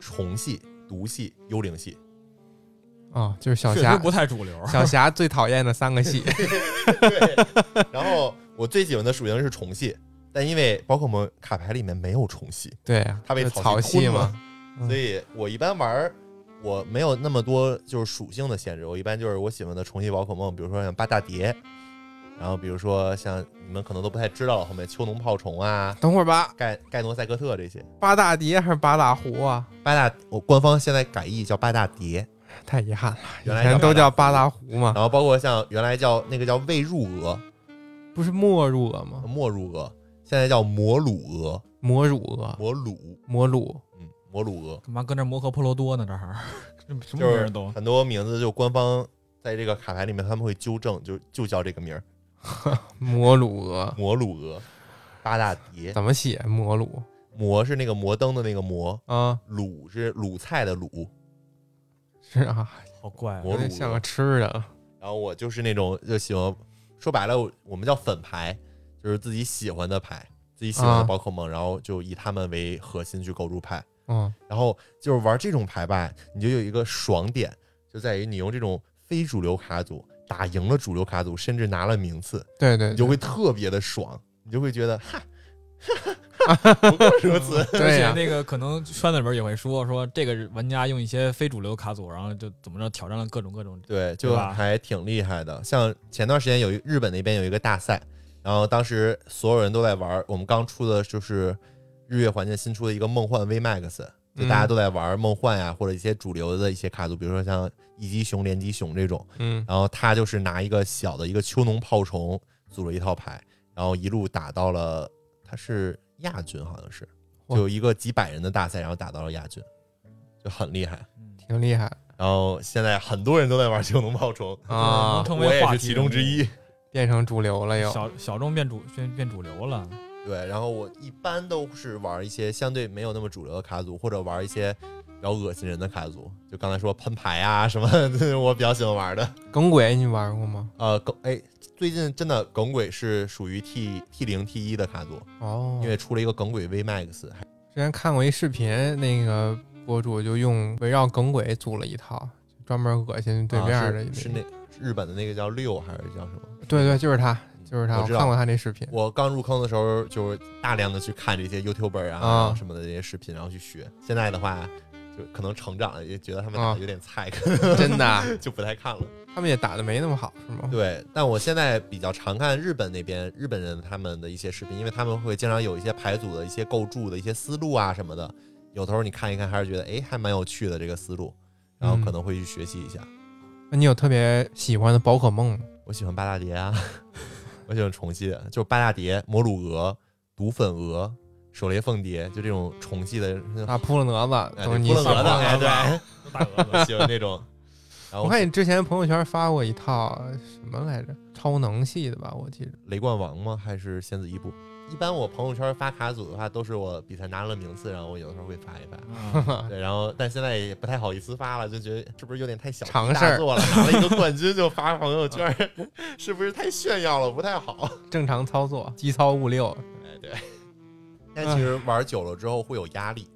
Speaker 2: 虫系、毒系、幽灵系。
Speaker 1: 哦，就是小
Speaker 3: 确实
Speaker 1: 霞，
Speaker 3: 不太主流。
Speaker 1: 小霞最讨厌的三个系。
Speaker 2: 对，然后我最喜欢的属性是虫系，但因为宝可梦卡牌里面没有虫系，
Speaker 1: 对啊，
Speaker 2: 它被
Speaker 1: 就
Speaker 2: 草
Speaker 1: 草
Speaker 2: 系
Speaker 1: 系
Speaker 2: 吞了
Speaker 1: 嘛，嗯
Speaker 2: 所以我一般玩儿我没有那么多就是属性的限制，我一般就是我喜欢的虫系宝可梦，比如说像八大蝶，然后比如说像你们可能都不太知道了，后面丘农炮虫啊、
Speaker 1: 等会儿吧，
Speaker 2: 盖盖诺赛克特这些，
Speaker 1: 八大蝶还是八大湖啊？
Speaker 2: 八大我官方现在改译叫八大蝶，
Speaker 1: 太遗憾了，以
Speaker 2: 原来
Speaker 1: 前都
Speaker 2: 叫
Speaker 1: 叫八大湖嘛，
Speaker 2: 然后包括像原来叫那个叫未入蛾、
Speaker 1: 不是没入蛾吗？
Speaker 2: 没入蛾，现在叫魔乳蛾、
Speaker 1: 魔乳
Speaker 3: 啊
Speaker 1: 蛾，
Speaker 2: 魔乳，
Speaker 1: 魔乳，
Speaker 2: 嗯，魔乳蛾。
Speaker 3: 干嘛跟这磨合婆罗多呢？ *laughs* 这还什么
Speaker 2: 就
Speaker 3: 名
Speaker 2: 是
Speaker 3: 儿都
Speaker 2: 很多名字，就官方在这个卡牌里面他们会纠正，就就叫这个名儿
Speaker 1: 魔乳蛾，
Speaker 2: 魔乳蛾、八大蝶。
Speaker 1: 怎么写魔乳
Speaker 2: 魔是那个摩登的那个魔，
Speaker 1: 啊？
Speaker 2: 卤是卤菜的卤，
Speaker 1: 是啊，
Speaker 3: 好怪啊
Speaker 1: 有
Speaker 2: 魔乳
Speaker 1: 点像
Speaker 2: 蛾
Speaker 1: 个。吃的。
Speaker 2: 然后我就是那种就喜欢，说白了我我们叫粉牌，就是自己喜欢的牌，自己喜欢
Speaker 1: 啊
Speaker 2: 的宝可梦，然后就以他们为核心去构筑牌。
Speaker 1: 嗯，
Speaker 2: 然后就是玩这种牌吧，你就有一个爽点，就在于你用这种非主流卡组打赢了主流卡组，甚至拿了名次。
Speaker 1: 对对，
Speaker 2: 你就
Speaker 1: 对
Speaker 2: 会特别的
Speaker 3: *laughs*
Speaker 2: 爽，你就会觉得哈，哈哈哈，不过如
Speaker 3: *laughs*
Speaker 2: 此。
Speaker 3: 而
Speaker 1: *laughs* 对
Speaker 3: 且
Speaker 1: 呀，
Speaker 3: 那个可能圈子里边也会说说这个玩家用一些非主流卡组，然后就怎么着挑战了各种各种。
Speaker 2: 对，就
Speaker 3: 对吧
Speaker 2: 还挺厉害的。像前段时间有一日本那边有一个大赛，然后当时所有人都在玩儿，我们刚出的就是日月环境新出的一个梦幻 V Max，就
Speaker 3: 嗯
Speaker 2: 大家都在玩儿梦幻呀、或者一些主流的一些卡组，比如说像一级熊、连击熊这种。
Speaker 1: 嗯，
Speaker 2: 然后他就是拿一个小的一个丘农炮虫组了一套牌，然后一路打到了他是亚军，好像是
Speaker 1: 哇
Speaker 2: 就有一个几百人的大赛，然后打到了亚军，就很厉害。
Speaker 3: 嗯，
Speaker 1: 挺厉害，
Speaker 2: 然后现在很多人都在玩丘农炮虫，
Speaker 1: 啊
Speaker 3: 能成
Speaker 2: 我
Speaker 3: 为
Speaker 2: 也
Speaker 3: 话
Speaker 2: 是
Speaker 3: 题
Speaker 2: *laughs* 其中之一。
Speaker 1: 变成主流了
Speaker 3: 人物。
Speaker 1: 又。
Speaker 3: 小小众变主变变主流了，
Speaker 2: 对，然后我一般都是玩一些相对没有那么主流的卡组，或者玩一些比较恶心人的卡组，就刚才说喷牌啊什么， *laughs* 这是我比较喜欢玩的。
Speaker 1: 耿鬼你玩过吗？
Speaker 2: 呃，耿哎，最近真的耿鬼是属于 T T 零 T 一的卡组，
Speaker 1: 哦，
Speaker 2: 因为出了一个耿鬼 V Max，还
Speaker 1: 之前看过一视频，那个博主就用围绕耿鬼组了一套，专门恶心对面
Speaker 2: 啊
Speaker 1: 的、
Speaker 2: 是是那日本的那个叫六还是叫什么？嗯
Speaker 1: 对对，就是他，就是他，
Speaker 2: 我
Speaker 1: 我
Speaker 2: 知道
Speaker 1: 看过他那视
Speaker 2: *laughs*
Speaker 1: 频。
Speaker 2: 我刚入坑的时候，就是大量的去看这些 YouTuber 啊
Speaker 1: 啊
Speaker 2: 然后什么的这些视频，然后去学。现在的话，就可能成长了，也觉得他们打
Speaker 1: 啊
Speaker 2: 的有点菜，可能
Speaker 1: 真的啊，
Speaker 2: 就不太看了。
Speaker 1: 他们也打的没那么好，是吗？
Speaker 2: 对，但我现在比较常看日本那边日本人他们的一些视频，因为他们会经常有一些牌组的一些构筑的一些思路啊什么的，有时候你看一看，还是觉得哎还蛮有趣的这个思路，然
Speaker 1: 嗯
Speaker 2: 后可能会去学习一下。
Speaker 1: 那你有特别喜欢的宝可梦吗？
Speaker 2: 我喜欢八大蝶啊， *laughs* 我喜欢虫系的，就是八大蝶、魔乳蛾、毒粉蛾、手雷凤蝶，就这种虫系的，
Speaker 1: 啊，扑棱蛾子
Speaker 2: 哎
Speaker 1: 都是你
Speaker 2: 扑
Speaker 1: 喜
Speaker 2: 棱蛾
Speaker 1: 欢
Speaker 2: 子，
Speaker 1: 的。啊
Speaker 2: 哎，对， *laughs*
Speaker 3: 大鹅
Speaker 2: 我喜欢这种。然
Speaker 1: 我
Speaker 2: 后
Speaker 1: 看你之前朋友圈发过一套什么来着，超能系的吧？我记得
Speaker 2: 雷冠王吗？还是仙子伊布？一般我朋友圈发卡组的话，都是我比赛拿了名次，然后我有的时候会发一发。 *laughs*
Speaker 3: 嗯
Speaker 1: 啊
Speaker 2: 对，然后但现在也不太好意思发了，就觉得是不是有点太小题
Speaker 1: 尝试
Speaker 2: 大
Speaker 1: 儿
Speaker 2: 做了？ *laughs* 拿了一个冠军就发朋友圈 *laughs* 儿，是不是太炫耀了？不太好。
Speaker 1: 正常操作，机操物六。
Speaker 2: 哎，对。 *laughs* 但其实玩久了之后会有压力，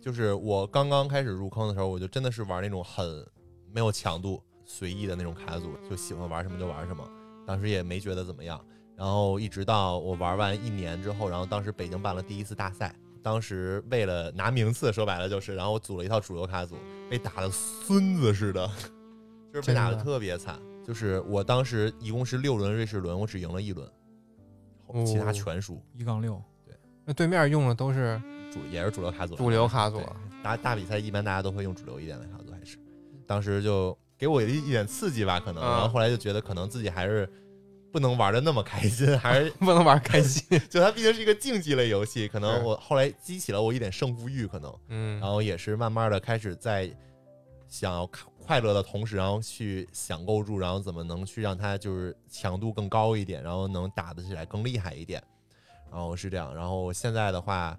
Speaker 2: 就是我刚刚开始入坑的时候，我就真的是玩那种很没有强度、随意的那种卡组，就喜欢玩什么就玩什么，当时也没觉得怎么样。然后一直到我玩完一年之后，然后当时北京办了第一次大赛，当时为了拿名次，说白了就是，然后我组了一套主流卡组，被打的孙子似的， *laughs* 就是被打
Speaker 1: 真
Speaker 2: 的
Speaker 1: 的
Speaker 2: 特别惨。就是我当时一共是六轮瑞士轮，我只赢了一轮，其他
Speaker 1: 哦
Speaker 2: 全输，
Speaker 3: 一杠六，
Speaker 1: 那对面用的都是
Speaker 2: 主也是主流卡组。
Speaker 1: 主流卡组
Speaker 2: 对，打大比赛一般大家都会用主流一点的卡组，还是当时就给我一一点刺激吧，可能。
Speaker 1: 嗯
Speaker 2: 然后后来就觉得可能自己还是不能玩的那么开心，还是
Speaker 1: 不能玩开
Speaker 2: *laughs*
Speaker 1: 心。
Speaker 2: 就它毕竟是一个竞技类游戏，可
Speaker 1: 是
Speaker 2: 能我后来激起了我一点胜负欲，可能。
Speaker 1: 嗯
Speaker 2: 然，后也是慢慢的开始在想要快快乐的同时，然后去想构筑，然后怎么能去让它就是强度更高一点，然后能打得起来更厉害一点，然后是这样。然后现在的话，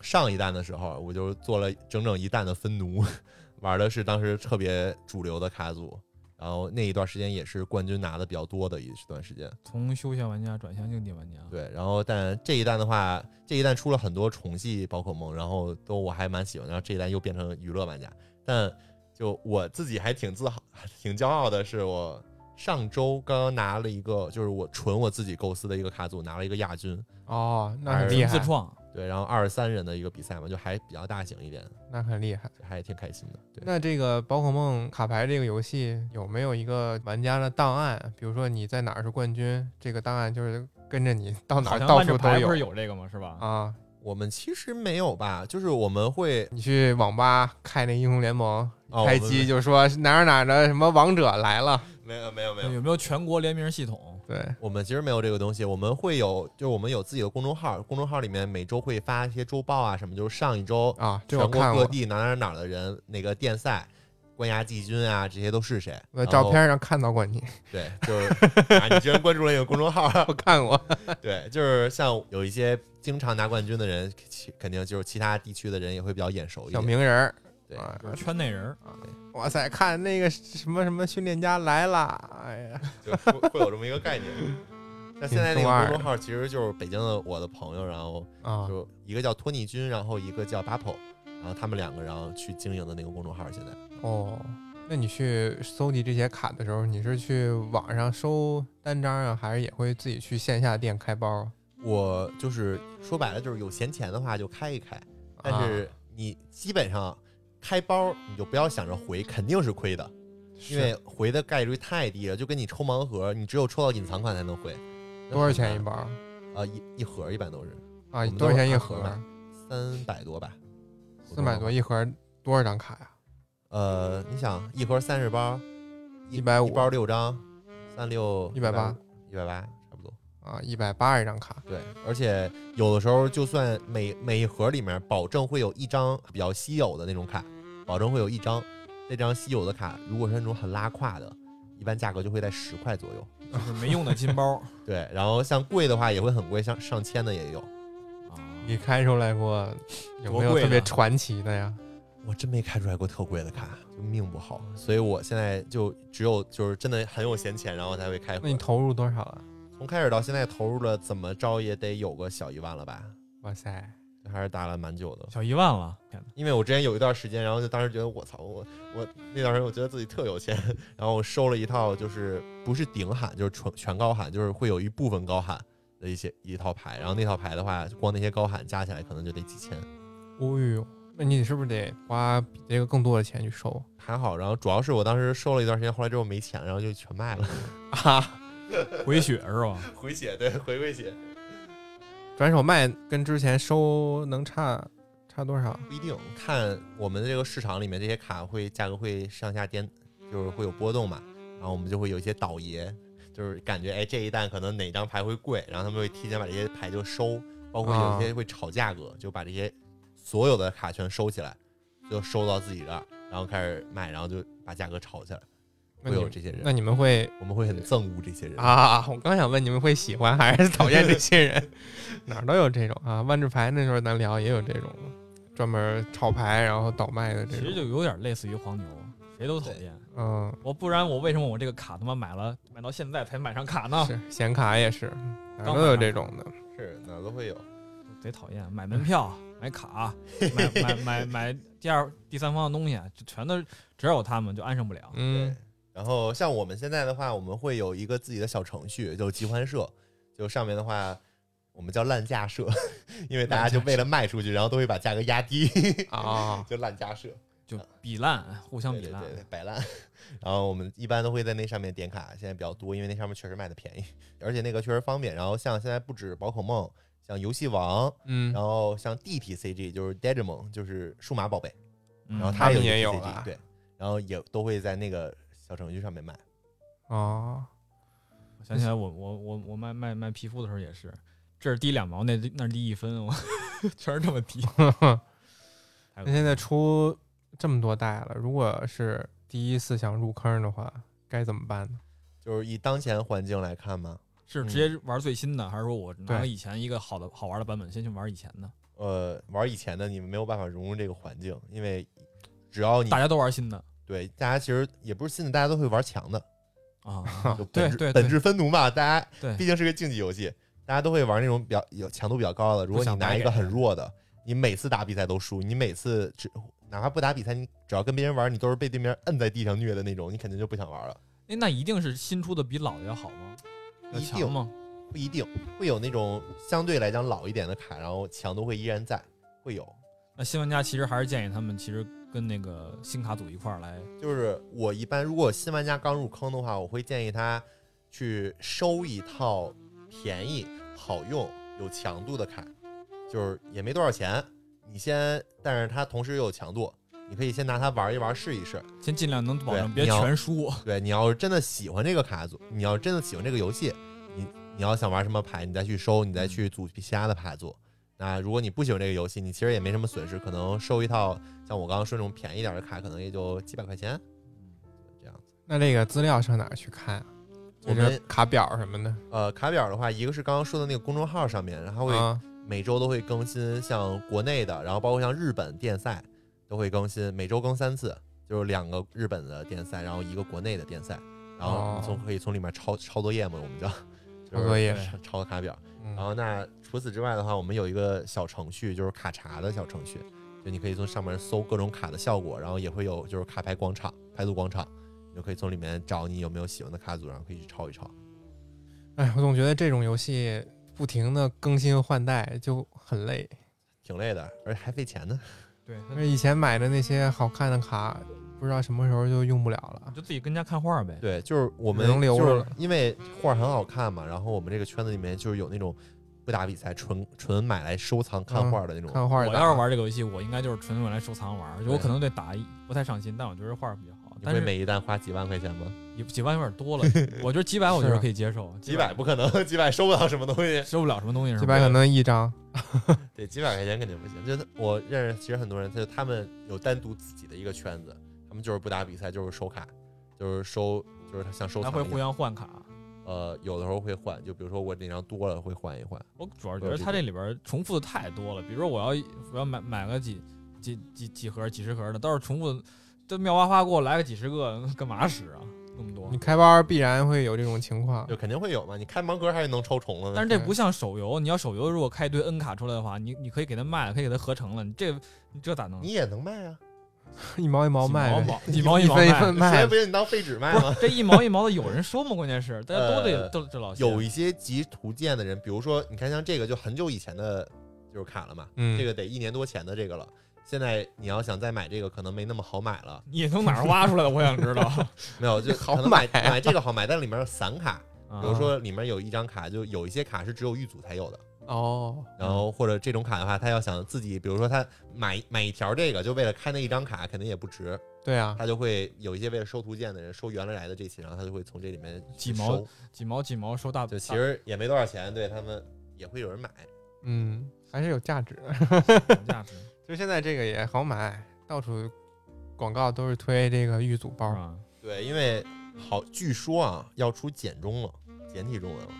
Speaker 2: 上一弹的时候我就做了整整一弹的分奴， *laughs* 玩的是当时特别主流的卡组，然后那一段时间也是冠军拿的比较多的一段时间。
Speaker 3: 从休闲玩家转向竞技玩家，
Speaker 2: 对，然后但这一弹的话，这一弹出了很多重系宝可梦，然后都我还蛮喜欢的。然后这一弹又变成娱乐玩家，但就我自己还挺自豪、 *laughs* 挺骄傲的是，我上周刚刚拿了一个，就是我纯我自己构思的一个卡组，拿了一个亚军。
Speaker 1: 哦，那很
Speaker 2: 还是
Speaker 1: 厉
Speaker 3: 自
Speaker 1: 害，
Speaker 3: 创，
Speaker 2: 对，然后二十三人的一个比赛嘛，就还比较大型一点，
Speaker 1: 那很厉害。
Speaker 2: 就还挺开心的。对，
Speaker 1: 那这个宝可梦卡牌这个游戏有没有一个玩家的档案？比如说你在哪儿是冠军，这个档案就是跟着你到哪
Speaker 3: 好
Speaker 1: 儿
Speaker 3: 像
Speaker 1: 到
Speaker 3: 万
Speaker 1: 处
Speaker 3: 智
Speaker 1: 都
Speaker 3: 牌不是
Speaker 1: 有
Speaker 3: 有这个吗？是吧？
Speaker 1: 啊。
Speaker 2: 我们其实没有吧，就是我们会
Speaker 1: 你去网吧开那英雄联盟，
Speaker 2: 哦
Speaker 1: 开
Speaker 2: 我们
Speaker 1: 机就说哪儿哪儿的什么王者来了，
Speaker 2: 没有没有没
Speaker 3: 有没有全国联名系统？
Speaker 1: 对，
Speaker 2: 我们其实没有这个东西，我们会有，就是我们有自己的公众号，公众号里面每周会发一些周报啊什么，就是上一周
Speaker 1: 啊，这
Speaker 2: 全
Speaker 1: 我
Speaker 2: 国
Speaker 1: 看
Speaker 2: 各
Speaker 1: 过，
Speaker 2: 地哪哪哪儿的人哪个电赛、冠亚季军啊，这些都是谁？
Speaker 1: 我在
Speaker 2: 然
Speaker 1: 照
Speaker 2: 后
Speaker 1: 片上看到过
Speaker 2: *laughs*
Speaker 1: 你，
Speaker 2: 对，就是、啊、你居然关注了那个公
Speaker 1: *laughs*
Speaker 2: 众号啊，
Speaker 1: 我看过，
Speaker 2: 对，就是像有一些经常拿冠军的人，其肯定就是其他地区的人也会比较眼熟一
Speaker 1: 小
Speaker 2: 点。
Speaker 1: 名人儿，
Speaker 2: 对
Speaker 1: 啊
Speaker 3: 就是圈
Speaker 1: *laughs*
Speaker 3: 内人儿，
Speaker 1: 哇塞，看那个什么什么训练家来了，哎呀，
Speaker 2: 就会会有这么一个概念。那现在那
Speaker 1: 嗯挺中二
Speaker 2: 个
Speaker 1: 的
Speaker 2: 公众号其实就是北京的我的朋友，然后
Speaker 1: 啊，
Speaker 2: 就一个叫托尼君，然后一个叫 Bapo，然后他们两个然后去经营的那个公众号，现在
Speaker 1: 哦，那你去搜集这些卡的时候，你是去网上收单张啊，还是也会自己去线下店开包啊？
Speaker 2: 我就是说白了就是有闲钱的话就开一开，但
Speaker 1: 啊
Speaker 2: 是你基本上开包你就不要想着回，肯定是亏的，因为回的概率太低了，就跟你抽盲盒，你只有抽到隐藏款才能回。那
Speaker 1: 多少
Speaker 2: 很
Speaker 1: 钱一
Speaker 2: 难
Speaker 1: 包
Speaker 2: 啊？一一盒一般都是
Speaker 1: 啊？
Speaker 2: 们
Speaker 1: 多
Speaker 2: 都
Speaker 1: 少
Speaker 2: 是
Speaker 1: 钱一
Speaker 2: 按盒
Speaker 1: 盒？
Speaker 2: 买三百多吧，
Speaker 1: 四百多一盒，多少张卡呀？
Speaker 2: 呃，你想一盒三十包，
Speaker 1: 150
Speaker 2: 一包六张，三六
Speaker 1: 180，
Speaker 2: 一百八差不多。
Speaker 1: 啊，一百八十张卡，
Speaker 2: 对，而且有的时候就算每每一盒里面，保证会有一张比较稀有的那种卡，保证会有一张，那张稀有的卡如果是那种很拉胯的，一般价格就会在十块左右。
Speaker 3: 就是没用的金包
Speaker 1: *laughs*
Speaker 2: 对，然后像贵的话也会很贵，像上千的也有。
Speaker 3: 啊。
Speaker 1: 你开出来过有
Speaker 3: 多
Speaker 1: 没有
Speaker 3: 贵
Speaker 1: 特别
Speaker 3: 呢
Speaker 1: 传奇的呀？
Speaker 2: 我真没开出来过特贵的卡，就命不好，所以我现在就只有就是真的很有闲钱，然后才会开盒
Speaker 1: 那。你投入多少啊？
Speaker 2: 从开始到现在投入了怎么着也得有个小一万了吧，
Speaker 1: 哇塞，
Speaker 2: 还是打了蛮久的。
Speaker 3: 小一万了，天哪！
Speaker 2: 因为我之前有一段时间，然后就当时觉得我操，我我那段时间我觉得自己特有钱，然后我收了一套就是不是顶喊，就是全全高喊，就是会有一部分高喊的一些一套牌，然后那套牌的话，光那些高喊加起来可能就得几千，
Speaker 1: 哦呦，那你是不是得花比这个更多的钱去收
Speaker 2: 还好。然后主要是我当时收了一段时间，后来之后没钱，然后就全卖了，
Speaker 1: 啊？
Speaker 3: 回血
Speaker 1: *laughs*
Speaker 3: 是吧？
Speaker 2: *laughs* 回血对回回血
Speaker 1: 转手卖跟之前收能差差多少？
Speaker 2: 不一定看我们的这个市场里面这些卡会价格会上下颠，就是会有波动嘛，然后我们就会有一些倒爷，就是感觉哎这一弹可能哪张牌会贵，然后他们会提前把这些牌就收，包括
Speaker 1: 啊
Speaker 2: 有一些会炒价格，就把这些所有的卡全收起来，就收到自己这儿，然后开始卖，然后就把价格炒起来，
Speaker 1: 那
Speaker 2: 会有
Speaker 1: 你
Speaker 2: 这些人
Speaker 1: 那你们会
Speaker 2: 我们会很憎恶这些人。
Speaker 1: 啊？我刚想问你们会喜欢还是 *laughs* 讨厌这些人？哪儿都有这种啊，万智牌那时候咱聊也有这种，专门炒牌然后倒卖的这
Speaker 3: 其实
Speaker 1: 种。
Speaker 3: 就有点类似于黄牛，谁都讨厌。
Speaker 1: 嗯，
Speaker 3: 我不然我为什么我这个卡他妈买了买到现在才买上卡呢？
Speaker 1: 是显卡也是，哪儿都
Speaker 3: 啊
Speaker 1: 有这种的。
Speaker 2: 是哪儿都会有，
Speaker 3: 贼讨厌，买门票、买卡、买买买买第二第三方的东西，啊就全都只要有他们就安生不了。
Speaker 1: 嗯
Speaker 2: 对，然后像我们现在的话，我们会有一个自己的小程序，就集欢社，就上面的话。我们叫烂价 *laughs* 社，因为大家就为了卖出去，然后都会把价格压低， *laughs*
Speaker 1: 啊，
Speaker 2: 就烂价社。
Speaker 3: 就比烂，互相
Speaker 2: 对
Speaker 3: 比
Speaker 2: 对
Speaker 3: 烂。
Speaker 2: 对，摆烂。然后我们一般都会在那上面点卡，现在比较多，因为那上面确实卖的便宜，而且那个确实方便。然后像现在不止宝可梦，像游戏王，
Speaker 1: 嗯
Speaker 2: 然，后像 DTCG 就是 Digimon，就是数码宝贝，
Speaker 3: 嗯
Speaker 2: 然后
Speaker 1: 他
Speaker 2: 它
Speaker 1: 们
Speaker 2: 一个
Speaker 1: 也有
Speaker 2: DTCG
Speaker 1: 了
Speaker 2: 对，然后也都会在那个小程序上面卖。
Speaker 1: 哦， *laughs*
Speaker 3: 我想起来我，我我我卖卖卖皮肤的时候也是，这儿低两毛，那那儿低一分，我 *laughs* 全是这么
Speaker 2: *laughs*
Speaker 3: 低。
Speaker 1: 那
Speaker 2: 嗯
Speaker 1: 现在出这么多代了，如果是第一次想入坑的话，该怎么办呢？
Speaker 2: 就是以当前环境来看嘛，
Speaker 3: 是
Speaker 2: 嗯
Speaker 3: 直接玩最新的，还是说我拿
Speaker 1: 对
Speaker 3: 个以前一个好的好玩的版本先去玩以前的？
Speaker 2: 呃，玩以前的你们没有办法融入这个环境，因为只要你
Speaker 3: 大家都玩新的
Speaker 2: 对大家其实也不是新的，大家都会玩强的， *laughs*
Speaker 3: 啊，
Speaker 2: 就本
Speaker 3: 对
Speaker 2: 质
Speaker 3: 对对
Speaker 2: 本质分奴嘛，大家
Speaker 3: 对
Speaker 2: 毕竟是个竞技游戏，大家都会玩那种比较有强度比较高的。如果
Speaker 3: 不
Speaker 2: 你
Speaker 3: 想白
Speaker 2: 拿
Speaker 3: 给
Speaker 2: 一个很弱的，你每次打比赛都输，你每次只哪怕不打比赛，你只要跟别人玩，你都是被对面摁在地上虐的那种，你肯定就不想玩了。
Speaker 3: 那那一定是新出的比老的要好吗？要
Speaker 2: 一
Speaker 3: 强
Speaker 2: 定
Speaker 3: 吗？
Speaker 2: 不一定会有那种相对来讲老一点的卡，然后强度会依然在，会有。
Speaker 3: 那新玩家其实还是建议他们其实跟那个新卡组一块儿来，
Speaker 2: 就是我一般如果新玩家刚入坑的话，我会建议他去收一套便宜、好用、有强度的卡，就是也没多少钱，你先，但是它同时又有强度，你可以先拿它玩一玩试一试。
Speaker 3: 先尽量能保
Speaker 2: 对
Speaker 3: 证别
Speaker 2: 你要
Speaker 3: 全输。
Speaker 2: 对，你要是真的喜欢这个卡组，你要是真的喜欢这个游戏，你你要想玩什么牌，你再去收，你再去组其他的牌组。那如果你不喜欢这个游戏，你其实也没什么损失，可能收一套像我刚刚说那种便宜点的卡，可能也就几百块钱。这样。
Speaker 1: 那这个资料上哪儿去看啊？
Speaker 2: 我
Speaker 1: 就
Speaker 2: 们
Speaker 1: 是卡表什么的
Speaker 2: 呃，卡表的话，一个是刚刚说的那个公众号上面，然后会
Speaker 1: 啊，
Speaker 2: 每周都会更新，像国内的，然后包括像日本电赛都会更新，每周更三次，就是两个日本的电赛，然后一个国内的电赛，然后你从、
Speaker 1: 哦
Speaker 2: 可以从里面抄抄作业嘛，我
Speaker 1: *laughs*
Speaker 2: 们叫就
Speaker 1: 抄
Speaker 2: 是
Speaker 1: 作业
Speaker 3: 对
Speaker 2: 抄卡表。
Speaker 1: 嗯
Speaker 2: 然后那除此之外的话，我们有一个小程序，就是卡查的小程序，就你可以从上面搜各种卡的效果，然后也会有就是卡牌广场、牌组广场，你就可以从里面找你有没有喜欢的卡组，然后可以去抄一抄。
Speaker 1: 哎，我总觉得这种游戏不停的更新换代就很累。
Speaker 2: 挺累的，而且还费钱呢。
Speaker 3: 对，
Speaker 1: 而以前买的那些好看的卡，不知道什么时候就用不了了
Speaker 3: 你。就自己跟家看画呗。
Speaker 2: 对，就是我们
Speaker 1: 能留着
Speaker 2: 就是
Speaker 1: 了
Speaker 2: 因为画儿很好看嘛，然后我们这个圈子里面就是有那种不打比赛，纯纯买来收藏看画儿的那种。
Speaker 1: 嗯看画
Speaker 3: 我
Speaker 1: 儿打，
Speaker 3: 要是玩这个游戏，我应该就是纯用来收藏玩儿，就我
Speaker 2: 对
Speaker 3: 可能对打一不太上心，但我觉得画儿比较好。
Speaker 2: 你
Speaker 3: 但
Speaker 2: 会
Speaker 3: 是
Speaker 2: 每一单花几万块钱吗？
Speaker 3: 也几万有点
Speaker 2: *laughs*
Speaker 3: 多了，我觉得几百我觉得可以接受，
Speaker 2: 啊几百不可
Speaker 3: *laughs*
Speaker 2: 能，几百收不到什么东西。
Speaker 3: 收不了什么东西是吧，
Speaker 1: 几百可能一张，
Speaker 2: 对，几百块钱肯定不行。就是我认识，其实很多人，他就他们有单独自己的一个圈子，他们就是不打比赛，就是收卡，就是收，就是他想收
Speaker 3: 还
Speaker 2: 藏
Speaker 3: 会
Speaker 2: 一
Speaker 3: 互
Speaker 2: 下。
Speaker 3: 相换卡。
Speaker 2: 呃，有的时候会换，就比如说我那张多了会换一换。
Speaker 3: 我主要觉得它这里边重复的太多了，比如说我要我要买买个几几几几盒几十盒的，倒是重复的，这妙蛙花给我来个几十个，干嘛使啊？那么多
Speaker 1: 你。开包必然会有这种情况
Speaker 2: 就。肯定会有嘛。你开盲盒还是能抽虫了
Speaker 3: 但
Speaker 2: 呢。
Speaker 3: 是这不像手游，你要手游如果开一堆 N 卡出来的话，你你可以给它卖了，可以给它合成了，你这你这咋弄？
Speaker 2: 你也能卖啊，
Speaker 1: *laughs* 一毛一毛卖呗，
Speaker 3: 几毛一
Speaker 1: *laughs*
Speaker 3: 毛
Speaker 1: 分
Speaker 3: 卖
Speaker 1: 一分
Speaker 2: 谁
Speaker 1: 卖
Speaker 2: 也
Speaker 1: 呗
Speaker 2: 不。给你当废纸卖
Speaker 3: 不
Speaker 2: 吗
Speaker 3: 是？这一毛一毛的有人收吗？关键是大家都得
Speaker 2: 呃
Speaker 3: 都这 *laughs* 老些
Speaker 2: 有一些集图鉴的人，比如说你看像这个就很久以前的，就是卡了嘛，
Speaker 1: 嗯，
Speaker 2: 这个得一年多前的这个了。现在你要想再买这个，可能没那么好买了。
Speaker 3: 你从哪儿挖出来的？我想知道。
Speaker 2: 没有，就
Speaker 1: 好
Speaker 2: 可能买买这个好买，但里面有散卡，*laughs*
Speaker 3: 啊
Speaker 2: 比如说里面有一张卡，就有一些卡是只有预组才有的。
Speaker 1: 哦，
Speaker 2: 然后或者这种卡的话，他要想自己，比如说他买买一条这个，就为了开那一张卡，肯定也不值。
Speaker 1: 对啊，
Speaker 2: 他就会有一些为了收图鉴的人收原来的这些，然后他就会从这里面
Speaker 3: 几
Speaker 2: 去
Speaker 3: 毛
Speaker 2: 收
Speaker 3: 几毛几毛收大，
Speaker 2: 就其实也没多少钱，对他们也会有人买。
Speaker 1: 嗯，还是有价值的。 *laughs*
Speaker 2: *laughs*
Speaker 3: 大有价值
Speaker 1: 就现在这个也好买，到处广告都是推这个预组包
Speaker 3: 是
Speaker 1: 儿，
Speaker 3: 吧？
Speaker 2: 对，因为好，据说啊要出简中了，简体中文了。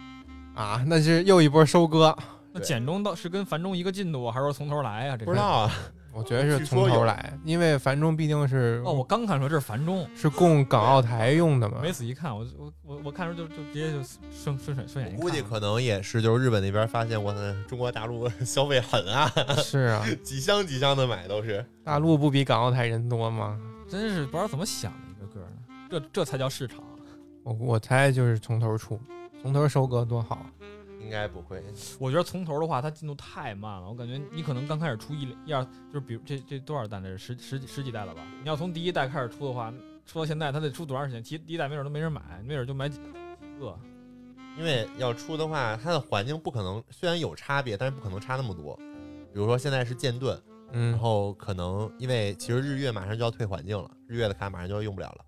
Speaker 1: 啊，那是又一波收割。
Speaker 3: 那
Speaker 2: 对
Speaker 3: 简中到是跟繁中一个进度啊，还是说从头来啊？这
Speaker 2: 不知道啊，
Speaker 1: 我觉得是
Speaker 2: 据
Speaker 1: 从
Speaker 2: 说
Speaker 1: 头
Speaker 2: 有
Speaker 1: 来，因为繁中毕竟是
Speaker 3: 哦，我刚看出来这是繁中，
Speaker 1: 是供港澳台用的嘛。
Speaker 3: 没仔细看，我我我我看的时候就就直接就顺顺水顺眼一看了。
Speaker 2: 估计可能也是就是日本那边发现，我操，中国大陆消费狠啊，
Speaker 1: 是啊，
Speaker 2: 几箱几箱的买都是。
Speaker 1: 大陆不比港澳台人多吗？
Speaker 3: 真是不知道怎么想的一个个的，这这才叫市场。
Speaker 1: 我我猜就是从头出，从头收割多好。
Speaker 2: 应该不会。
Speaker 3: 我觉得从头的话，它进度太慢了。我感觉你可能刚开始出一一二，就是比如这这多少代这是十十十几代了吧？你要从第一代开始出的话，出到现在，它得出多长时间？其实第一代没准都没人买，没准就买几个。
Speaker 2: 因为要出的话，它的环境不可能，虽然有差别，但是不可能差那么多。比如说现在是剑盾，然
Speaker 1: 嗯， *laughs*
Speaker 2: 后可能因为其实日月马上就要退环境了，日月的卡马上就要用不了了。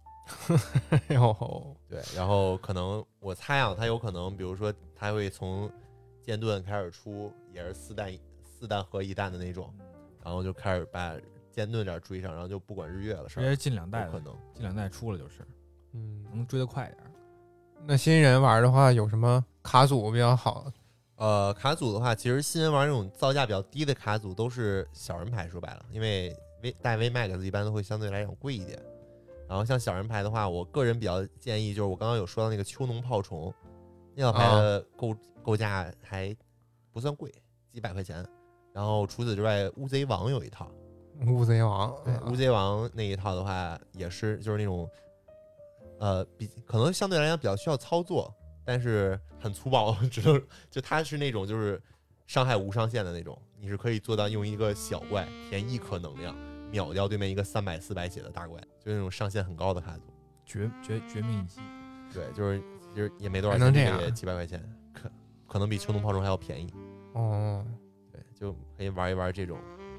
Speaker 1: 哎呦，
Speaker 2: 对，然后可能我猜啊，它有可能，比如说它会从剑盾开始出，也是四弹四弹合一弹的那种，然后就开始把剑盾这儿追上，然后就不管日月了，是
Speaker 3: 直
Speaker 2: 吧？
Speaker 3: 接进两代
Speaker 2: 有可
Speaker 3: 了，
Speaker 2: 能。
Speaker 3: 进两代出了就是，
Speaker 1: 嗯，
Speaker 3: 能追得快点儿。
Speaker 1: 那新人玩的话，有什么卡组比较好？
Speaker 2: 呃，卡组的话，其实新人玩那种造价比较低的卡组都是小人牌，说白了，因为 V 带 V Max 一般都会相对来讲贵一点。然后像小人牌的话，我个人比较建议就是我刚刚有说到那个秋农炮虫，那套牌的购、购价还不算贵，几百块钱。然后除此之外，乌贼王有一套，
Speaker 1: 乌贼王，
Speaker 2: 对，嗯乌贼王那一套的话，也是就是那种，呃，比可能相对来讲比较需要操作，但是很粗暴， *laughs* 只能就它是那种就是伤害无上限的那种，你是可以做到用一个小怪填一颗能量秒掉对面一个三百四百血的大怪，就那种上限很高的卡组。
Speaker 3: 绝绝绝命一击，
Speaker 2: 对，就是就是也没多少
Speaker 1: 还能
Speaker 2: 钱，
Speaker 1: 这
Speaker 2: 也
Speaker 1: 样啊
Speaker 2: 几百块钱，可可能比秋冬炮虫还要便宜。
Speaker 1: 哦，
Speaker 2: 对，就可以玩一玩这种。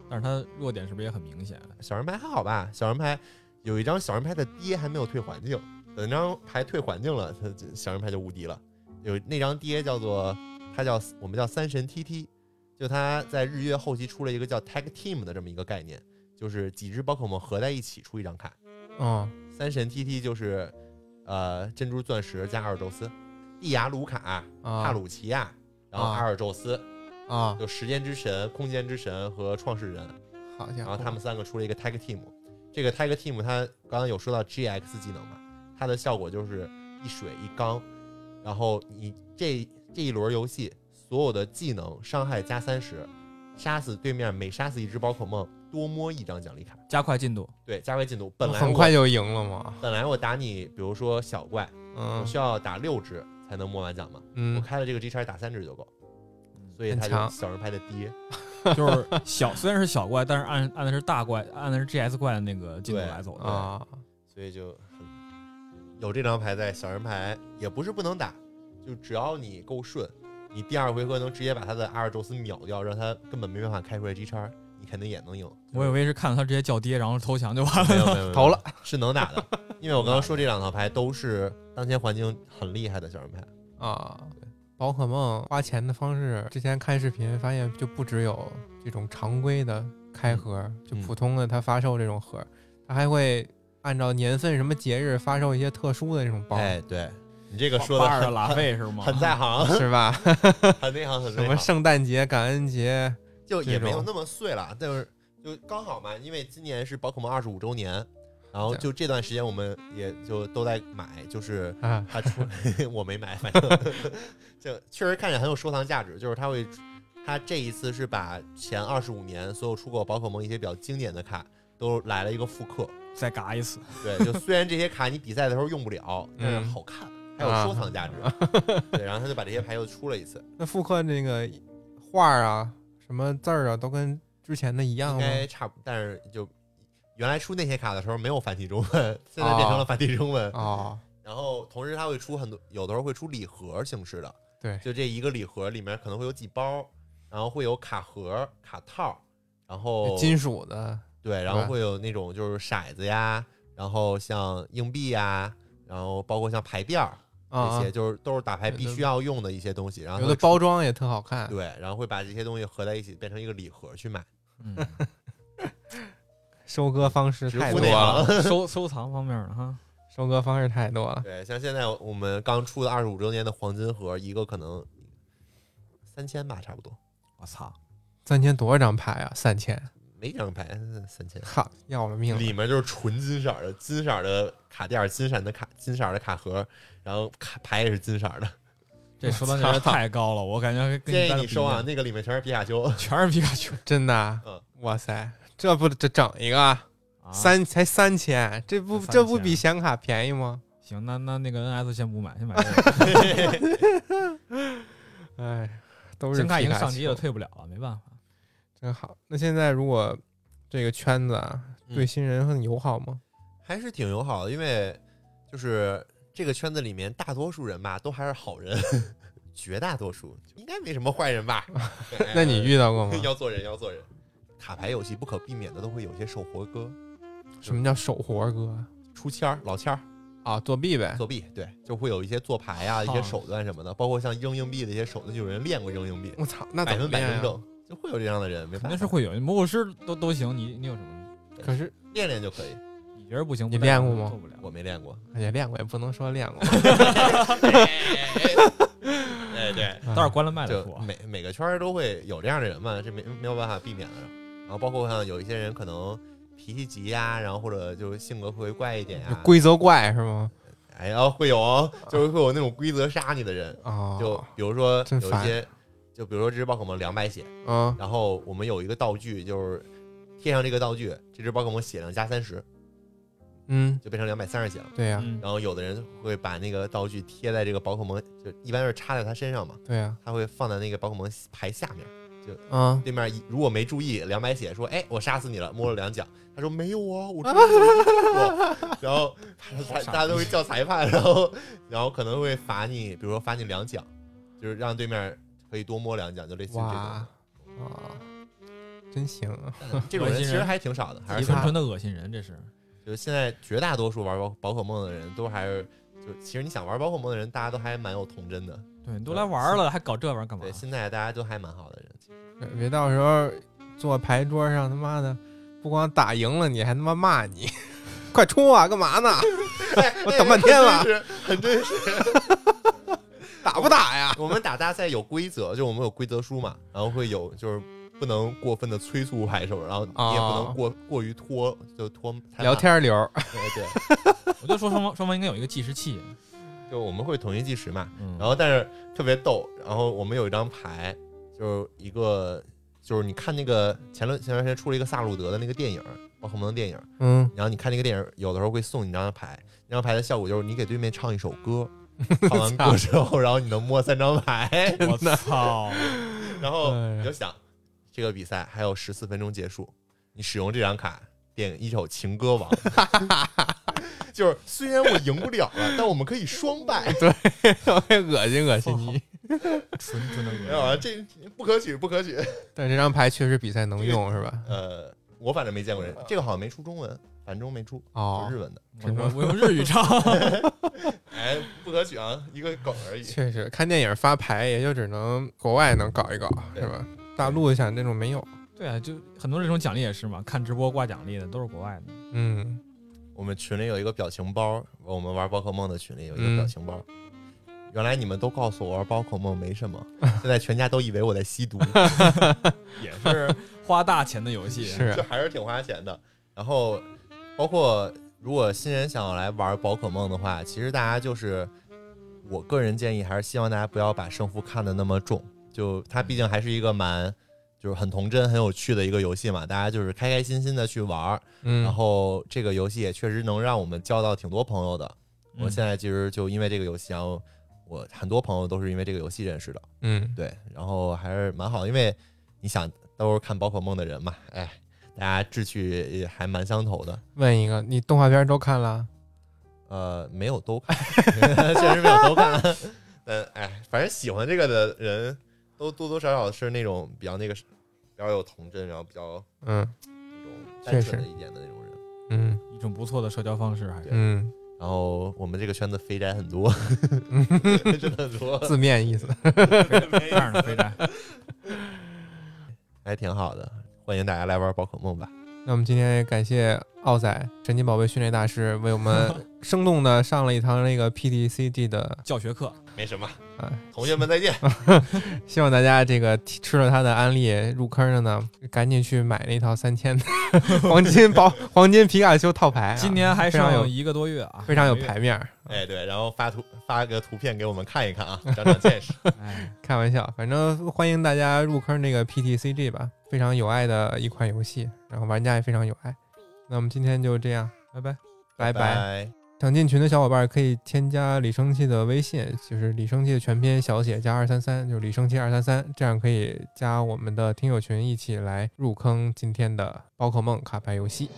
Speaker 3: 但是它弱点是不是也很明显？
Speaker 2: 小人牌还好吧？小人牌有一张小人牌的爹还没有退环境，等那张牌退环境了，他就小人牌就无敌了。有那张爹叫做他叫我们叫三神 TT，就他在日月后期出了一个叫 Tag Team 的这么一个概念，就是几只宝可梦合在一起出一张卡。
Speaker 1: 哦，
Speaker 2: 三神 TT 就是呃珍珠钻石加阿尔宙斯、蒂亚卢卡、
Speaker 1: 啊，
Speaker 2: 帕鲁奇亚，然后
Speaker 1: 啊
Speaker 2: 阿尔宙斯，
Speaker 1: 啊，
Speaker 2: 就时间之神、空间之神和创世人。
Speaker 1: 好家
Speaker 2: 然
Speaker 1: 伙，
Speaker 2: 后他们三个出了一个 Tag Team，这个 Tag Team 它刚刚有说到 GX 技能嘛，它的效果就是一水一钢，然后你这这一轮游戏所有的技能伤害加三十，杀死对面每杀死一只宝可梦多摸一张奖励卡，
Speaker 3: 加快进度，
Speaker 2: 对，加快进度。本来
Speaker 1: 很
Speaker 2: 我
Speaker 1: 快就赢了嘛，
Speaker 2: 本来我打你，比如说小怪，我
Speaker 1: 嗯
Speaker 2: 需要打六只才能摸完奖嘛，我
Speaker 1: 嗯，
Speaker 2: 开了这个 G 叉打三只就够，所以
Speaker 1: 很
Speaker 2: 他
Speaker 1: 强
Speaker 2: 就小人牌的爹，
Speaker 3: 就是小虽然是小怪，但是按按的是大怪，按的是 GS 怪的那个进度来走的。
Speaker 1: 啊，
Speaker 2: 所以就很有这张牌在，小人牌也不是不能打，就只要你够顺，你第二回合能直接把他的阿尔宙斯秒掉，让他根本没办法开出来 G 叉，你肯定也能赢。
Speaker 3: 我以为是看到他直接叫爹，然后投降就完
Speaker 2: *laughs* 没
Speaker 3: 了。
Speaker 2: 有没有没有
Speaker 1: 投了，
Speaker 2: 是能打的，因为我刚刚说这两套牌都是当前环境很厉害的小人牌。
Speaker 1: 啊，宝可梦花钱的方式，之前看视频发现就不只有这种常规的
Speaker 2: 嗯
Speaker 1: 开盒，就普通的它发售这种盒，它还会按照年份什么节日发售一些特殊的这种包，
Speaker 2: 哎，对你这个说
Speaker 3: 巴尔的
Speaker 2: 的
Speaker 3: 拉菲是吗？
Speaker 2: 很在行，
Speaker 1: 是
Speaker 2: *laughs*
Speaker 1: 吧？
Speaker 2: 很内行，很
Speaker 1: 什
Speaker 2: 内
Speaker 1: 么
Speaker 2: 行。
Speaker 1: 圣诞节、感恩节，
Speaker 2: 就也没有
Speaker 1: 这种
Speaker 2: 那么碎了，但是就刚好嘛，因为今年是宝可梦二十五周年，然后
Speaker 1: 对
Speaker 2: 就这段时间我们也就都在买，就是
Speaker 1: 啊
Speaker 2: 它出我没买，反正就确实看着很有收藏价值，就是它会。它这一次是把前二十五年所有出过宝可梦一些比较经典的卡都来了一个复刻，
Speaker 3: 再嘎一次，
Speaker 2: 对，就虽然这些卡你比赛的时候用不了，但是
Speaker 1: 嗯啊
Speaker 2: 好看，还有收藏价值。 *laughs* 对，然后他就把这些牌又出了一次，
Speaker 1: 那复刻那个画儿啊、什么字儿啊，都跟之前的一样
Speaker 2: 应
Speaker 1: 吗？
Speaker 2: 该差不，但是就原来出那些卡的时候没有繁体中文， *laughs* 现在变成了繁体中文。
Speaker 1: 哦，
Speaker 2: 然后同时它会出很多，有的时候会出礼盒形式的，
Speaker 1: 对
Speaker 2: 就这一个礼盒里面可能会有几包，然后会有卡盒、卡套，然后
Speaker 1: 金属的，
Speaker 2: 对，然后会有那种就是骰子呀，然后像硬币呀，然后包括像牌垫儿
Speaker 1: 啊
Speaker 2: 这些，，就是都是打牌必须要用的一些东西。然后
Speaker 1: 有
Speaker 2: 它
Speaker 1: 的
Speaker 2: 会
Speaker 1: 包装也特好看，
Speaker 2: 对，然后会把这些东西合在一起变成一个礼盒去买，
Speaker 3: 嗯，
Speaker 1: 收割方式
Speaker 2: 直
Speaker 1: 太
Speaker 2: 呼
Speaker 1: 多
Speaker 2: 内
Speaker 1: 了，
Speaker 2: 行。
Speaker 3: 收收藏方面的哈，
Speaker 1: 收割方式太多了。
Speaker 2: *laughs* 对，像现在我们刚出的二十五周年的黄金盒，一个可能三千吧，差不多，
Speaker 3: 我操，
Speaker 1: 三千多少张牌啊？三
Speaker 3: *laughs*
Speaker 1: 千，
Speaker 2: 没几张牌，三千。
Speaker 1: 哈，要了命了！
Speaker 2: 里面就是纯金色儿的，金色儿的卡垫儿，金色儿的卡，金色儿的卡盒，然后卡牌也是金色儿的。
Speaker 3: 这收藏价值太高了，我感觉跟
Speaker 2: 建
Speaker 3: 一
Speaker 2: 议
Speaker 3: 般的
Speaker 2: 你收啊，
Speaker 3: 比
Speaker 2: 那个里面全是皮卡丘。
Speaker 3: 全是皮卡丘，
Speaker 1: 真的啊，
Speaker 2: 嗯
Speaker 1: 哇塞，这不这整一个啊
Speaker 3: 啊
Speaker 1: 三才三千，这不
Speaker 3: 才三千
Speaker 1: 这
Speaker 3: 啊
Speaker 1: 不比显卡便宜吗？
Speaker 3: 行，那那那个 NS 先不买，先买这个。
Speaker 1: 哎，都是
Speaker 3: 显卡已经
Speaker 1: 皮卡
Speaker 3: 上机了，
Speaker 1: 丘
Speaker 3: 退不了了，没办法。
Speaker 1: 真好。那现在如果这个圈子啊，
Speaker 2: 嗯
Speaker 1: 对新人很友好吗？
Speaker 2: *laughs* 还是挺友好的，因为就是这个圈子里面大多数人吧，都还是好人， *laughs* 绝大多数应该没什么坏人 *laughs* 吧？对
Speaker 3: 呃
Speaker 1: 那你遇到
Speaker 2: *laughs*
Speaker 1: 过吗？
Speaker 2: 要做人，要做人。卡牌游戏不可避免的都会有些手活哥、
Speaker 1: 什么叫手活儿哥
Speaker 2: 出签儿、老签儿、
Speaker 1: 啊？作弊呗。
Speaker 2: 作弊，对，就会有一些做牌啊、一些
Speaker 3: 啊
Speaker 2: 手段什么的，包括像扔硬币的一些手段，就有人练过扔硬币，
Speaker 1: 我操，那
Speaker 2: 百
Speaker 1: 怎么
Speaker 2: 分百
Speaker 1: 练啊
Speaker 2: 扔
Speaker 1: 呀
Speaker 2: 正，就会有这样的人，没
Speaker 3: 肯
Speaker 2: 办
Speaker 3: 定
Speaker 2: 法，
Speaker 3: 是会有魔术师都都行，你你有什么？
Speaker 1: 可是
Speaker 2: 练练就可以。
Speaker 3: 你觉得不行？
Speaker 1: 你
Speaker 3: 不代表
Speaker 1: 练过吗
Speaker 3: 做不了。
Speaker 2: 我没练过，
Speaker 1: 也哎练过，也不能说练
Speaker 3: *laughs*
Speaker 1: 过。啊
Speaker 2: 哎对，
Speaker 3: 待会儿关了麦再
Speaker 2: *laughs* 就
Speaker 3: 说。
Speaker 2: 每每个圈儿都会有这样的人嘛，这没没有办法避免的。然后包括像有一些人可能脾气急呀、然后或者就是性格会怪一点呀、
Speaker 3: 啊
Speaker 1: 就规则怪是吗？
Speaker 2: 哎呀会有哦，就是会有那种规则杀你的人，
Speaker 1: 啊，
Speaker 2: 就比如说
Speaker 1: 真
Speaker 2: 有一
Speaker 1: 烦
Speaker 2: 些，就比如说这只宝可梦两百血，
Speaker 1: 啊
Speaker 2: 然后我们有一个道具就是贴上这个道具，这只宝可梦血量加三十，
Speaker 1: 嗯，
Speaker 2: 就变成两百三十血了。
Speaker 1: 对呀，
Speaker 3: 嗯，
Speaker 2: 然后有的人会把那个道具贴在这个宝可梦，就一般是插在它身上嘛，
Speaker 1: 对呀，
Speaker 2: 它会放在那个宝可梦牌下面。
Speaker 1: 啊，
Speaker 2: 对面一如果没注意，两百血说：“哎，我杀死你了，摸了两脚。”他说：“没有啊，我真的没有。” *laughs* 然后大大家都会叫裁判，然后然后可能会罚你，比如说罚你两脚，就是让对面可以多摸两脚，就类似于
Speaker 1: 哇
Speaker 2: 这
Speaker 1: 啊
Speaker 2: 种。，真行啊！这种人其实还挺少的，还
Speaker 3: 一
Speaker 2: 是
Speaker 1: 奇葩
Speaker 3: 纯纯的恶心人，这是。
Speaker 2: 就是现在绝大多数玩宝宝可梦的人都还是。就其实你想玩宝可梦的人，大家都还蛮有童真的。
Speaker 3: 对，你都来玩了，还搞这玩意儿干嘛
Speaker 2: 对，？现在大家都还蛮好的人。
Speaker 1: *laughs* 别别到时候坐牌桌上他妈的，不光打赢了你，还他妈骂你， *laughs* 快冲啊，干嘛呢？我等半天了，
Speaker 2: 是哎很
Speaker 1: *laughs*
Speaker 2: 真实。 *laughs*
Speaker 1: 打不打呀？
Speaker 2: 我们打大赛有规则，就我们有规则书嘛，然后会有就是不能过分的催促牌手，然后你也不能过、过于拖，就拖太慢
Speaker 1: 啊聊。天流儿，
Speaker 2: 对对，
Speaker 3: 我就说双方双方应该有一个计时器。
Speaker 2: 就我们会统一计时嘛。
Speaker 3: 嗯，
Speaker 2: 然后但是特别逗，然后我们有一张牌，就是一个就是你看那个前段前段时间出了一个萨鲁德的那个电影，宝可梦的电影，
Speaker 1: *laughs* 嗯，
Speaker 2: 然后你看那个电影，有的时候会送你一张牌，那张牌的效果就是你给对面唱一首歌，唱完歌之后，然后你能摸三张牌。 *laughs*
Speaker 3: 我操！
Speaker 2: 然后
Speaker 1: 哎呀
Speaker 2: 你就想，这个比赛还有十四分钟结束，你使用这张卡点一首《情歌王》，就是虽然我赢不了了，但我们可以双败。
Speaker 1: 我也哎恶心恶心你。
Speaker 3: 纯纯的恶心
Speaker 2: 没有啊，这不可取，不可取。
Speaker 1: 但这张牌确实比赛能用是吧？
Speaker 2: 呃，我反正没见过人，这个好像没出中文，繁中没出，
Speaker 1: *laughs* 哦
Speaker 2: 是日，文的。
Speaker 3: 我我我用日语唱，
Speaker 2: 哎，不可取啊，一个梗而已。
Speaker 1: 确实，看电影发牌也就只能国外能搞一搞
Speaker 2: 对
Speaker 1: 是吧？大陆想那种没有，
Speaker 3: 对啊，就很多这种奖励也是嘛，看直播挂奖励的都是国外的。
Speaker 1: 嗯，
Speaker 2: 我们群里有一个表情包，我们玩宝可梦的群里有一个表情包。原来你们都告诉我玩宝可梦没什么，现在全家都以为我在吸毒。
Speaker 3: 也是花大钱的游戏。
Speaker 2: 就是
Speaker 1: 啊
Speaker 2: 还是挺花钱的。然后包括如果新人想要来玩宝可梦的话，其实大家就是，我个人建议还是希望大家不要把胜负看得那么重，就它毕竟还是一个蛮。就是很童真、很有趣的一个游戏嘛，大家就是开开心心的去玩儿，
Speaker 1: 嗯，
Speaker 2: 然后这个游戏也确实能让我们交到挺多朋友的。
Speaker 3: 嗯
Speaker 2: 我现在其实就因为这个游戏，然后我很多朋友都是因为这个游戏认识的。
Speaker 1: 嗯，
Speaker 2: 对，然后还是蛮好的，因为你想都是看宝可梦的人嘛，哎，大家志趣也还蛮相投的。
Speaker 1: 问一个，你动画片都看了？
Speaker 2: 呃，没有
Speaker 1: *laughs*
Speaker 2: 都看，确实没有都看，但哎，反正喜欢这个的人都多多少少是那种比较那个比较有童真，然后比较
Speaker 1: 嗯
Speaker 2: 那种
Speaker 1: 确
Speaker 2: 单纯
Speaker 1: 实
Speaker 2: 的一点的那种人。
Speaker 1: 嗯
Speaker 3: 一种不错的社交方式，还是
Speaker 1: 嗯，
Speaker 2: 然后我们这个圈子肥宅很 *laughs* 多，真的很多，
Speaker 1: 字面意思。
Speaker 3: 这样的肥宅。
Speaker 2: 还挺好的。欢迎大家来玩宝可梦吧。
Speaker 1: 那我们今天也感谢奥仔神奇宝贝训练大师为我
Speaker 3: *laughs*
Speaker 1: 们生动的上了一堂那个 PDCD 的
Speaker 3: 教
Speaker 1: *laughs*
Speaker 3: 学课，
Speaker 2: 没什么，
Speaker 1: 啊，
Speaker 2: 同学们再见。
Speaker 1: 希望大家这个吃吃了他的安利入坑的呢，赶紧去买那套三千的
Speaker 3: *laughs*
Speaker 1: 黄金宝黄金皮卡丘套牌啊、
Speaker 3: 今年还
Speaker 1: 非常有
Speaker 3: 剩一个多月啊，
Speaker 1: 非常有
Speaker 3: 一个月
Speaker 1: 牌面儿。
Speaker 2: 哎，对，然后发图发个图片给我们看一看啊，长长见识。
Speaker 3: 哎，
Speaker 1: 开玩笑，反正欢迎大家入坑这个 PTCG 吧，非常有爱的一 *laughs* 款游戏，然后玩家也非常有爱。那我们今天就这样，拜拜，拜
Speaker 2: 拜
Speaker 1: 想进群的小伙伴可以添加李生气的微信，就是李生气的全拼小写加二三三，就是李生气二三三，这样可以加我们的听友群，一起来入坑今天的宝可梦卡牌游戏。